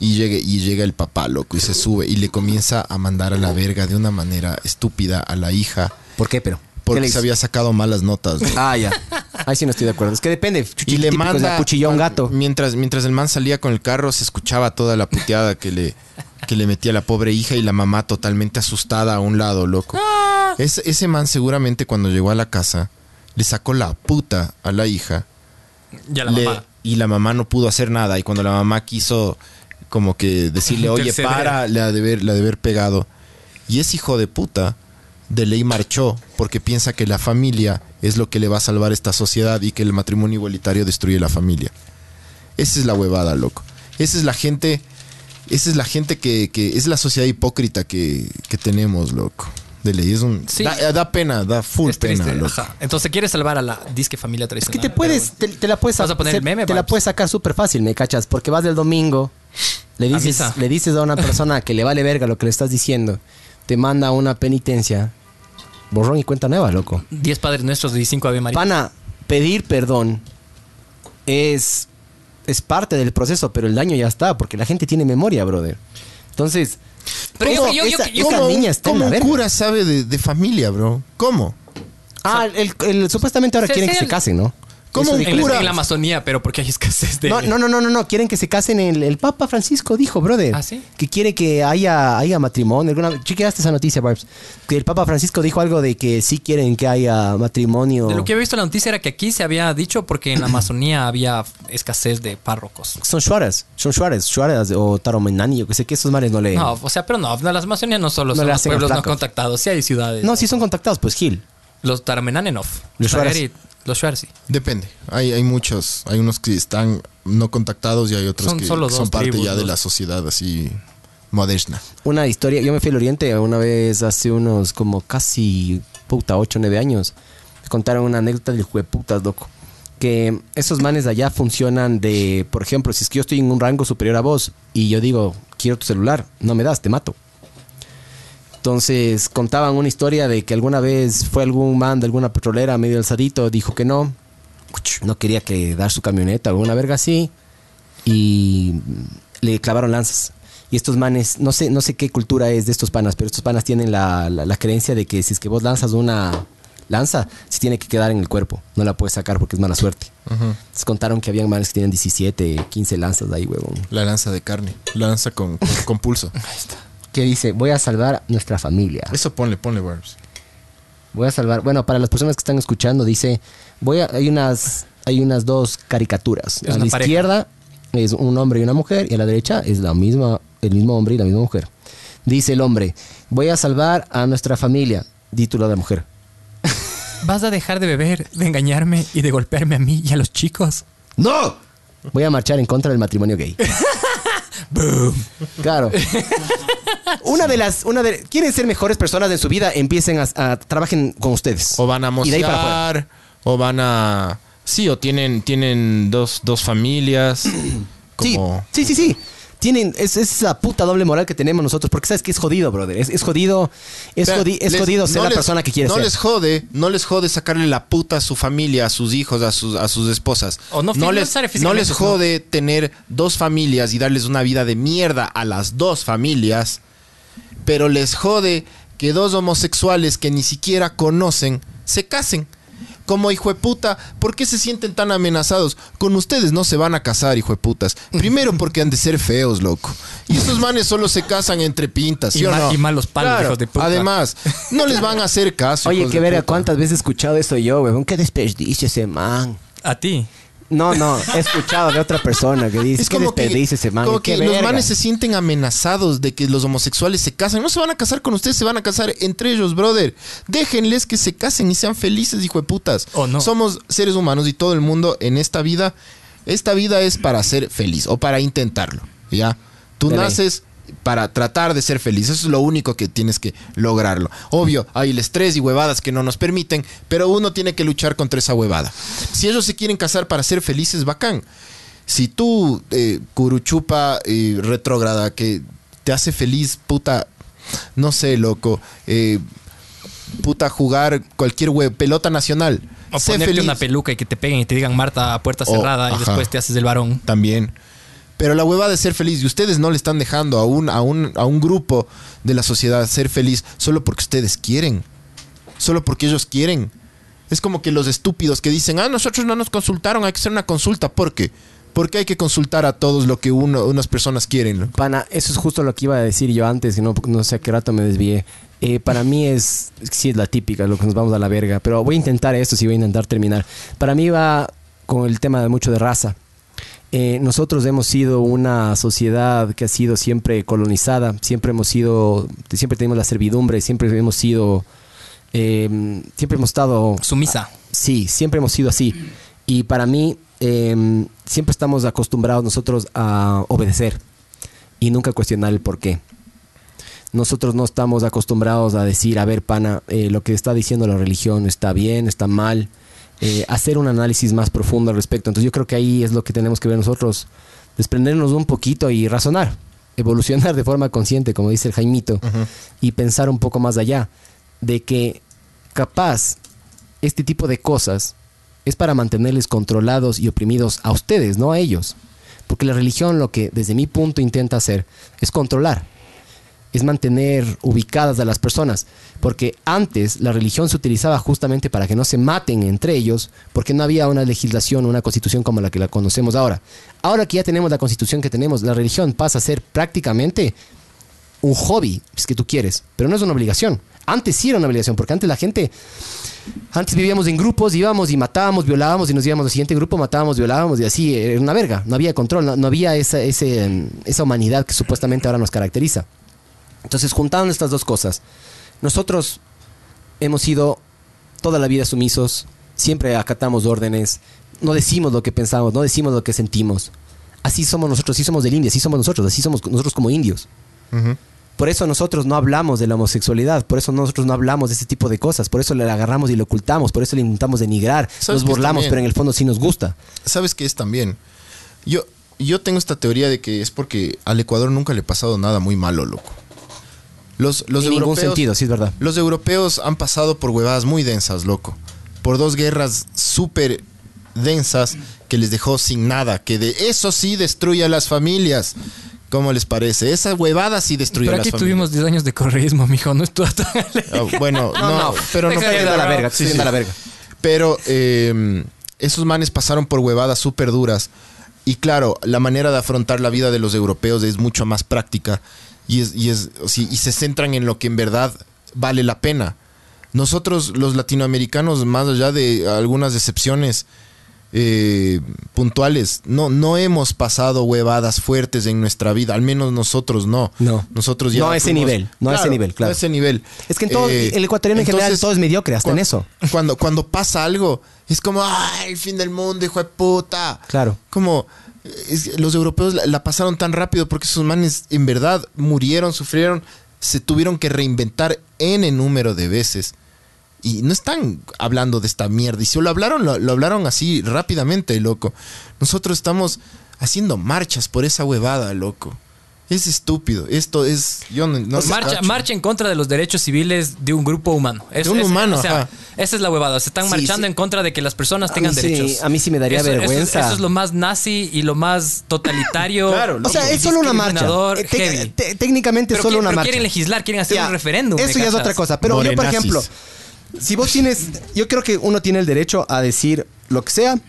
Speaker 1: Y llega, y llega el papá, loco, y se sube y le comienza a mandar a la verga de una manera estúpida a la hija
Speaker 2: ¿Por qué, pero? ¿Qué le
Speaker 1: porque
Speaker 2: hizo?
Speaker 1: se había sacado malas notas. loco.
Speaker 2: Ah, ya. Ahí sí no estoy de acuerdo. Es que depende.
Speaker 1: Y le manda.
Speaker 2: cuchillón un gato.
Speaker 1: Mientras, mientras el man salía con el carro, se escuchaba toda la puteada que le, que le metía la pobre hija y la mamá totalmente asustada a un lado, loco. Es- ese man seguramente cuando llegó a la casa le sacó la puta a la hija
Speaker 3: Ya la
Speaker 1: le-
Speaker 3: mamá.
Speaker 1: y la mamá no pudo hacer nada. Y cuando la mamá quiso como que decirle, oye,
Speaker 3: Interceder.
Speaker 1: para, la de haber, la de haber pegado. Y ese hijo de puta de ley marchó porque piensa que la familia es lo que le va a salvar esta sociedad y que el matrimonio igualitario destruye la familia. Esa es la huevada, loco. Esa es la gente... Esa es la gente que, que- es la sociedad hipócrita que, que tenemos, loco. De ley, es un...
Speaker 3: Sí.
Speaker 1: Da, da pena, da full
Speaker 3: Es
Speaker 1: pena,
Speaker 3: triste.
Speaker 1: loco.
Speaker 3: Ajá. Entonces quiere salvar a la disque familia
Speaker 2: Es que
Speaker 3: tradicional.
Speaker 2: te puedes, te, te la puedes
Speaker 3: Vas a poner
Speaker 2: se-
Speaker 3: el meme,
Speaker 2: te la
Speaker 3: Vibes.
Speaker 2: puedes sacar súper fácil, ¿me cachas? Porque vas del domingo, le dices,
Speaker 3: misa.
Speaker 2: le dices a una persona que le vale verga lo que le estás diciendo, te manda a una penitencia, borrón y cuenta nueva, loco.
Speaker 3: 10 padres nuestros y 5 Ave María.
Speaker 2: Pana, pedir perdón es, es parte del proceso, pero el daño ya está, porque la gente tiene memoria, brother. Entonces,
Speaker 3: Pero yo-
Speaker 2: ¿cómo
Speaker 3: yo- yo-
Speaker 2: esa-
Speaker 3: yo-
Speaker 2: esa
Speaker 1: ¿Cómo, un-
Speaker 2: niña está en
Speaker 1: cómo
Speaker 2: la
Speaker 1: un
Speaker 2: verga?
Speaker 1: cura sabe de, de familia, bro? ¿Cómo?
Speaker 2: Ah, el, el- supuestamente ahora
Speaker 3: Sí,
Speaker 2: quieren
Speaker 3: sí,
Speaker 2: que se
Speaker 3: el-
Speaker 2: casen, ¿no?
Speaker 1: ¿Cómo
Speaker 2: Eso
Speaker 1: un
Speaker 3: en,
Speaker 2: dijo-
Speaker 3: la-
Speaker 1: cura?
Speaker 3: en la Amazonía, pero porque hay escasez de.
Speaker 2: No, no, no, no, no, no, quieren que se casen. El, el Papa Francisco dijo, brother,
Speaker 3: ¿Ah, sí?
Speaker 2: que quiere que haya, haya matrimonio. Alguna, chequeaste esa noticia, Barbs. Que el Papa Francisco dijo algo de que sí quieren que haya matrimonio.
Speaker 3: De lo que he visto en la noticia era que aquí se había dicho porque en la Amazonía había escasez de párrocos.
Speaker 2: Son Suárez, son Suárez, Suárez o Taromenani, yo que sé que esos mares no leen.
Speaker 3: No,
Speaker 2: No,
Speaker 3: o sea, pero no, la Amazonía no solo
Speaker 2: No
Speaker 3: son
Speaker 2: le
Speaker 3: los
Speaker 2: hacen a
Speaker 3: pueblos no
Speaker 2: flacos.
Speaker 3: contactados, sí hay ciudades.
Speaker 2: si son contactados, pues Gil.
Speaker 3: Los Tarmenanenov.
Speaker 2: Los Suárez.
Speaker 3: Los Suárez, sí.
Speaker 1: Depende. Hay, hay muchos. Hay unos que están no contactados y hay otros
Speaker 3: Son
Speaker 1: que
Speaker 3: solo dos
Speaker 1: son parte
Speaker 3: tribus,
Speaker 1: ya de
Speaker 3: ¿no?
Speaker 1: la sociedad así moderna.
Speaker 2: Una historia, yo me fui al Oriente una vez hace unos como casi puta 8 o 9 años. Me Contaron una anécdota del jueputas, loco. Que esos manes de allá funcionan de, por ejemplo, si es que yo estoy en un rango superior a vos y yo digo, quiero tu celular, no me das, te mato. Entonces contaban una historia de que alguna vez fue algún man de alguna petrolera medio alzadito, dijo que no, no quería que dar su camioneta o una verga así y le clavaron lanzas. Y estos manes, no sé, no sé qué cultura es de estos panas, pero estos panas tienen la, la- la creencia de que si es que vos lanzas una lanza, se tiene que quedar en el cuerpo, no la puedes sacar porque es mala suerte. Les contaron que habían manes que tienen 17, 15 lanzas ahí, huevón.
Speaker 1: La lanza de carne. La lanza con, con, con pulso.
Speaker 2: Que dice, voy a salvar nuestra familia.
Speaker 1: Eso ponle, ponle, Barbs.
Speaker 2: Voy a salvar. Bueno, para las personas que están escuchando, dice, voy a, hay unas, hay unas dos caricaturas.
Speaker 3: Es
Speaker 2: a
Speaker 3: una
Speaker 2: la
Speaker 3: pareja.
Speaker 2: izquierda es un hombre y una mujer, y a la derecha es la misma, el mismo hombre y la misma mujer. Dice el hombre, voy a salvar a nuestra familia. Título de la mujer.
Speaker 3: Vas a dejar de beber, de engañarme y de golpearme a mí y a los chicos.
Speaker 2: ¡No! Voy a marchar en contra del matrimonio gay. Claro. Una de las, una de, quieren ser mejores personas de su vida, empiecen a, a- trabajen con ustedes.
Speaker 1: O van a
Speaker 2: Y de ahí para afuera.
Speaker 1: mostrar. O van a. Sí, o tienen, tienen dos, dos familias.
Speaker 2: Sí,
Speaker 1: Como.
Speaker 2: Sí, sí, sí. Tienen, es, es la puta doble moral que tenemos nosotros, porque sabes que es jodido, brother. Es, es jodido, es,
Speaker 1: Vean,
Speaker 2: jodi- es
Speaker 1: les-
Speaker 2: jodido ser
Speaker 1: no
Speaker 2: la
Speaker 1: les-
Speaker 2: persona que quieres
Speaker 1: no
Speaker 2: ser.
Speaker 1: les jode, no les jode sacarle la puta a su familia, a sus hijos, a sus, a sus esposas.
Speaker 3: O no fi- no
Speaker 1: les,
Speaker 3: sabe
Speaker 1: no
Speaker 3: físicamente,
Speaker 1: les
Speaker 3: ¿no?
Speaker 1: jode tener dos familias y darles una vida de mierda a las dos familias, pero les jode que dos homosexuales que ni siquiera conocen se casen. Como hijo de puta, ¿por qué se sienten tan amenazados? Con ustedes no se van a casar, hijo de putas. Primero porque han de ser feos, loco. Y estos manes solo se casan entre pintas, ¿sí
Speaker 3: Y
Speaker 1: o
Speaker 3: ma-
Speaker 1: no?
Speaker 3: y malos palos,
Speaker 1: Claro,
Speaker 3: hijos de puta.
Speaker 1: Además, no les van a hacer caso.
Speaker 2: Oye,
Speaker 1: hijos
Speaker 2: qué
Speaker 1: de
Speaker 2: verga,
Speaker 1: puta.
Speaker 2: ¿cuántas veces he escuchado eso yo, weón? Qué desperdicio ese man.
Speaker 3: A ti.
Speaker 2: No, no, he escuchado de otra persona que dice,
Speaker 1: Es
Speaker 2: qué
Speaker 1: como que,
Speaker 2: desperdicio ese man.
Speaker 1: como
Speaker 2: qué
Speaker 1: que los
Speaker 2: verga.
Speaker 1: manes se sienten amenazados de que los homosexuales se casan. No se van a casar con ustedes, se van a casar entre ellos, brother. Déjenles que se casen y sean felices, hijo de putas.
Speaker 3: O no.
Speaker 1: Somos seres humanos y todo el mundo en esta vida, esta vida es para ser feliz o para intentarlo, ¿ya? Tú
Speaker 2: De ley.
Speaker 1: naces para tratar de ser feliz, eso es lo único que tienes que lograrlo. Obvio, hay el estrés y huevadas que no nos permiten, pero uno tiene que luchar contra esa huevada. Si ellos se quieren casar para ser felices, bacán. Si tú, eh, curuchupa y retrógrada, que te hace feliz, puta, no sé, loco, eh, puta, jugar cualquier hue- pelota nacional.
Speaker 3: O
Speaker 1: sé
Speaker 3: ponerte
Speaker 1: feliz.
Speaker 3: una peluca y que te peguen y te digan Marta a puerta
Speaker 1: O,
Speaker 3: cerrada y
Speaker 1: ajá.
Speaker 3: después te haces el varón.
Speaker 1: También. Pero la hueva de ser feliz, y ustedes no le están dejando a un, a un, a un grupo de la sociedad ser feliz solo porque ustedes quieren. Solo porque ellos quieren. Es como que los estúpidos que dicen, ah, nosotros no nos consultaron, hay que hacer una consulta. ¿Por qué? Porque hay que consultar a todos lo que uno, unas personas quieren. ¿no?
Speaker 2: Pana, eso es justo lo que iba a decir yo antes, que no, no sé a qué rato me desvié. Eh, para mí es, sí es la típica, lo que nos vamos a la verga, pero voy a intentar esto, sí voy a intentar terminar. Para mí va con el tema de mucho de raza. Eh, nosotros hemos sido una sociedad que ha sido siempre colonizada, siempre hemos sido, siempre tenemos la servidumbre, siempre hemos sido, eh, siempre hemos estado
Speaker 3: Sumisa.
Speaker 2: Sí, siempre hemos sido así. Y para mí, eh, siempre estamos acostumbrados nosotros a obedecer y nunca cuestionar el por qué. Nosotros no estamos acostumbrados a decir, a ver, pana, eh, lo que está diciendo la religión está bien, está mal. eh, hacer un análisis más profundo al respecto. Entonces yo creo que ahí es lo que tenemos que ver nosotros. Desprendernos un poquito y razonar. Evolucionar de forma consciente, como dice el Jaimito. Y pensar un poco más allá. De que capaz este tipo de cosas es para mantenerles controlados y oprimidos a ustedes, no a ellos. Porque la religión lo que desde mi punto intenta hacer es controlar, es mantener ubicadas a las personas. Porque antes la religión se utilizaba justamente para que no se maten entre ellos, porque no había una legislación, una constitución como la que la conocemos ahora. Ahora que ya tenemos la constitución que tenemos, la religión pasa a ser prácticamente un hobby, si es que tú quieres, pero no es una obligación. Antes sí era una obligación, porque antes la gente antes vivíamos en grupos, íbamos y matábamos, violábamos y nos íbamos al siguiente grupo, matábamos, violábamos y así, era una verga. No había control, no, no había esa, ese, em, esa humanidad que supuestamente ahora nos caracteriza. Entonces, juntando estas dos cosas, nosotros hemos sido toda la vida sumisos, siempre acatamos órdenes, no decimos lo que pensamos, no decimos lo que sentimos. Así somos nosotros, así somos del India, así somos nosotros, así somos nosotros como indios. Por eso nosotros no hablamos de la homosexualidad, por eso nosotros no hablamos de ese tipo de cosas, por eso le agarramos y lo ocultamos, por eso le intentamos denigrar,
Speaker 1: ¿Sabes
Speaker 2: nos
Speaker 1: qué es
Speaker 2: burlamos,
Speaker 1: también?
Speaker 2: pero en el fondo sí nos gusta.
Speaker 1: ¿Sabes qué es también? Yo, yo tengo esta teoría de que es porque al Ecuador nunca le ha pasado nada muy malo, loco. Los, los
Speaker 2: en ningún
Speaker 1: europeos,
Speaker 2: sentido, sí es verdad.
Speaker 1: Los europeos han pasado por huevadas muy densas, loco. Por dos guerras súper densas que les dejó sin nada. Que de eso sí destruye a las familias. ¿Cómo les parece? Esa huevada sí destruye
Speaker 3: Pero
Speaker 1: a las
Speaker 3: aquí
Speaker 1: familias.
Speaker 3: tuvimos 10 años de correísmo, mijo. No estuvo tan
Speaker 1: Ah, bueno, no, pero no.
Speaker 3: Estoy yendo a la verga,
Speaker 1: Sí, sí. Pero eh, esos manes pasaron por huevadas súper duras. Y claro, la manera de afrontar la vida de los europeos es mucho más práctica. Y, es, y, es, o sí, y se centran en lo que en verdad vale la pena. Nosotros, los latinoamericanos, más allá de algunas excepciones eh, puntuales, no, no hemos pasado huevadas fuertes en nuestra vida. Al menos nosotros no.
Speaker 2: No.
Speaker 1: Nosotros ya
Speaker 2: No a ese nivel, no a ese nivel, claro.
Speaker 1: No a ese nivel.
Speaker 2: Es que en todo-
Speaker 3: Eh,
Speaker 2: el ecuatoriano en general todo es mediocre, hasta en
Speaker 1: Eh, cua-
Speaker 2: eso.
Speaker 1: Cuando, cuando pasa algo, es como, ¡ay, el fin del mundo, hijo de puta!
Speaker 2: Claro.
Speaker 1: Como, es- los europeos la, la pasaron tan rápido porque esos manes en verdad murieron, sufrieron, se tuvieron que reinventar N número de veces. Y no están hablando de esta mierda. Y si lo hablaron, lo, lo hablaron así rápidamente, loco. Nosotros estamos haciendo marchas por esa huevada, loco. Es estúpido. Esto es. Yo no, no
Speaker 3: Pues marcha,
Speaker 1: cacho.
Speaker 3: marcha en contra de los derechos civiles de un grupo humano. Es,
Speaker 1: De un
Speaker 3: es-
Speaker 1: humano,
Speaker 3: O sea,
Speaker 1: ajá.
Speaker 3: esa es la huevada. Se están
Speaker 2: Sí,
Speaker 3: marchando
Speaker 2: sí.
Speaker 3: en contra de que las personas
Speaker 2: A
Speaker 3: tengan
Speaker 2: mí sí-
Speaker 3: derechos.
Speaker 2: a mí sí me daría
Speaker 3: es-
Speaker 2: vergüenza.
Speaker 3: Eso es, lo más nazi y lo más totalitario.
Speaker 1: Claro,
Speaker 2: O sea, es solo una marcha.
Speaker 3: Discriminador,
Speaker 2: Eh, tec-
Speaker 3: heavy.
Speaker 2: te- técnicamente es
Speaker 3: Pero,
Speaker 2: solo
Speaker 3: quieren-
Speaker 2: una
Speaker 3: pero
Speaker 2: marcha.
Speaker 3: quieren legislar, quieren hacer
Speaker 2: Ya,
Speaker 3: un referéndum. ¿me
Speaker 2: Eso ya es
Speaker 3: cachas?
Speaker 2: otra cosa. Pero yo, por
Speaker 1: Morenazis.
Speaker 2: ejemplo, si vos tienes. Yo creo que uno tiene el derecho a decir lo que sea,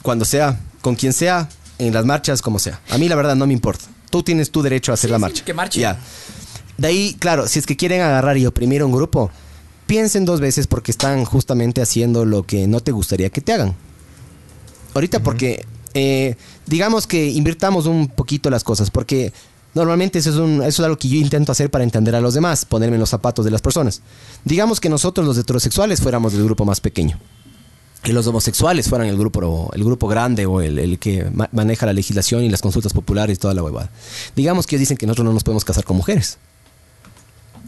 Speaker 2: cuando sea, con quien sea, en las marchas, como sea. A mí, la verdad, no me importa. Tú tienes tu derecho a hacer
Speaker 3: Sí,
Speaker 2: la
Speaker 3: sí,
Speaker 2: marcha.
Speaker 3: que marche.
Speaker 2: Ya. De ahí, claro, si es que quieren agarrar y oprimir a un grupo, piensen dos veces porque están justamente haciendo lo que no te gustaría que te hagan. Ahorita porque, eh, digamos que invirtamos un poquito las cosas, porque normalmente eso es, un, eso es algo que yo intento hacer para entender a los demás, ponerme en los zapatos de las personas. Digamos que nosotros los heterosexuales fuéramos del grupo más pequeño. Y los homosexuales fueran el grupo, el grupo grande o el, el que ma- maneja la legislación y las consultas populares y toda la huevada. Digamos que ellos dicen que nosotros no nos podemos casar con mujeres.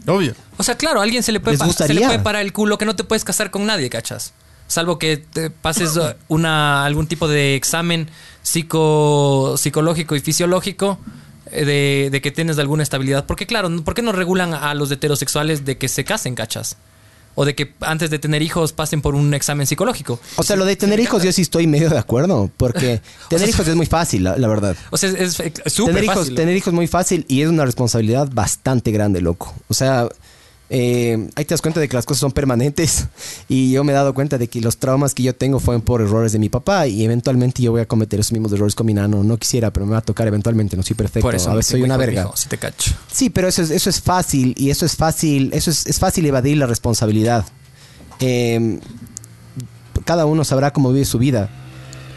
Speaker 1: Obvio.
Speaker 3: O sea, claro, a alguien se le, puede
Speaker 2: ¿Les
Speaker 3: pa- se le
Speaker 2: gustaría?
Speaker 3: puede parar el culo que no te puedes casar con nadie, ¿cachas? Salvo que te pases eh, una, algún tipo de examen psico, psicológico y fisiológico eh, de, de que tienes alguna estabilidad. Porque claro, ¿por qué no regulan a los heterosexuales de que se casen, ¿cachas? O de que antes de tener hijos pasen por un examen psicológico.
Speaker 2: O sea, lo de tener hijos yo sí estoy medio de acuerdo, porque tener hijos es muy fácil, la- la verdad.
Speaker 3: O sea, es es súper
Speaker 2: tener hijos,
Speaker 3: fácil.
Speaker 2: tener hijos muy fácil y es una responsabilidad bastante grande, loco. O sea, eh, ahí te das cuenta de que las cosas son permanentes y yo me he dado cuenta de que los traumas que yo tengo fueron por errores de mi papá y eventualmente yo voy a cometer esos mismos errores con mi nano. No quisiera, pero me va a tocar eventualmente. No soy perfecto.
Speaker 3: Por eso
Speaker 2: a
Speaker 3: me
Speaker 2: veces soy
Speaker 3: tengo
Speaker 2: una
Speaker 3: hijos,
Speaker 2: verga.
Speaker 3: mijo, si te cacho.
Speaker 2: Sí, pero eso es, eso es fácil y eso es fácil, eso es, es fácil evadir la responsabilidad. Eh, cada uno sabrá cómo vive su vida,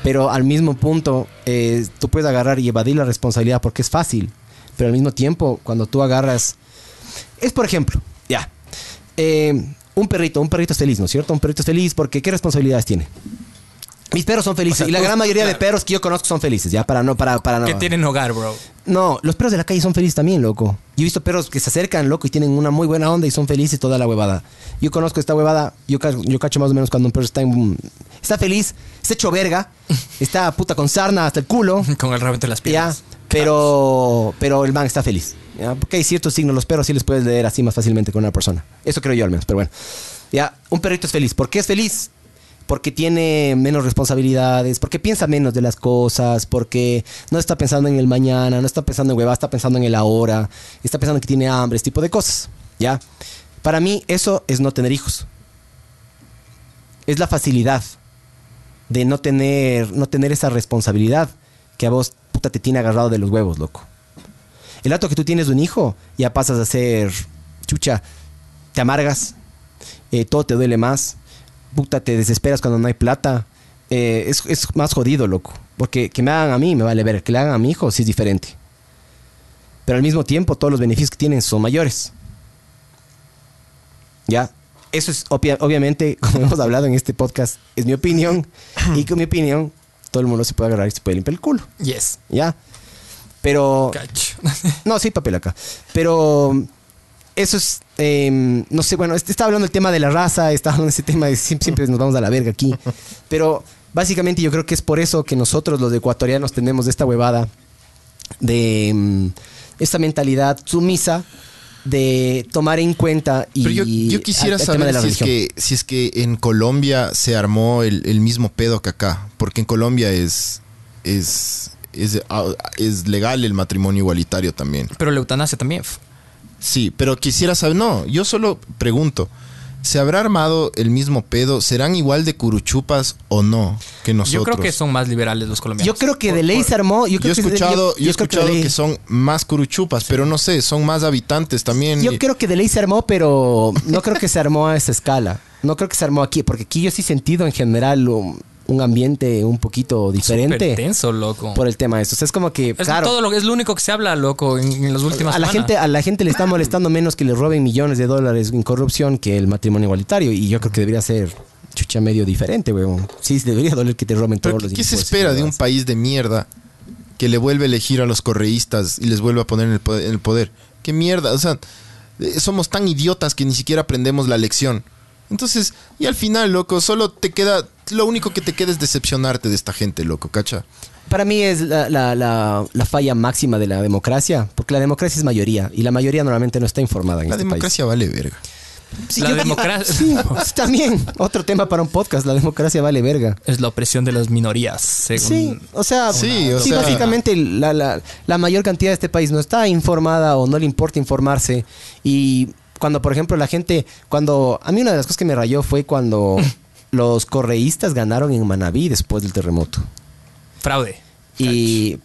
Speaker 2: pero al mismo punto eh, tú puedes agarrar y evadir la responsabilidad porque es fácil, pero al mismo tiempo cuando tú agarras... Es por ejemplo, ya, eh, un perrito, un perrito es feliz, ¿no es cierto? Un perrito es feliz porque ¿qué responsabilidades tiene? Mis perros son felices
Speaker 3: O sea,
Speaker 2: y la
Speaker 3: tú-
Speaker 2: gran mayoría de
Speaker 3: claro.
Speaker 2: perros que yo conozco son felices, ya, para no, para, para no...
Speaker 3: Que tienen hogar, bro.
Speaker 2: No, los perros de la calle son felices también, loco. Yo he visto perros que se acercan, loco, y tienen una muy buena onda y son felices y toda la huevada. Yo conozco esta huevada, yo, ca- yo cacho más o menos cuando un perro está, en- está feliz, está hecho verga, está puta con sarna hasta el culo,
Speaker 3: Con el rabo entre las
Speaker 2: ya,
Speaker 3: piernas.
Speaker 2: pero, pero el man está feliz. ¿ya? Porque hay ciertos signos, los perros sí les puedes leer así más fácilmente con una persona. Eso creo yo al menos, pero bueno. Ya, un perrito es feliz. ¿Por qué es feliz? Porque tiene menos responsabilidades, porque piensa menos de las cosas, porque no está pensando en el mañana, no está pensando en hueva, está pensando en el ahora, está pensando que tiene hambre, este tipo de cosas. ¿Ya? Para mí, eso es no tener hijos. Es la facilidad de no tener, no tener esa responsabilidad que a vos puta te tiene agarrado de los huevos, loco. El rato que tú tienes un hijo, ya pasas a ser chucha, te amargas, eh, todo te duele más, puta, te desesperas cuando no hay plata. eh, es, es más jodido, loco. Porque que me hagan a mí me vale ver, que le hagan a mi hijo sí es diferente. Pero al mismo tiempo, todos los beneficios que tienen son mayores. ¿Ya? Eso es, obvia- obviamente, como hemos hablado en este podcast, es mi opinión. Y con mi opinión, todo el mundo se puede agarrar y se puede limpiar el culo.
Speaker 3: Yes.
Speaker 2: ¿Ya? Pero...
Speaker 3: Cacho.
Speaker 2: No, sí, hay papel acá. Pero eso es, eh, no sé, bueno, est- estaba hablando el tema de la raza, estaba hablando de ese tema de siempre, siempre nos vamos a la verga aquí. Pero básicamente yo creo que es por eso que nosotros los ecuatorianos tenemos esta huevada de mm, esta mentalidad sumisa de tomar en cuenta y
Speaker 1: Pero yo, yo quisiera
Speaker 2: al- al tema de
Speaker 1: saber
Speaker 2: la
Speaker 1: si es,
Speaker 2: religión.
Speaker 1: que, si es que en Colombia se armó el, el mismo pedo que acá. Porque en Colombia es, es, es, ah, es legal el matrimonio igualitario también.
Speaker 3: Pero la eutanasia también. f-
Speaker 1: Sí, pero quisiera saber. No, yo solo pregunto. ¿Se habrá armado el mismo pedo? ¿Serán igual de curuchupas o no que nosotros?
Speaker 3: Yo creo que son más liberales los colombianos.
Speaker 2: yo creo que de ley se armó. Yo,
Speaker 1: Yo,
Speaker 2: creo
Speaker 1: he
Speaker 2: que-
Speaker 1: escuchado, yo, he
Speaker 2: creo que de
Speaker 1: escuchado que,
Speaker 2: ley-
Speaker 1: son más curuchupas, pero no sé, son más habitantes también.
Speaker 2: Yo
Speaker 1: Y-
Speaker 2: creo que de ley se armó, pero no creo que se armó a esa escala. No creo que se armó aquí, porque aquí yo sí he sentido en general un, un ambiente un poquito
Speaker 3: Súper
Speaker 2: diferente
Speaker 3: tenso, loco.
Speaker 2: por el tema de esto. O sea, es como que,
Speaker 3: es
Speaker 2: claro,
Speaker 3: todo lo que es lo único que se habla, loco, en, en las últimas
Speaker 2: a la, gente, a la gente le está molestando menos que le roben millones de dólares en corrupción que el matrimonio igualitario. Y yo creo que debería ser chucha medio diferente, weón. Sí, debería doler que te roben
Speaker 1: ¿Pero
Speaker 2: todos
Speaker 1: qué,
Speaker 2: los
Speaker 1: qué se
Speaker 2: impuestos,
Speaker 1: espera de
Speaker 2: weón.
Speaker 1: un país de mierda que le vuelve a elegir a los correístas y les vuelve a poner en el po- en el poder? ¿Qué mierda? O sea, eh, somos tan idiotas que ni siquiera aprendemos la lección. Entonces, y al final, loco, solo te queda. Lo único que te queda es decepcionarte de esta gente, loco, cacha.
Speaker 2: Para mí es la, la- la- la falla máxima de la democracia, porque la democracia es mayoría y la mayoría normalmente no está informada en
Speaker 1: La
Speaker 2: este
Speaker 1: democracia vale verga.
Speaker 2: país. Sí,
Speaker 3: La
Speaker 2: yo-
Speaker 3: democracia-
Speaker 2: Sí, pues, también otro tema para un podcast, la democracia vale verga.
Speaker 3: Es la opresión de las minorías, según.
Speaker 2: Sí, o sea,
Speaker 1: Sí, o
Speaker 2: sí,
Speaker 1: sea-
Speaker 2: básicamente la, la- la mayor cantidad de este país no está informada o no le importa informarse. Y cuando, por ejemplo, la gente, cuando a mí una de las cosas que me rayó fue cuando los correístas ganaron en Manabí después del terremoto.
Speaker 3: Fraude.
Speaker 2: Y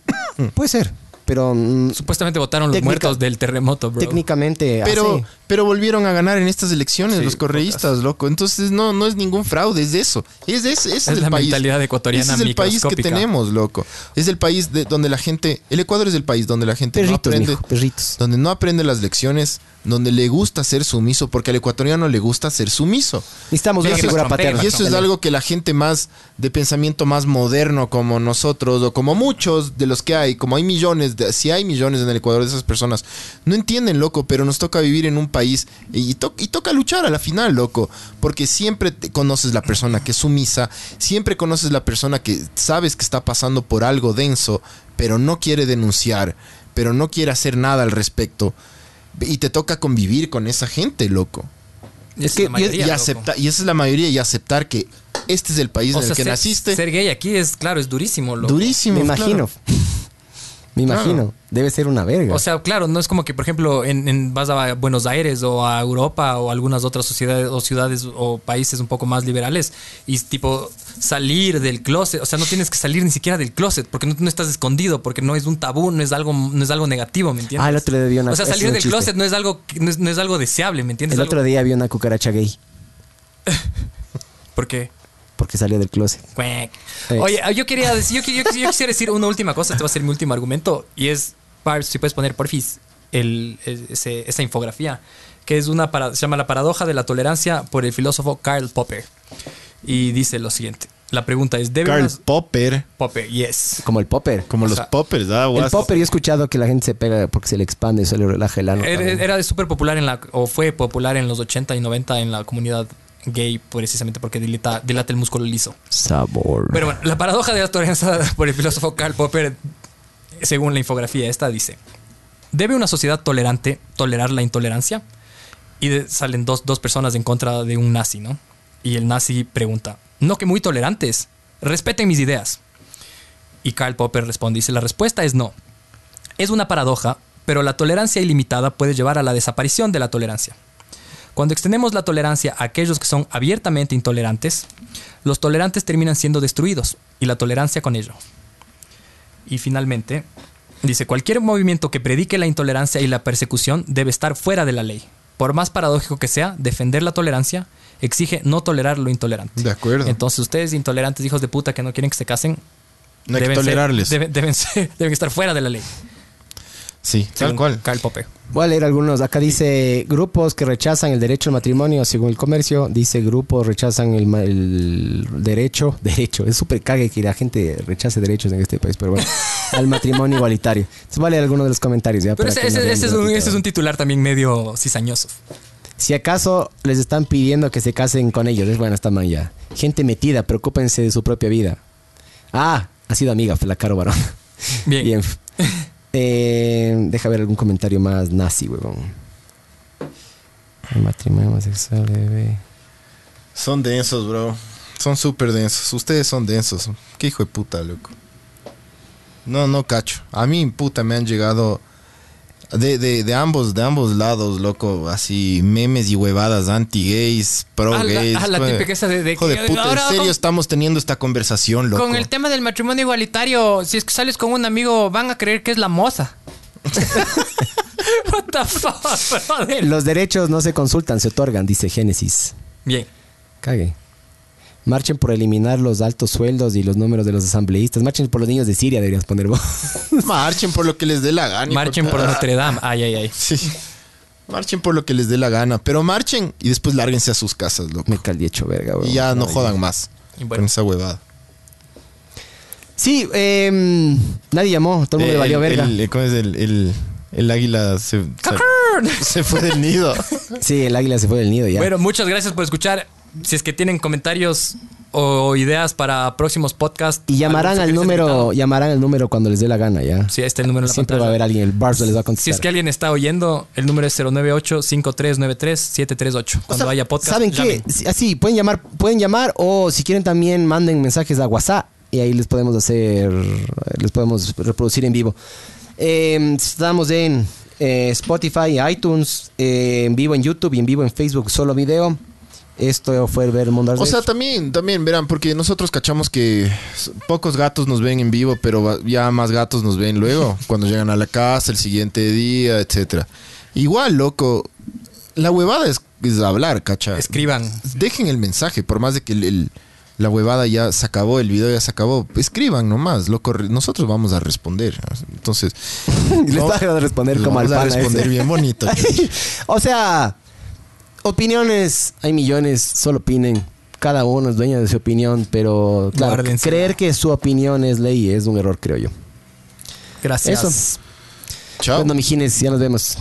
Speaker 2: puede ser, pero mm,
Speaker 3: Supuestamente votaron los
Speaker 2: Técnica-
Speaker 3: muertos del terremoto, bro.
Speaker 2: técnicamente...
Speaker 1: Pero,
Speaker 2: así.
Speaker 1: pero volvieron a ganar en estas elecciones
Speaker 3: Sí,
Speaker 1: los correístas, loco. Entonces, no, no es ningún fraude, es eso. Es, es, es,
Speaker 3: Es
Speaker 1: el
Speaker 3: la
Speaker 1: país.
Speaker 3: mentalidad ecuatoriana
Speaker 1: Ese es el país que
Speaker 3: microscópica.
Speaker 1: tenemos, loco. Es el país de, donde la gente. El Ecuador es el país donde la gente no
Speaker 2: Perritos,
Speaker 1: aprende.
Speaker 2: mijo, perritos.
Speaker 1: donde no aprende las lecciones, donde le gusta ser sumiso, porque al ecuatoriano le gusta ser sumiso.
Speaker 2: Necesitamos
Speaker 3: Sí,
Speaker 2: una
Speaker 3: que
Speaker 2: figura
Speaker 3: nos rompen,
Speaker 2: paterna.
Speaker 1: Y eso es algo que la gente más de pensamiento más moderno como nosotros o como muchos de los que hay, como hay millones, de- si hay millones en el Ecuador de esas personas, no entienden, loco, pero nos toca vivir en un país y, to- y toca luchar a la final, loco, porque siempre te conoces la persona que es sumisa, siempre conoces la persona que sabes que está pasando por algo denso, pero no quiere denunciar, pero no quiere hacer nada al respecto. Y te toca convivir con esa gente, loco
Speaker 3: Es
Speaker 2: que
Speaker 3: la mayoría,
Speaker 1: y,
Speaker 3: loco.
Speaker 1: acepta- y esa es la mayoría y aceptar que este es el país
Speaker 3: O
Speaker 1: en
Speaker 3: sea,
Speaker 1: el que
Speaker 3: ser,
Speaker 1: naciste.
Speaker 3: ser gay aquí es, claro, es durísimo, loco.
Speaker 1: Durísimo.
Speaker 2: Me
Speaker 1: claro.
Speaker 2: imagino. Me imagino. Debe ser una verga.
Speaker 3: O sea, claro, no es como que, por ejemplo, en, en- vas a Buenos Aires o a Europa o a algunas otras sociedades o ciudades o países un poco más liberales y tipo salir del closet, o sea, no tienes que salir ni siquiera del closet porque no, no estás escondido, porque no es un tabú, no es algo, no es algo negativo, ¿me entiendes?
Speaker 2: Ah, el otro día vi una-
Speaker 3: O sea,
Speaker 2: ese es
Speaker 3: salir
Speaker 2: un
Speaker 3: del
Speaker 2: chiste.
Speaker 3: closet no es algo, que- no es, no es algo deseable, ¿me entiendes?
Speaker 2: El
Speaker 3: Algo-
Speaker 2: otro día vi una cucaracha gay
Speaker 3: ¿Por qué?
Speaker 2: porque salió del closet.
Speaker 3: Cuec.
Speaker 2: Sí.
Speaker 3: Oye, ah, yo quería decir, yo, qui- yo, qui- yo quisiera decir una última cosa, este va a ser mi último argumento, y es, par- si puedes poner porfis, el, el- ese- esa infografía, que es una, para- se llama La paradoja de la tolerancia por el filósofo Karl Popper. Y dice lo siguiente, la pregunta es, ¿debe
Speaker 1: Karl
Speaker 3: unas-
Speaker 1: Popper,
Speaker 3: Popper, yes.
Speaker 2: Como el popper.
Speaker 1: como los
Speaker 3: sea,
Speaker 1: poppers, ¿ah?
Speaker 2: El
Speaker 1: guas?
Speaker 2: popper yo he escuchado que la gente se pega porque se le expande y se le relaja el ano.
Speaker 3: Era,
Speaker 2: también.
Speaker 3: era súper popular en la, o fue popular en los 80 y 90 en la comunidad gay precisamente porque dilata, dilata el músculo liso.
Speaker 2: Sabor.
Speaker 3: Pero bueno, la paradoja de la tolerancia por el filósofo Karl Popper, según la infografía esta, dice, ¿debe una sociedad tolerante tolerar la intolerancia? Y de- salen dos, dos personas en contra de un nazi, ¿no? Y el nazi pregunta, no que muy tolerantes, respeten mis ideas. Y Karl Popper responde, dice, la respuesta es no. Es una paradoja, pero la tolerancia ilimitada puede llevar a la desaparición de la tolerancia. Cuando extendemos la tolerancia a aquellos que son abiertamente intolerantes, los tolerantes terminan siendo destruidos y la tolerancia con ello. Y finalmente, dice, cualquier movimiento que predique la intolerancia y la persecución debe estar fuera de la ley. Por más paradójico que sea, defender la tolerancia exige no tolerar lo intolerante.
Speaker 1: De acuerdo.
Speaker 3: Entonces, ustedes intolerantes, hijos de puta que no quieren que se casen,
Speaker 1: no hay que
Speaker 3: deben ser-
Speaker 1: tolerarles.
Speaker 3: deben, deben ser- deben estar fuera de la ley.
Speaker 1: sí, tal
Speaker 3: según
Speaker 1: cual.
Speaker 3: Karl Popper.
Speaker 2: Voy a leer algunos. Acá dice grupos que rechazan el derecho al matrimonio según el comercio. Dice grupos rechazan el, ma- el derecho. Derecho. Es súper cague que la gente rechace derechos en este país, pero bueno. al matrimonio igualitario. Entonces vale alguno de los comentarios. ya,
Speaker 3: Pero
Speaker 2: para
Speaker 3: ese,
Speaker 2: que nos
Speaker 3: ese-
Speaker 2: den
Speaker 3: ese es un,
Speaker 2: ratito.
Speaker 3: ese es un titular también medio cizañoso.
Speaker 2: Si acaso les están pidiendo que se casen con ellos, es bueno, esta man ya. Gente metida, preocúpense de su propia vida. Ah, ha sido amiga, la caro varón.
Speaker 3: Bien.
Speaker 2: Eh, deja ver algún comentario más nazi, huevón. El matrimonio homosexual, bebé.
Speaker 1: Son densos, bro. Son súper densos. Ustedes son densos. Qué hijo de puta, loco. No, no cacho. A mí, puta, me han llegado de, de, de ambos, de ambos lados, loco. Así, memes y huevadas anti-gays,
Speaker 3: Ah, la-
Speaker 1: pro-gays.
Speaker 3: ah, la
Speaker 1: pues.
Speaker 3: típica esa de- de
Speaker 1: Hijo de
Speaker 3: que-
Speaker 1: puta,
Speaker 3: ahora
Speaker 1: en serio
Speaker 3: con-
Speaker 1: estamos teniendo esta conversación, loco.
Speaker 3: Con el tema del matrimonio igualitario, si es que sales con un amigo, van a creer que es la moza. What the fuck, brother?
Speaker 2: Los derechos no se consultan, se otorgan, dice Génesis.
Speaker 3: Bien.
Speaker 2: Cague. Marchen por eliminar los altos sueldos y los números de los asambleístas. Marchen por los niños de Siria, deberías poner vos.
Speaker 1: Marchen por lo que les dé la gana. hijo
Speaker 3: Marchen
Speaker 1: de
Speaker 3: por
Speaker 1: puta.
Speaker 3: Notre Dame. Ay, ay, ay.
Speaker 1: Sí. Marchen por lo que les dé la gana. Pero marchen y después lárguense a sus casas, loco.
Speaker 2: Me caldí hecho verga, huevón.
Speaker 1: Y ya no
Speaker 2: Ay.
Speaker 1: jodan más
Speaker 3: Y bueno.
Speaker 1: con esa huevada.
Speaker 2: Sí, em, nadie llamó, todo el mundo le valió
Speaker 1: El-
Speaker 2: verga.
Speaker 1: el- ¿Cómo es el, el- el águila? se- se-
Speaker 3: fueron.
Speaker 1: Se fue del nido.
Speaker 2: Sí, el águila se fue del nido ya.
Speaker 3: Bueno, muchas gracias por escuchar. Si es que tienen comentarios o ideas para próximos podcasts.
Speaker 2: y llamarán
Speaker 3: algún
Speaker 2: al
Speaker 3: sugerencia
Speaker 2: número,
Speaker 3: invitada.
Speaker 2: llamarán al número cuando les dé la gana, ¿ya?
Speaker 3: Sí, ahí está el número en la
Speaker 2: Siempre va a
Speaker 3: pantalla.
Speaker 2: haber alguien, el Barça les va a contestar.
Speaker 3: Si es que alguien está oyendo, el número es 098-5393-738. Cuando
Speaker 2: O sea,
Speaker 3: haya podcast.
Speaker 2: ¿Saben
Speaker 3: llamen.
Speaker 2: qué? Sí, Así, pueden llamar, pueden llamar o si quieren también manden mensajes a WhatsApp y ahí les podemos hacer, les podemos reproducir en vivo. Eh, estamos en eh, Spotify, iTunes, eh, en vivo en YouTube y en vivo en Facebook, solo video. Esto fue el ver Mundo
Speaker 1: O sea, también, también, verán, porque nosotros cachamos que s- pocos gatos nos ven en vivo, pero va- ya más gatos nos ven luego, cuando llegan a la casa, el siguiente día, etcétera. Igual, loco, la huevada es, es hablar, cacha.
Speaker 3: Escriban.
Speaker 1: Dejen el mensaje, por más de que el- el- la huevada ya se acabó, el video ya se acabó. Escriban nomás, loco, re- nosotros vamos a responder. Entonces,
Speaker 2: y les
Speaker 1: no,
Speaker 2: vas a responder
Speaker 1: les
Speaker 2: como al
Speaker 1: vamos a
Speaker 2: pana
Speaker 1: responder
Speaker 2: ese.
Speaker 1: bien bonito.
Speaker 2: o sea, opiniones hay millones, solo opinen. Cada uno es dueño de su opinión, pero claro,
Speaker 3: Guárdense.
Speaker 2: creer que su opinión es ley es un error, creo yo.
Speaker 3: Gracias.
Speaker 2: Eso.
Speaker 1: Chao.
Speaker 2: Pues Bueno, mijines, ya nos vemos.